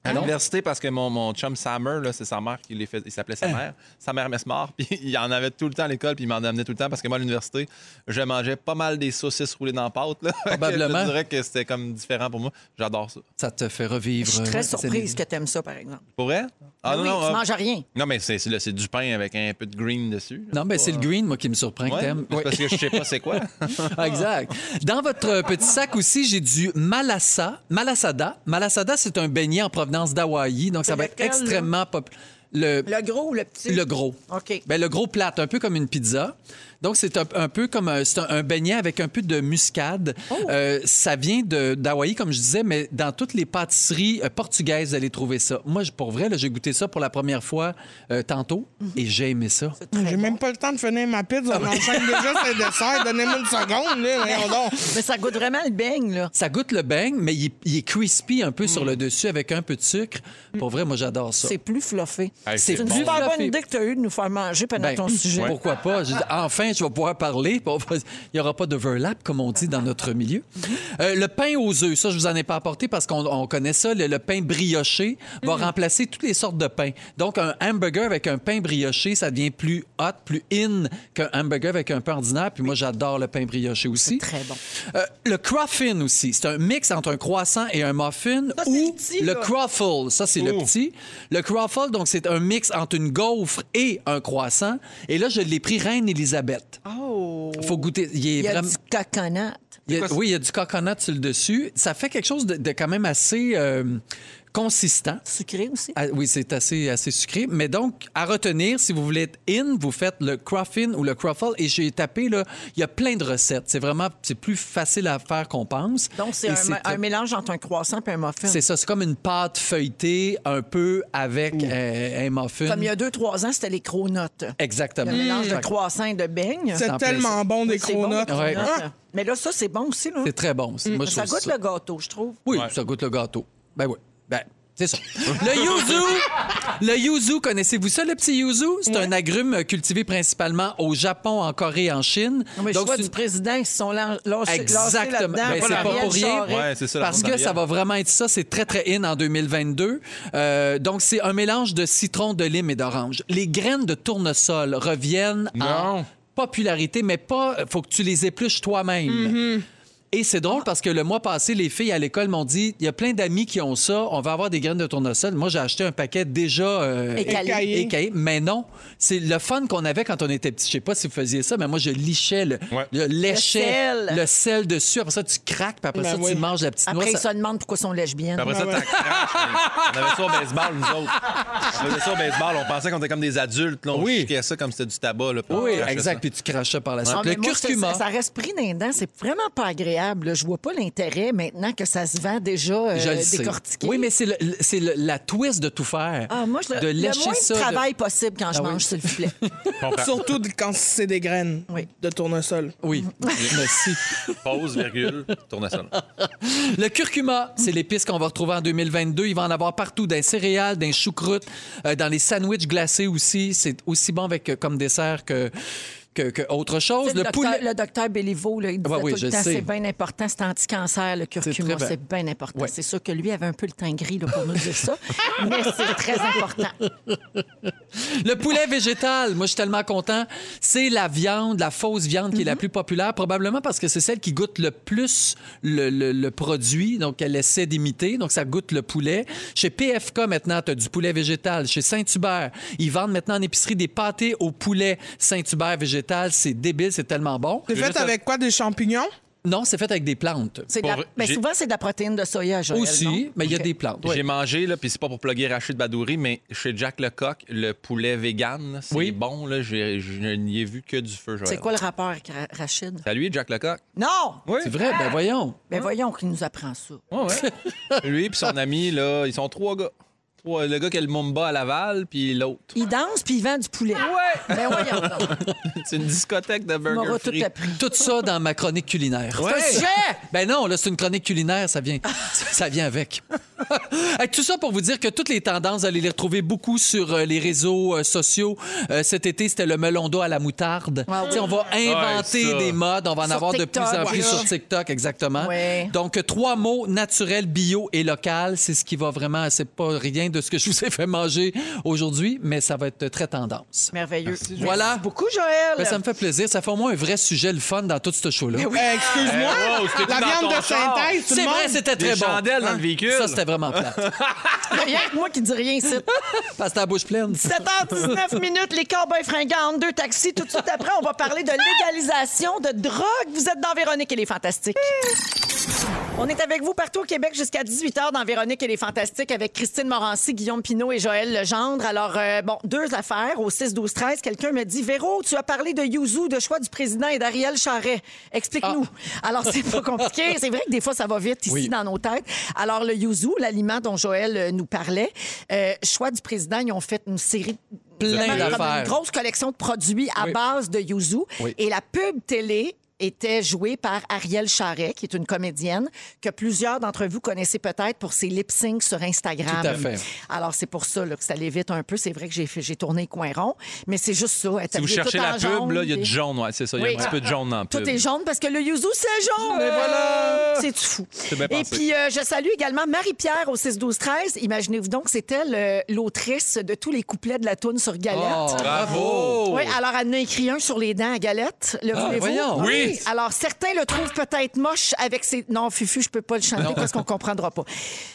Speaker 1: Ah
Speaker 4: À l'université, parce que mon, mon chum Samer, là, c'est sa mère qui les fait, il s'appelait
Speaker 1: Ah.
Speaker 4: sa mère, sa mère Mesmar, puis il en avait tout le temps à l'école, puis il m'en amenait tout le temps, parce que moi, à l'université, je mangeais pas mal des saucisses roulées dans la pâte. Là. Fait que
Speaker 1: Probablement.
Speaker 4: je dirais que c'était comme différent pour moi. J'adore ça.
Speaker 1: Ça te fait revivre.
Speaker 2: Je suis
Speaker 4: euh,
Speaker 2: très
Speaker 4: c'est-
Speaker 2: surprise que tu aimes ça, par exemple.
Speaker 4: Pour vrai?
Speaker 2: Ben oui, tu
Speaker 4: ah.
Speaker 2: manges rien.
Speaker 4: Non, mais c'est, c'est, là, c'est du pain avec un peu de green dessus.
Speaker 1: Non, mais c'est le green, moi, qui me surprend que
Speaker 4: hein. Ouais,
Speaker 1: t'aimes.
Speaker 4: c'est parce que je sais pas c'est quoi.
Speaker 1: exact. Dans votre petit sac aussi, j'ai du malassa, malassada. Malassada, c'est un beignet en provenance d'Hawaï, donc ça va être
Speaker 2: lequel, là?
Speaker 1: extrêmement populaire. Le...
Speaker 2: gros ou le petit?
Speaker 1: Le gros.
Speaker 2: OK.
Speaker 1: Ben, le gros plate, un peu comme une pizza. Donc, c'est un, un peu comme un, c'est un, un beignet avec un peu de muscade.
Speaker 2: Oh!
Speaker 1: Euh, ça vient de- d'Hawaï, comme je disais, mais dans toutes les pâtisseries euh, portugaises, vous allez trouver ça. Moi, je- pour vrai, là, j'ai goûté ça pour la première fois euh, tantôt
Speaker 2: Mhm.
Speaker 1: et j'ai aimé ça.
Speaker 5: J'ai même pas le temps de finir ma pizza. On enchaîne déjà ces desserts. Donnez-moi une seconde, là. voyons donc.
Speaker 2: Ben, Mais ça goûte vraiment le beigne, là.
Speaker 1: Ça goûte le beigne, mais il, est- il est crispy un peu sur le dessus avec un peu de sucre. Pour vrai, moi, j'adore ça.
Speaker 2: C'est plus fluffé.
Speaker 1: Hey,
Speaker 2: c'est
Speaker 1: c'est
Speaker 2: une
Speaker 1: bon.
Speaker 2: super bonne
Speaker 1: Fluffé.
Speaker 2: idée que tu as eue de nous faire manger pendant
Speaker 1: Ben,
Speaker 2: ton sujet.
Speaker 1: Pourquoi pas? Je dis, enfin, je vais pouvoir parler. puis on va- Il n'y aura pas d'overlap, comme on dit dans notre milieu.
Speaker 2: Mm-hmm.
Speaker 1: Euh, le pain aux œufs, ça, je vous en ai pas apporté parce qu'on on connaît ça. Le, le pain brioché
Speaker 2: Mm-hmm.
Speaker 1: va remplacer toutes les sortes de pain. Donc, un hamburger avec un pain brioché, ça devient plus hot, plus in qu'un hamburger avec un pain ordinaire. Puis moi, j'adore le pain brioché aussi.
Speaker 2: Très bon.
Speaker 1: Euh, le croffin aussi, c'est un mix entre un croissant et un muffin ou le, croffle, ça c'est le petit. Le croffle, donc c'est un mix entre une gaufre et un croissant. Et là, je l'ai pris Reine Élisabeth.
Speaker 2: Oh.
Speaker 1: Faut goûter. Il est
Speaker 2: Il y a
Speaker 1: vraiment-
Speaker 2: du coconut.
Speaker 1: il y a- oui, il y a du coconut sur le dessus. Ça fait quelque chose de, de quand même assez euh, consistant. Ah,
Speaker 2: Sucré aussi.
Speaker 1: oui, c'est assez, assez sucré. Mais donc, à retenir, si vous voulez être in, vous faites le croffin ou le croffle. Et j'ai tapé, là, il y a plein de recettes. C'est vraiment, c'est plus facile à faire qu'on pense.
Speaker 2: Donc, c'est
Speaker 1: Et
Speaker 2: un,
Speaker 1: c'est
Speaker 2: un
Speaker 1: très-
Speaker 2: mélange entre un croissant et un muffin.
Speaker 1: C'est ça, c'est comme une pâte feuilletée un peu avec euh, un muffin.
Speaker 2: Comme il y a deux, trois ans, c'était les cronotes.
Speaker 1: Exactement.
Speaker 2: Le mélange de
Speaker 1: Fait que
Speaker 2: croissant et de beigne.
Speaker 1: C'est tellement
Speaker 5: bon, des
Speaker 2: Oui, c'est
Speaker 1: cronuts.
Speaker 2: des cronuts.
Speaker 1: Ouais.
Speaker 2: Mais là, ça, c'est bon aussi. là.
Speaker 1: C'est très bon.
Speaker 2: Mm.
Speaker 1: Moi, je
Speaker 2: ça
Speaker 1: trouve
Speaker 2: goûte
Speaker 1: ça-
Speaker 2: le gâteau, je trouve.
Speaker 1: Oui, ça goûte le gâteau. Ben oui. Ben, c'est ça. Le yuzu! Le yuzu, connaissez-vous ça, le petit yuzu? C'est un agrume cultivé principalement au Japon, en Corée, en Chine.
Speaker 2: Non, mais Ah je
Speaker 1: Donc,
Speaker 2: vois
Speaker 1: c'est
Speaker 2: du
Speaker 1: une-
Speaker 2: président, ils se sont lan- lâchés- lâchés
Speaker 1: Exactement.
Speaker 2: là-dedans.
Speaker 1: Ben, c'est pas pour rien.
Speaker 4: Ouais, c'est ça, la
Speaker 1: parce
Speaker 4: ronde
Speaker 1: que ça
Speaker 4: d'arrière.
Speaker 1: va vraiment être ça. C'est très, très in en 2022. Euh, donc, c'est un mélange de citron, de lime et d'orange. Les graines de tournesol reviennent en popularité, mais pas. faut que tu les épluches toi-même. Et c'est drôle parce que le mois passé, les filles à l'école m'ont dit il y a plein d'amis qui ont ça, on va avoir des graines de tournesol. Moi, j'ai acheté un paquet déjà euh,
Speaker 3: Écaillé.
Speaker 1: écaillé. écaillé. Mais non, c'est le fun qu'on avait quand on était petit. Je sais pas si vous faisiez ça, mais moi, je lichais, le, je léchais
Speaker 2: Le sel.
Speaker 1: le sel dessus. Après ça, tu craques, puis après
Speaker 2: Ben
Speaker 1: ça,
Speaker 2: oui.
Speaker 1: tu manges la petite noix.
Speaker 2: Après, ils
Speaker 1: ça-
Speaker 2: se demandent pourquoi ils sont lesbiennes.
Speaker 4: Puis après ça, t'as On avait ça au baseball, nous autres. On faisait ça au baseball. On pensait qu'on était comme des adultes. Là, on oui. ça comme si c'était du tabac. Là, puis on
Speaker 1: Oui,
Speaker 4: crachait
Speaker 1: exact.
Speaker 4: ça.
Speaker 1: Puis tu craches ça par la
Speaker 4: Ouais.
Speaker 1: suite.
Speaker 4: Ah,
Speaker 1: Le
Speaker 4: mais moi,
Speaker 1: curcuma.
Speaker 2: Ça, ça reste pris dans les dents. C'est vraiment pas incroyable. là. Je vois pas l'intérêt maintenant que ça se vend déjà euh,
Speaker 1: Je le sais.
Speaker 2: décortiqué.
Speaker 1: Oui, mais c'est le- le- c'est le- la twist de tout faire.
Speaker 2: Ah, moi, je le,
Speaker 1: de
Speaker 2: le
Speaker 1: lécher
Speaker 2: moins de
Speaker 1: ça, de-
Speaker 2: travail possible quand je
Speaker 1: Ah oui.
Speaker 2: mange, s'il vous plaît.
Speaker 5: Surtout de- quand c'est des graines de tournesol.
Speaker 1: Oui, merci.
Speaker 4: Pause, virgule, tournesol.
Speaker 1: Le curcuma, c'est l'épice qu'on va retrouver en 2022. Il va en avoir partout, dans les céréales, dans les choucroutes, euh, dans les sandwichs glacés aussi. C'est aussi bon avec, euh, comme dessert que, que, que autre
Speaker 2: Tu
Speaker 1: chose.
Speaker 2: sais, Le, docteur, le docteur Béliveau, là, il disait
Speaker 1: Ouais, bah oui,
Speaker 2: tout
Speaker 1: je
Speaker 2: le temps,
Speaker 1: sais.
Speaker 2: c'est bien important, c'est anti-cancer, le curcuma,
Speaker 1: très bien.
Speaker 2: c'est bien important.
Speaker 1: Ouais.
Speaker 2: C'est sûr que lui avait un peu le teint gris là, pour nous dire ça, mais c'est très important.
Speaker 1: Le poulet végétal, moi je suis tellement content. C'est la viande, la fausse viande qui est
Speaker 5: Mhm.
Speaker 1: la plus populaire, probablement parce que c'est celle qui goûte le plus le, le- le produit, donc elle essaie d'imiter, donc ça goûte le poulet. Chez PFK maintenant, tu as du poulet végétal. Chez Saint-Hubert, ils vendent maintenant en épicerie des pâtés au poulet Saint-Hubert végétal. C'est débile, c'est tellement bon.
Speaker 5: C'est fait avec quoi? Des champignons?
Speaker 1: Non, c'est fait avec des plantes.
Speaker 2: C'est de la-
Speaker 5: ben,
Speaker 4: Pour-
Speaker 2: mais
Speaker 4: j'ai-
Speaker 2: souvent, c'est de la protéine de soya, Joël, non? OK.
Speaker 1: plantes.
Speaker 4: J'ai mangé, là, puis c'est pas pour plugger Rachid Badouri, mais chez Jack Lecoq, le poulet vegan, là, c'est bon, là, j'ai- je n'y ai vu que du feu. Joël.
Speaker 2: C'est quoi le rapport avec Ra- Rachid?
Speaker 4: Salut, Jack Lecoq.
Speaker 2: Non!
Speaker 1: C'est vrai, ben voyons.
Speaker 2: Mais voyons qu'il nous apprend ça.
Speaker 4: Lui puis son ami, là, ils sont trois gars. Trois- le gars qui a le Mumba à Laval, puis l'autre.
Speaker 2: Il danse puis il vend du poulet. Ben Ouais! Mais voyons donc.
Speaker 4: C'est une discothèque de burger
Speaker 1: m'auras tout
Speaker 4: free.
Speaker 1: Tout ça dans ma chronique culinaire.
Speaker 4: Ouais.
Speaker 1: C'est un sujet! Ben non, là, c'est une chronique culinaire, ça vient, ça vient avec. Hey, tout ça pour vous dire que toutes les tendances, vous allez les retrouver beaucoup sur euh, les réseaux euh, sociaux. Euh, cet été, c'était le melon d'eau à la moutarde.
Speaker 3: Ah oui.
Speaker 1: Tu sais, On va inventer
Speaker 3: Ouais, ça.
Speaker 1: des modes, on va en
Speaker 3: Sur
Speaker 1: avoir de plus
Speaker 3: TikTok,
Speaker 1: en plus
Speaker 3: ouais.
Speaker 1: sur TikTok, exactement.
Speaker 3: Ouais.
Speaker 1: Donc, euh, trois mots, naturel, bio et local, c'est ce qui va vraiment, c'est pas rien de ce que je vous ai fait manger aujourd'hui, mais ça va être très tendance.
Speaker 2: Merveilleux.
Speaker 1: Voilà.
Speaker 2: Merci beaucoup, Joël.
Speaker 1: Ben, ça me fait plaisir. Ça fait au moins un vrai sujet, le fun, dans tout ce show-là.
Speaker 5: Mais oui. Euh, excuse-moi, Eh, wow, c'était la dans viande ton de char. synthèse, tout le
Speaker 1: C'est vrai,
Speaker 5: monde.
Speaker 1: c'était
Speaker 5: Des
Speaker 1: très bon.
Speaker 5: chandelles dans
Speaker 1: Hein?
Speaker 5: le véhicule.
Speaker 1: Ça, c'était vraiment plate.
Speaker 2: Rien que moi qui dis rien ici.
Speaker 1: Parce que t'as la bouche pleine.
Speaker 2: 7h19 minutes, les cowboys fringantes, deux taxis. Tout de suite après, on va parler de légalisation de drogue. Vous êtes dans Véronique et les Fantastiques. On est avec vous partout au Québec jusqu'à 18h dans Véronique et les Fantastiques avec Christine Morancy, Guillaume Pinault et Joël Legendre. Alors, euh, bon, deux affaires au 6-12-13. Quelqu'un me dit Véro, tu as parlé de Yuzu, de choix du président et d'Ariel Charret. Explique-nous.
Speaker 1: Ah.
Speaker 2: Alors, c'est pas compliqué. C'est vrai que des fois, ça va vite ici
Speaker 1: Oui.
Speaker 2: dans nos têtes. Alors, le Yuzu, l'aliment dont Joël euh, nous parlait, euh, choix du président, ils ont fait une série
Speaker 1: Plein
Speaker 2: vraiment comme
Speaker 1: d'affaires.
Speaker 2: Une grosse collection de produits à
Speaker 1: Oui.
Speaker 2: base de yuzu.
Speaker 1: Oui.
Speaker 2: Et la pub télé était jouée par Ariel Charret, qui est une comédienne que plusieurs d'entre vous connaissez peut-être pour ses lip syncs sur Instagram.
Speaker 1: Tout à fait.
Speaker 2: Alors, c'est pour ça là, que ça allait vite un peu. C'est vrai que j'ai, fait- j'ai tourné coin rond, mais c'est juste ça. Elle est
Speaker 4: Si vous
Speaker 2: habillée
Speaker 4: cherchez
Speaker 2: tout en
Speaker 4: la pub,
Speaker 2: jaune,
Speaker 4: là, il y a du
Speaker 2: et-
Speaker 4: jaune, ouais, c'est ça. Il y
Speaker 2: Oui.
Speaker 4: a un petit peu de jaune dans la pub.
Speaker 2: Tout est jaune parce que le yuzu, c'est jaune.
Speaker 4: Mais voilà!
Speaker 2: C'est fou.
Speaker 4: C'est bien
Speaker 2: Et
Speaker 4: pensé.
Speaker 2: puis, euh, je salue également Marie-Pierre au 6-12-13. Imaginez-vous donc, c'est elle euh, l'autrice de tous les couplets de la toune sur Galette.
Speaker 3: Oh, bravo!
Speaker 2: Oui, alors elle en a écrit un sur les dents à Galette. Le
Speaker 3: Ah,
Speaker 2: voulez-vous?
Speaker 3: voyons. Oui.
Speaker 2: Alors, certains le trouvent peut-être moche avec ses... Non, Fufu, je peux pas le chanter parce qu'on comprendra pas.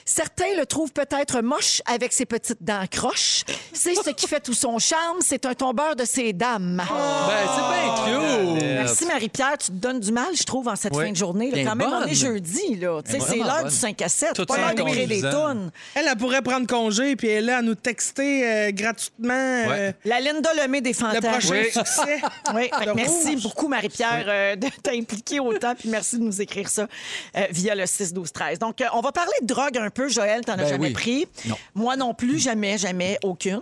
Speaker 2: Certains le trouvent peut-être moche avec ses petites dents croches. C'est ce qui fait tout son charme. C'est un tombeur de ses dames.
Speaker 4: Oh,
Speaker 1: Ben, c'est bien cute.
Speaker 2: Merci Marie-Pierre, tu te donnes du mal, je trouve, en cette
Speaker 1: Oui.
Speaker 2: fin de journée. là.
Speaker 1: Bien
Speaker 2: Quand même, on
Speaker 1: bonne.
Speaker 2: est jeudi, là. Tu sais,
Speaker 1: Bien
Speaker 2: c'est
Speaker 1: vraiment
Speaker 2: l'heure
Speaker 1: bonne.
Speaker 2: du 5 à 7.
Speaker 1: Tout
Speaker 2: pas
Speaker 1: ça
Speaker 2: l'heure
Speaker 1: en
Speaker 2: d'écrire des
Speaker 1: conduisant.
Speaker 2: tonnes.
Speaker 5: Elle, elle pourrait prendre congé, puis elle est là à nous texter euh, gratuitement. euh,
Speaker 2: La Linda Lemay des Fantasmes.
Speaker 5: prochain Oui. succès.
Speaker 2: Oui, fait que
Speaker 5: De
Speaker 2: merci
Speaker 5: rouge.
Speaker 2: beaucoup, Marie-Pierre, euh, de t'impliquer autant, puis merci de nous écrire ça euh, via le 6-12-13. Donc, euh, on va parler de drogue un peu, Joël, t'en as
Speaker 1: Ben
Speaker 2: jamais
Speaker 1: oui.
Speaker 2: pris.
Speaker 1: Non.
Speaker 2: Moi non plus, jamais, jamais, aucune.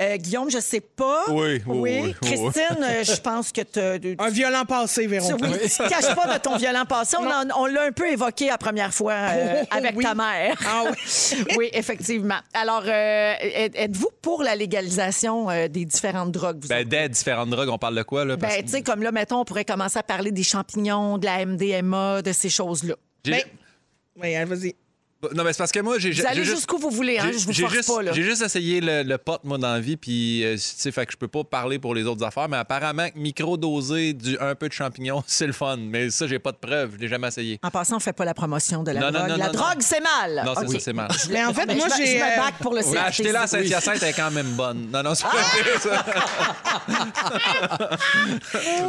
Speaker 2: Euh, Guillaume, je sais pas.
Speaker 5: Oui, oui, oui, oui.
Speaker 2: Christine, euh, je pense que t'as...
Speaker 5: Un violent passé, Véron.
Speaker 2: Oui, tu te caches pas de ton violent passé. On, en- on l'a un peu évoqué la première fois euh,
Speaker 5: Oh, oh,
Speaker 2: avec
Speaker 5: oui.
Speaker 2: ta mère.
Speaker 5: Ah
Speaker 2: oui. oui, effectivement. Alors, euh, êtes- êtes-vous pour la légalisation euh, des différentes drogues? vous
Speaker 4: Ben, des différentes drogues, on parle de quoi, là? Parce
Speaker 2: Ben,
Speaker 4: que-
Speaker 2: tu sais, comme là, mettons, on pourrait commencer à parler des champignons, de la MDMA, de ces choses-là.
Speaker 4: J'ai-
Speaker 5: Oui, allez, hein, vas-y.
Speaker 4: Non, mais c'est parce que moi, j'ai
Speaker 2: ben- Vous allez
Speaker 4: j'ai juste-
Speaker 2: jusqu'où vous voulez, hein,
Speaker 4: j'ai-
Speaker 2: je vous
Speaker 4: j'ai
Speaker 2: force
Speaker 4: juste,
Speaker 2: pas, là.
Speaker 4: J'ai juste essayé le, le pot, moi, dans la vie, puis, euh, tu sais, fait que je peux pas parler pour les autres affaires, mais apparemment, micro-doser du un peu de champignons, c'est le fun. Mais ça, j'ai pas de preuve, je l'ai jamais essayé.
Speaker 2: En passant, on fait pas la promotion de la
Speaker 4: Non, non,
Speaker 2: drogue.
Speaker 4: non,
Speaker 2: la
Speaker 4: non,
Speaker 2: drogue,
Speaker 4: non.
Speaker 2: c'est mal.
Speaker 4: Non, c'est
Speaker 2: OK.
Speaker 4: ça, c'est mal.
Speaker 2: Je- je- je- je me back
Speaker 1: euh,
Speaker 2: pour le
Speaker 4: Oui. Mais Achetez-la à Saint-Hyacinthe, elle est quand même bonne. Non, non, c'est pas vrai, ça.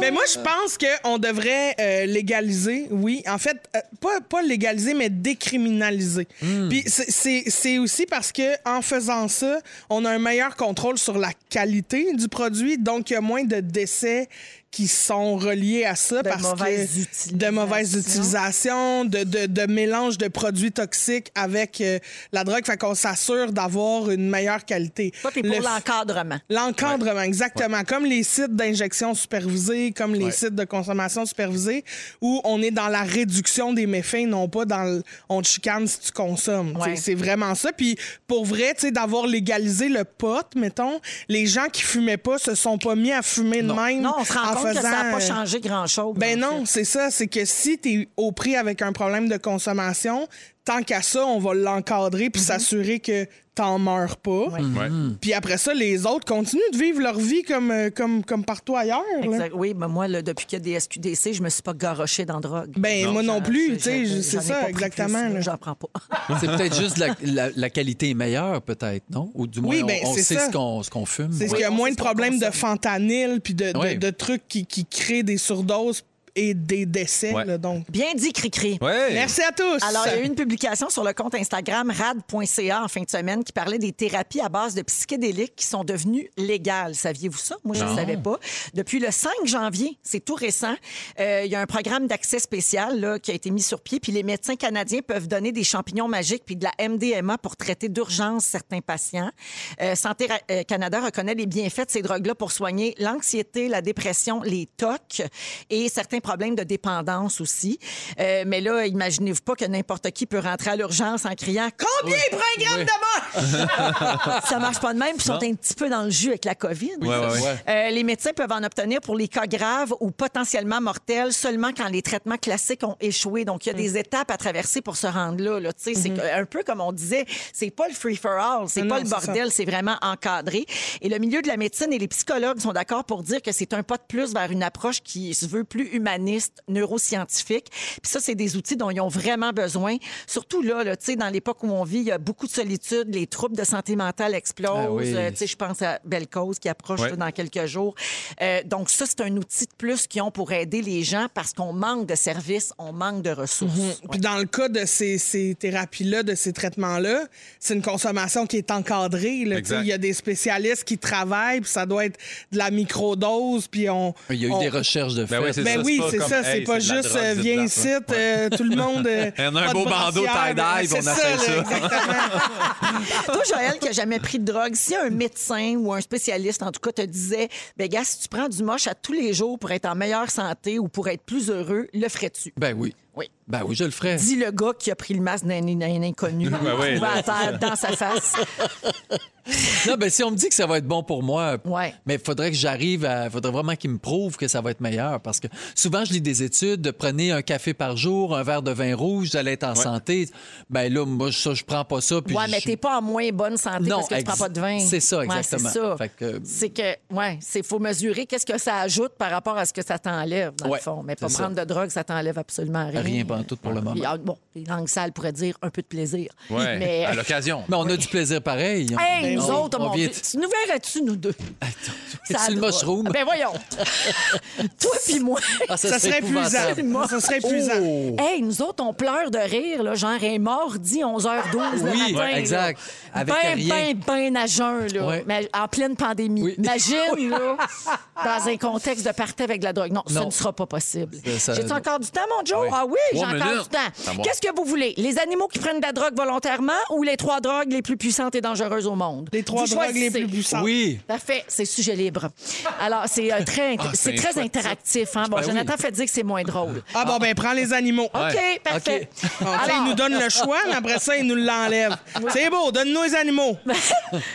Speaker 5: Mais Ben, moi, je pense qu'on devrait euh, légaliser, oui. En fait, euh, pas, pas légaliser, mais décriminaliser poser. Puis c'est- c'est c'est aussi parce que en faisant ça, on a un meilleur contrôle sur la qualité du produit, donc il y a moins de décès qui sont reliés à ça parce
Speaker 2: mauvaises
Speaker 5: que de mauvaises utilisations, de, de, de mélange de produits toxiques avec euh, la drogue, fait qu'on s'assure d'avoir une meilleure qualité.
Speaker 2: Ouais, puis pour
Speaker 5: Le-
Speaker 2: l'encadrement.
Speaker 5: L'encadrement, exactement. Comme les sites d'injection supervisée, comme les
Speaker 2: Ouais.
Speaker 5: sites de consommation supervisée, où on est dans la réduction des méfaits, non pas dans le on te chicane si tu consommes.
Speaker 2: Ouais.
Speaker 5: T'sais, C'est vraiment ça. Puis pour vrai, tu sais, d'avoir légalisé le pot, mettons, les gens qui fumaient pas se sont pas mis à fumer de même.
Speaker 2: Non, on se rend
Speaker 5: en
Speaker 2: compte que ça n'a pas
Speaker 5: faisant, euh,
Speaker 2: changé grand-chose.
Speaker 5: ben non, c'est ça. C'est que si tu es au prix avec un problème de consommation, tant qu'à ça, on va l'encadrer
Speaker 2: Mhm.
Speaker 5: puis s'assurer que t'en meurs pas.
Speaker 4: Ouais. Mhm.
Speaker 5: Puis après ça, les autres continuent de vivre leur vie comme, euh, comme, comme partout ailleurs. là.
Speaker 2: Exact. Oui, mais moi, là, depuis qu'il y a des SQDC, je me suis pas garochée dans la drogue.
Speaker 5: Ben, moi non
Speaker 2: J'en-
Speaker 5: plus,
Speaker 2: j'en-
Speaker 5: tu sais,
Speaker 2: j'en-
Speaker 5: c'est
Speaker 2: j'en ai
Speaker 5: ça,
Speaker 2: pas pris
Speaker 5: exactement,
Speaker 2: plus,
Speaker 5: là.
Speaker 2: J'en prends pas.
Speaker 1: C'est peut-être juste la, la- la qualité est meilleure, peut-être, non? Ou du moins,
Speaker 5: Oui, ben,
Speaker 1: on, on
Speaker 5: c'est
Speaker 1: sait
Speaker 5: ça.
Speaker 1: ce qu'on ce qu'on fume.
Speaker 5: C'est
Speaker 1: Ouais.
Speaker 5: qu'il y a moins de problèmes de fentanyl puis de, de-
Speaker 1: Ouais.
Speaker 5: de trucs qui, qui créent des surdoses et des décès.
Speaker 1: Ouais.
Speaker 5: là, donc.
Speaker 2: Bien dit, Cricri.
Speaker 5: Ouais. Merci à tous.
Speaker 2: Alors, il y a eu une publication sur le compte Instagram rad.ca en fin de semaine qui parlait des thérapies à base de psychédéliques qui sont devenues légales. Saviez-vous ça? Moi, je ne
Speaker 12: Non.
Speaker 2: savais pas. Depuis le 5 janvier, c'est tout récent, euh, il y a un programme d'accès spécial là, qui a été mis sur pied. Puis les médecins canadiens peuvent donner des champignons magiques puis de la MDMA pour traiter d'urgence certains patients. Euh, Santé Ra- euh, Canada reconnaît les bienfaits de ces drogues-là pour soigner l'anxiété, la dépression, les tocs et certains problèmes de dépendance aussi. Euh, mais là, imaginez-vous pas que n'importe qui peut rentrer à l'urgence en criant Combien
Speaker 3: Oui.
Speaker 2: il prend de grammes
Speaker 3: Oui.
Speaker 2: de mort? Ça marche pas de même, puis ils sont
Speaker 3: Non.
Speaker 2: un petit peu dans le jus avec la COVID.
Speaker 3: Oui, Ouais, ouais, ouais.
Speaker 2: Euh, les médecins peuvent en obtenir pour les cas graves ou potentiellement mortels seulement quand les traitements classiques ont échoué. Donc, il y a des étapes à traverser pour se rendre là. là. Tu sais, C'est que- un peu comme on disait, c'est pas le free-for-all, c'est
Speaker 12: Mhm. Non,
Speaker 2: pas
Speaker 12: non,
Speaker 2: le
Speaker 12: c'est ça.
Speaker 2: bordel, c'est vraiment encadré. Et le milieu de la médecine et les psychologues sont d'accord pour dire que c'est un pas de plus vers une approche qui se veut plus humaniste, neuroscientifique. Puis ça, c'est des outils dont ils ont vraiment besoin. Surtout là, là tu sais, dans l'époque où on vit, il y a beaucoup de solitude, les troubles de santé mentale explosent.
Speaker 1: Ah oui.
Speaker 2: Euh, tu sais, je pense à Belle Cause qui approche
Speaker 1: Ouais.
Speaker 2: là, dans quelques jours. Euh, donc ça, c'est un outil de plus qu'ils ont pour aider les gens parce qu'on manque de services, on manque de ressources.
Speaker 5: Mhm. Puis dans le cas de ces, ces thérapies-là, de ces traitements-là, c'est une consommation qui est encadrée. là. Tu
Speaker 1: Exact.
Speaker 5: sais, Il y a des spécialistes qui travaillent, puis ça doit être de la microdose, puis on...
Speaker 1: Il y a eu
Speaker 5: on-
Speaker 1: des recherches de fait.
Speaker 5: Ben oui, c'est ça. C'est pas juste euh, viens ici, euh, tout le monde. euh,
Speaker 1: On a un
Speaker 5: pas de
Speaker 1: beau bandeau
Speaker 5: brassière,
Speaker 1: tie-dye,
Speaker 5: c'est
Speaker 1: puis on essaie
Speaker 5: là,
Speaker 1: ça.
Speaker 2: Toi, Joël, qui n'a jamais pris de drogue, si un médecin ou un spécialiste, en tout cas, te disait, ben gars, si tu prends du moche à tous les jours pour être en meilleure santé ou pour être plus heureux, le ferais-tu?
Speaker 1: Ben oui.
Speaker 2: Oui.
Speaker 1: Ben oui, je le ferais.
Speaker 2: Dis le gars qui a pris le masque d'un d'un inconnu,
Speaker 1: Ben oui,
Speaker 2: trouvé
Speaker 1: là.
Speaker 2: à terre, dans sa face.
Speaker 1: Non, ben si on me dit que ça va être bon pour moi,
Speaker 2: Ouais.
Speaker 1: mais il faudrait que j'arrive à. Il faudrait vraiment qu'ils me prouvent que ça va être meilleur. Parce que souvent, je lis des études de prenez un café par jour, un verre de vin rouge, vous allez être en santé. Ben là, moi, ça, je prends pas ça. Puis
Speaker 2: ouais,
Speaker 1: je-
Speaker 2: mais t'es pas en moins bonne santé
Speaker 1: Non,
Speaker 2: parce que tu prends
Speaker 1: ex-
Speaker 2: pas de vin.
Speaker 1: c'est ça,
Speaker 2: Ouais,
Speaker 1: exactement.
Speaker 2: c'est ça.
Speaker 1: Fait que- euh,
Speaker 2: C'est que, ouais, c'est faut mesurer qu'est-ce que ça ajoute par rapport à ce que ça t'enlève, dans
Speaker 1: Ouais,
Speaker 2: le fond. Mais pas
Speaker 1: c'est ça.
Speaker 2: prendre de drogue, ça t'enlève absolument rien.
Speaker 1: Rien, pas en tout pour le moment.
Speaker 2: Puis, ah, bon, les langues sales pourraient dire un peu de plaisir.
Speaker 1: Ouais,
Speaker 2: Mais...
Speaker 1: à
Speaker 4: l'occasion.
Speaker 1: Mais on a du plaisir pareil.
Speaker 2: Hey,
Speaker 1: Ben
Speaker 2: nous
Speaker 1: oui.
Speaker 2: autres,
Speaker 1: on
Speaker 2: mon
Speaker 1: vient-
Speaker 2: Dieu, tu nous verrais-tu, nous deux? Ça
Speaker 1: le
Speaker 2: drôle.
Speaker 1: mushroom?
Speaker 2: Ben voyons. Toi puis moi.
Speaker 1: Ah, ça Ça serait serait épouvantable. épuisant.
Speaker 2: C'est moi.
Speaker 1: Ça serait épuisant.
Speaker 2: Oh. Hey, nous autres, on pleure de rire, là, genre un mordi 11h12 le
Speaker 1: Oui,
Speaker 2: matin.
Speaker 1: ouais, exact.
Speaker 2: là.
Speaker 1: Avec
Speaker 2: ben,
Speaker 1: rien.
Speaker 2: ben, ben à jeun, là.
Speaker 1: Ouais.
Speaker 2: Mais en pleine pandémie. Imagine, là, dans un contexte de party avec de la drogue. Non, ça
Speaker 1: Non.
Speaker 2: ne sera pas possible.
Speaker 1: Ça-
Speaker 2: J'ai-tu encore du temps, mon Joe?
Speaker 1: Oui.
Speaker 2: Ah oui, j'ai
Speaker 1: Trois
Speaker 2: encore
Speaker 1: minutes.
Speaker 2: du
Speaker 1: À
Speaker 2: temps.
Speaker 1: moi.
Speaker 2: Qu'est-ce que vous voulez? Les animaux qui prennent de la drogue volontairement ou les trois drogues les plus puissantes et dangereuses au monde?
Speaker 5: Les trois
Speaker 2: Vous
Speaker 5: drogues les
Speaker 2: choisissez.
Speaker 5: plus puissantes.
Speaker 1: Oui.
Speaker 2: Parfait, c'est sujet libre. Alors, c'est euh, très, int-
Speaker 5: Ah,
Speaker 2: c'est
Speaker 5: c'est
Speaker 2: très
Speaker 5: chouette, ça.
Speaker 2: interactif. hein. Bon,
Speaker 5: Ben oui.
Speaker 2: Jonathan fait dire que c'est moins drôle.
Speaker 5: Ah bon, ben prends les animaux.
Speaker 2: OK, parfait.
Speaker 5: Bon, tu sais,
Speaker 2: Alors-
Speaker 5: ils nous donnent le choix, mais après ça, ils nous l'enlèvent. C'est beau, donne-nous les animaux.
Speaker 2: Ben-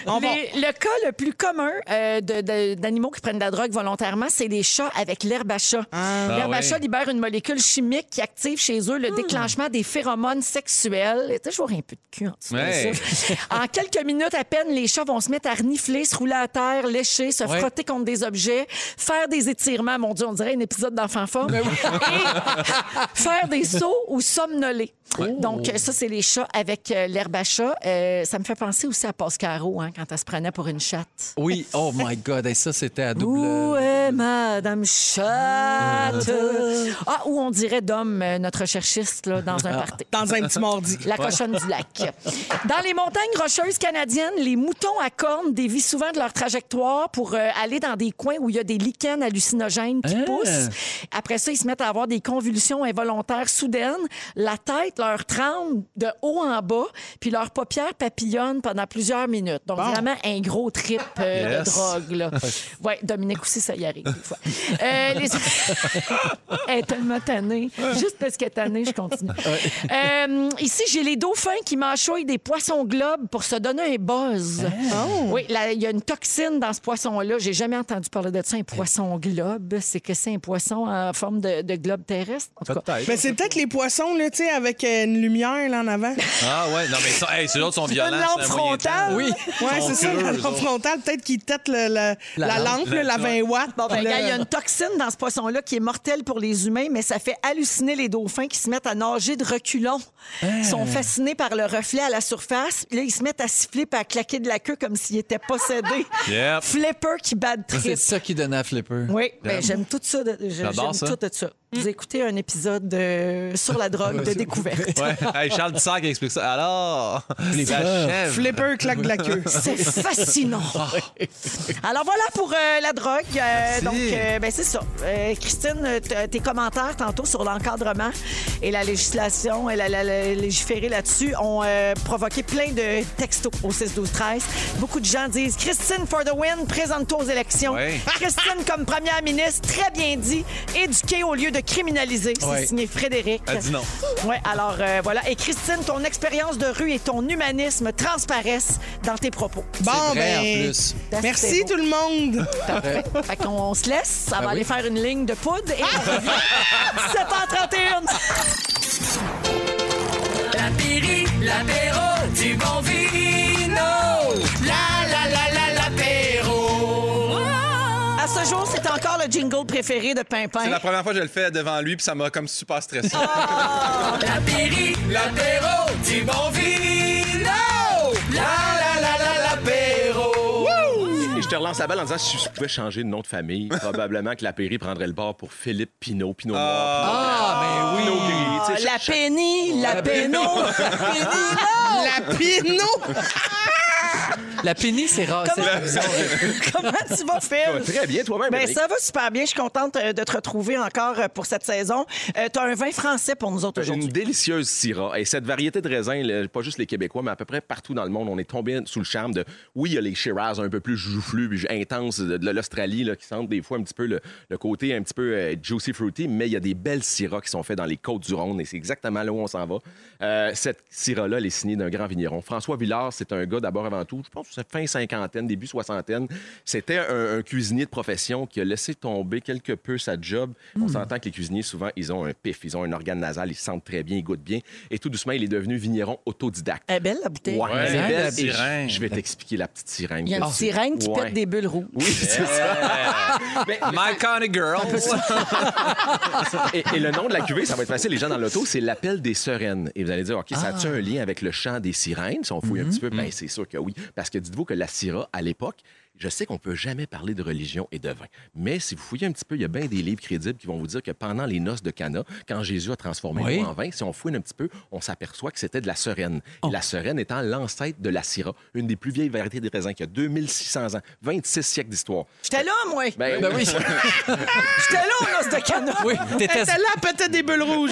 Speaker 5: On va-
Speaker 2: Les- le cas le plus commun euh, de- de- d'animaux qui prennent de la drogue volontairement, c'est les chats avec l'herbe à chat. L'herbe
Speaker 12: Ah
Speaker 2: à
Speaker 12: ouais.
Speaker 2: chat libère une molécule chimique qui active chez eux
Speaker 5: Ah.
Speaker 2: le déclenchement des phéromones sexuels. Et toujours un peu de cul en dessous de
Speaker 12: Ouais.
Speaker 2: ça. en quelques minutes à peine, les chats vont se mettre à renifler, se rouler à terre, lécher, se
Speaker 12: Ouais.
Speaker 2: frotter contre des objets, faire des étirements. Mon Dieu, on dirait un épisode d'Enfant Fort. faire des sauts ou somnoler. Donc, euh, ça, c'est les chats avec euh, l'herbe à chat. Euh, ça me fait penser aussi à Pascaro, hein, quand elle se prenait pour une chatte.
Speaker 1: Oui, oh my God, et ça, c'était à double.
Speaker 2: Où est Madame Chatte? Ah, ou on dirait d'homme, euh, euh, notre recherchiste là, dans un
Speaker 5: Ah.
Speaker 2: party.
Speaker 5: Dans un petit mardi.
Speaker 2: La
Speaker 5: Ouais.
Speaker 2: cochonne du lac. Dans les montagnes rocheuses canadiennes, les moutons à cornes dévient souvent de leur trajectoire pour euh, aller dans des coins où il y a des lichens hallucinogènes qui
Speaker 3: Hein?
Speaker 2: poussent. Après ça, ils se mettent à avoir des convulsions involontaires soudaines. La tête leur tremble de haut en bas, puis leurs paupières papillonnent pendant plusieurs minutes. Donc, vraiment un gros trip euh, de
Speaker 3: Yes.
Speaker 2: drogue. Là. Ouais, Dominique aussi, ça y arrive des fois. Euh, les... Elle est tellement tannée. Juste parce qu'elle est tannée, je continue. Euh, ici, j'ai les dauphins qui mâchouillent des poissons globes pour se donner un buzz. Oui, là, il y a une toxine dans ce poisson-là. J'ai jamais entendu parler de ça, un poisson globe. C'est que c'est un poisson en forme de, de globe terrestre. En tout cas.
Speaker 5: Mais c'est peut-être les poissons, là, tu sais, avec euh, une lumière, là, en avant.
Speaker 4: Ah ouais, non mais ça, hey, ceux-là sont
Speaker 5: Une
Speaker 4: violents. c'est
Speaker 5: lampe
Speaker 4: un moyen temps.
Speaker 5: frontale.
Speaker 4: Oui.
Speaker 5: Ouais,
Speaker 4: Ils sont
Speaker 5: c'est ça,
Speaker 4: creux,
Speaker 5: la
Speaker 4: eux
Speaker 5: lampe
Speaker 4: autres.
Speaker 5: frontale. Peut-être qu'ils tête le, le-
Speaker 2: La
Speaker 5: la,
Speaker 2: lampe.
Speaker 5: lampe, là, la 20 watts.
Speaker 2: Bon, ben,
Speaker 5: puis
Speaker 2: gars, il y a
Speaker 5: le-
Speaker 2: une toxine dans ce poisson-là qui est mortelle pour les humains, mais ça fait halluciner les dauphins qui se mettent à nager de reculons. Ils sont fascinés par le reflet à la surface. Puis Là, ils se mettent à siffler et à claquer de la queue comme s'ils étaient possédés.
Speaker 1: Yep.
Speaker 2: Flipper qui bat de
Speaker 1: C'est
Speaker 2: trip.
Speaker 1: ça qui donne à flipper.
Speaker 2: Oui, ben, j'aime tout ça. de- je-
Speaker 1: J'adore
Speaker 2: J'aime
Speaker 1: ça.
Speaker 2: tout de ça. Vous écoutez un épisode de- sur la drogue de découverte.
Speaker 4: Ouais. Hey, Charles Dissard qui explique ça. Alors, ça achève.
Speaker 5: Flipper claque de la queue.
Speaker 2: Ah.
Speaker 5: Ah.
Speaker 2: C'est fascinant. Alors voilà pour euh, la drogue. Euh,
Speaker 3: Merci.
Speaker 2: donc, euh, ben, c'est ça. Euh, Christine, euh, t- tes commentaires tantôt sur l'encadrement et la législation et la, la- la- légiférer là-dessus ont euh, provoqué plein de textos au 6-12-13. Beaucoup de gens disent Christine for the win, présente-toi aux élections.
Speaker 3: Ouais.
Speaker 2: Christine comme première ministre, très bien dit, éduquée au lieu de criminaliser. C'est
Speaker 3: Ouais.
Speaker 2: signé Frédéric.
Speaker 3: Elle dit non.
Speaker 2: Ouais, alors euh, voilà. Et Christine, ton expérience de rue et ton humanisme transparaissent dans tes propos.
Speaker 5: Bon, ben, merci tout le monde.
Speaker 2: Parfait. Fait qu'on on se laisse. Ça
Speaker 5: Ben
Speaker 2: va
Speaker 5: oui.
Speaker 2: aller faire une ligne de poudre et on revient. 7h31.
Speaker 3: La Piri, l'apéro du bon vino. La la la la l'apéro.
Speaker 2: À ce jour, c'est encore le jingle préféré de
Speaker 4: C'est
Speaker 2: Pimpin.
Speaker 4: la première fois que je le fais devant lui, puis ça m'a comme super stressé.
Speaker 2: Ah!
Speaker 3: La Piri, l'apéro du bon vino. La la la la l'apéro.
Speaker 12: Et je te relance la balle en disant si je pouvais changer de nom de famille, probablement que la Pairie prendrait le bord pour Philippe Pinot, Pinot Noir.
Speaker 2: Ah,
Speaker 12: Pinot
Speaker 2: mais oui.
Speaker 12: Gris, tu sais,
Speaker 2: la Penny, la
Speaker 12: La
Speaker 2: Péno.
Speaker 5: La Pino.
Speaker 1: La pénis, c'est rare.
Speaker 2: Comment, comment tu vas, Phil?
Speaker 12: Ça va très bien, toi-même,
Speaker 2: Ben,
Speaker 12: Véronique.
Speaker 2: ça va super bien. Je suis contente euh, de te retrouver encore euh, pour cette saison. tu as un vin français pour nous autres aujourd'hui.
Speaker 12: Une délicieuse Syrah. Et cette variété de raisins, là, pas juste les Québécois, mais à peu près partout dans le monde, on est tombé sous le charme de. Oui, il y a les Shiraz un peu plus joufflus, puis intenses de, de l'Australie, là, qui sentent des fois un petit peu le, le côté un petit peu euh, juicy fruity, mais il y a des belles Syrah qui sont faites dans les côtes du Rhône, et c'est exactement là où on s'en va. Euh, cette Syrah-là, elle est signée d'un grand vigneron. François Villard, c'est un gars d'abord avant tout, je pense, que c'est fin cinquantaine, début soixantaine. C'était un, un cuisinier de profession qui a laissé tomber quelque peu sa job.
Speaker 2: Hmm.
Speaker 12: On s'entend que les cuisiniers, souvent, ils ont un pif, ils ont un organe nasal, ils sentent très bien, ils goûtent bien. Et tout doucement, il est devenu vigneron autodidacte.
Speaker 2: Elle est belle, hein, la bouteille.
Speaker 12: Ouais, elle est
Speaker 4: la
Speaker 12: belle. Et
Speaker 4: sirène.
Speaker 12: je- Je vais t'expliquer la petite sirène.
Speaker 2: Il y a une
Speaker 13: Ah,
Speaker 12: que c'est.
Speaker 2: sirène qui
Speaker 12: Ouais.
Speaker 2: pète des bulles rouges.
Speaker 12: Oui, c'est ça.
Speaker 13: Ah,
Speaker 12: Mais-
Speaker 4: My kind of girl.
Speaker 12: et, et le nom de la cuvée, ça va être facile, les gens dans l'auto, c'est l'appel des sereines. Et vous allez dire, OK, ça a-tu un lien avec le chant des sirènes? Si on fouille un petit peu, ben, c'est sûr que oui. Parce que dites-vous que la Syrah, à l'époque, je sais qu'on peut jamais parler de religion et de vin, mais si vous fouillez un petit peu, il y a bien des livres crédibles qui vont vous dire que pendant les noces de Cana, quand Jésus a transformé
Speaker 1: Oui.
Speaker 12: l'eau en vin, si on fouille un petit peu, on s'aperçoit que c'était de la sereine. Et La sereine étant l'ancêtre de la Syrah, une des plus vieilles variétés de raisin qui a 2600 ans, 26 siècles d'histoire.
Speaker 2: J'étais là, moi.
Speaker 12: Ben- Ben oui.
Speaker 2: J'étais là, on a ce canot.
Speaker 12: Oui, t'étais-
Speaker 5: Elle était là, peut-être des bulles rouges.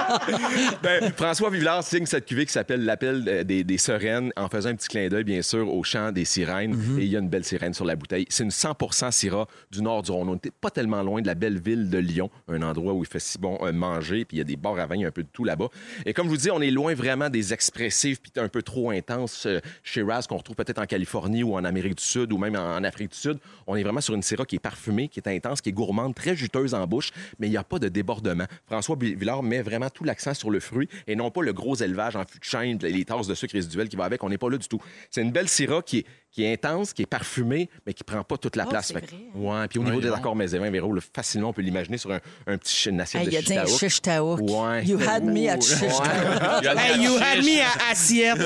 Speaker 12: Ben, François Villard signe cette cuvée qui s'appelle L'appel euh, des, des sereines en faisant un petit clin d'œil, bien sûr, au chant des sirènes. Et il y a une belle sirène sur la bouteille. C'est une 100 Syrah du nord du Rhône. On n'était pas tellement loin de la belle ville de Lyon, un endroit où il fait si bon euh, manger, puis il y a des bars à vin, il y a un peu de tout là-bas. Et comme je vous dis, on est loin vraiment des expressifs, puis un peu trop intenses euh, chez Raz qu'on retrouve peut-être en Californie ou en Amérique du Sud ou même en, en Afrique du Sud. On est vraiment sur une Syrah qui est parfumée, qui est intense, qui est gourmande, très juteuse en bouche, mais il n'y a pas de débordement. François Bi- Villard met vraiment tout l'accent sur le fruit et non pas le gros élevage en fût de chêne, les tasses de sucre résiduel qui va avec. On n'est pas là du tout. C'est une belle Syrah qui est qui est intense, qui est parfumé, mais qui prend pas toute la
Speaker 2: Oh,
Speaker 12: place.
Speaker 2: c'est
Speaker 12: Fait que-
Speaker 2: vrai.
Speaker 12: Ouais, puis au niveau
Speaker 2: Oui,
Speaker 12: des
Speaker 2: bon.
Speaker 12: accords mets et vins, Véro, là, facilement, on peut l'imaginer sur un, un petit ch- une assiette
Speaker 2: Hey, il a
Speaker 12: de
Speaker 2: dit un
Speaker 12: shishtaouk.
Speaker 2: shishtaouk.
Speaker 12: Ouais.
Speaker 2: You had me at
Speaker 12: Ouh,
Speaker 2: shishtaouk.
Speaker 12: ouais.
Speaker 5: Hey, you had me à assiette.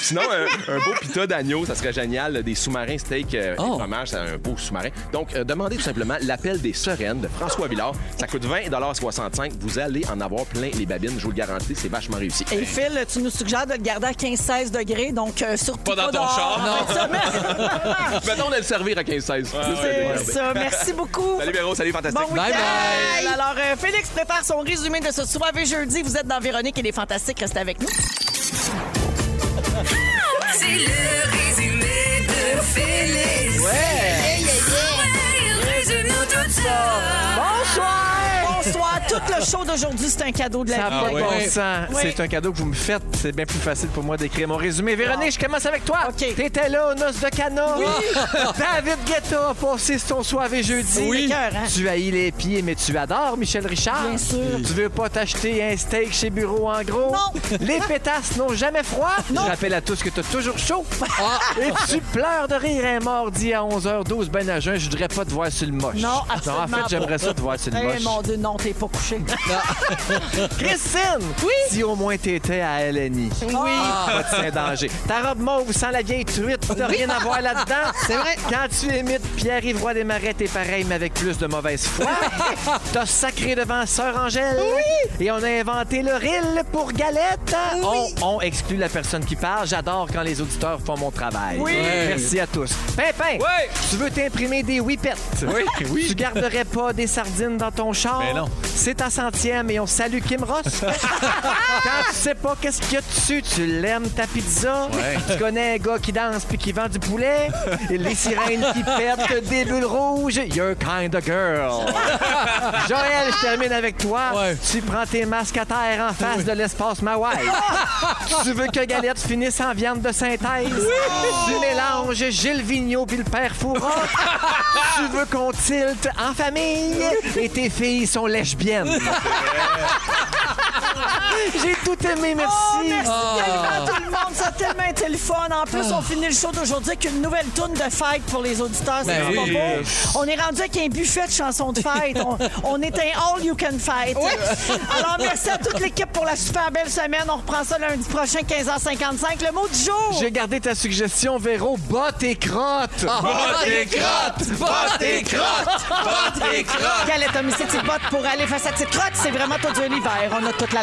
Speaker 12: Sinon, un, un beau pita d'agneau, ça serait génial. Des sous-marins steak, euh,
Speaker 2: Oh.
Speaker 12: et fromage, c'est un beau sous-marin. Donc, euh, demandez tout simplement l'appel des sereines de François Villard. Ça coûte 20,65 Vous allez en avoir plein les babines, je vous le garantis. C'est vachement réussi.
Speaker 2: Et Phil, tu nous suggères de le garder à 15-16 degrés, donc euh, surtout pas,
Speaker 12: dans ton
Speaker 2: dehors.
Speaker 12: char, non.
Speaker 2: Faites ça, mais-
Speaker 12: Maintenant, on a le servir à 15-16.
Speaker 2: C'est ça. Merci beaucoup.
Speaker 12: Salut, Véro. Salut, fantastique.
Speaker 2: Bon week-end. Alors, euh, Félix prépare son résumé de ce soirée jeudi. Vous êtes dans Véronique et les Fantastiques. Restez avec nous.
Speaker 3: C'est le résumé de Félix. Ouais. Résume-nous tout ça.
Speaker 2: Bonsoir. Bonsoir. Tout le show d'aujourd'hui, c'est un cadeau de la
Speaker 13: Ça n'a
Speaker 4: Ah,
Speaker 2: vie.
Speaker 13: pas de bon
Speaker 2: Oui.
Speaker 13: sens.
Speaker 2: Oui.
Speaker 13: C'est un cadeau que vous me faites. C'est bien plus facile pour moi d'écrire mon résumé. Véronique, je commence avec toi. T'étais là aux noces de Cana.
Speaker 3: Oui.
Speaker 13: David Guetta a passé son soirée jeudi.
Speaker 3: Oui. Écœurant.
Speaker 13: Tu haïs les pieds, mais tu adores Michel Richard.
Speaker 3: Bien sûr.
Speaker 13: Tu veux pas t'acheter un steak chez Bureau en gros.
Speaker 3: Non.
Speaker 13: Les pétasses n'ont jamais froid. Je rappelle à tous que t'as toujours chaud.
Speaker 3: Ah.
Speaker 13: Et tu pleures de rire un mardi à 11h12. Ben à jeun, je voudrais pas te voir sur le moche.
Speaker 2: Non, absolument
Speaker 13: En fait, j'aimerais ça te voir sur
Speaker 2: c'est
Speaker 13: le moche.
Speaker 2: mon Dieu, non, t'es pas couché.
Speaker 13: Christine! Oui? Si au moins t'étais à LNI. Oui! Pas de Saint-Danger. Ta robe mauve sans la vieille truite, t'as rien à voir là-dedans.
Speaker 3: C'est vrai.
Speaker 13: Quand tu imites Pierre-Yves Roy des Marais, t'es pareil, mais avec plus de mauvaise foi. t'as sacré devant Sœur Angèle. Oui! Et on a inventé le ril pour galette. On, on exclut la personne qui parle. J'adore quand les auditeurs font mon travail.
Speaker 3: Oui. Ouais.
Speaker 13: Merci à tous. Pimpin! Oui! Tu veux t'imprimer des whippets?
Speaker 3: Oui, oui.
Speaker 13: Tu garderais pas des sardines dans ton char?
Speaker 3: Mais Ben non.
Speaker 13: C'est ta centième et on salue Kim Ross. Quand tu sais pas qu'est-ce qu'il y a dessus, tu l'aimes ta pizza.
Speaker 3: Ouais.
Speaker 13: Tu connais un gars qui danse puis qui vend du poulet. Et les sirènes qui pètent, des bulles rouges. You're kind of girl. Joël, je termine avec toi. Tu prends tes masques à terre en face de l'espace Mawai. tu veux que Galette finisse en viande de synthèse. Tu mélanges Gilles Vigneault puis le père Foura. tu veux qu'on tilte en famille. Et tes filles sont lesbiennes. J'ai tout aimé, merci.
Speaker 2: Oh, merci
Speaker 13: Ah.
Speaker 2: tellement tout le monde, ça a tellement été le fun. En plus, on finit le show d'aujourd'hui avec une nouvelle tourne de fête pour les auditeurs. C'est
Speaker 3: Ben
Speaker 2: pas
Speaker 3: oui.
Speaker 2: beau? On est rendu avec un buffet de chansons de fête. On, on est un all you can fight. Alors, merci à toute l'équipe pour la super belle semaine. On reprend ça lundi prochain, 15h55. Le mot du jour.
Speaker 13: J'ai gardé ta suggestion, Véro. Bottes et crottes.
Speaker 3: Bottes et crottes! Bottes et crottes! Bottes et crottes!
Speaker 2: Galette a mis ses petites bottes pour aller faire sa petite crotte. C'est vraiment tout de l'hiver. On a toute la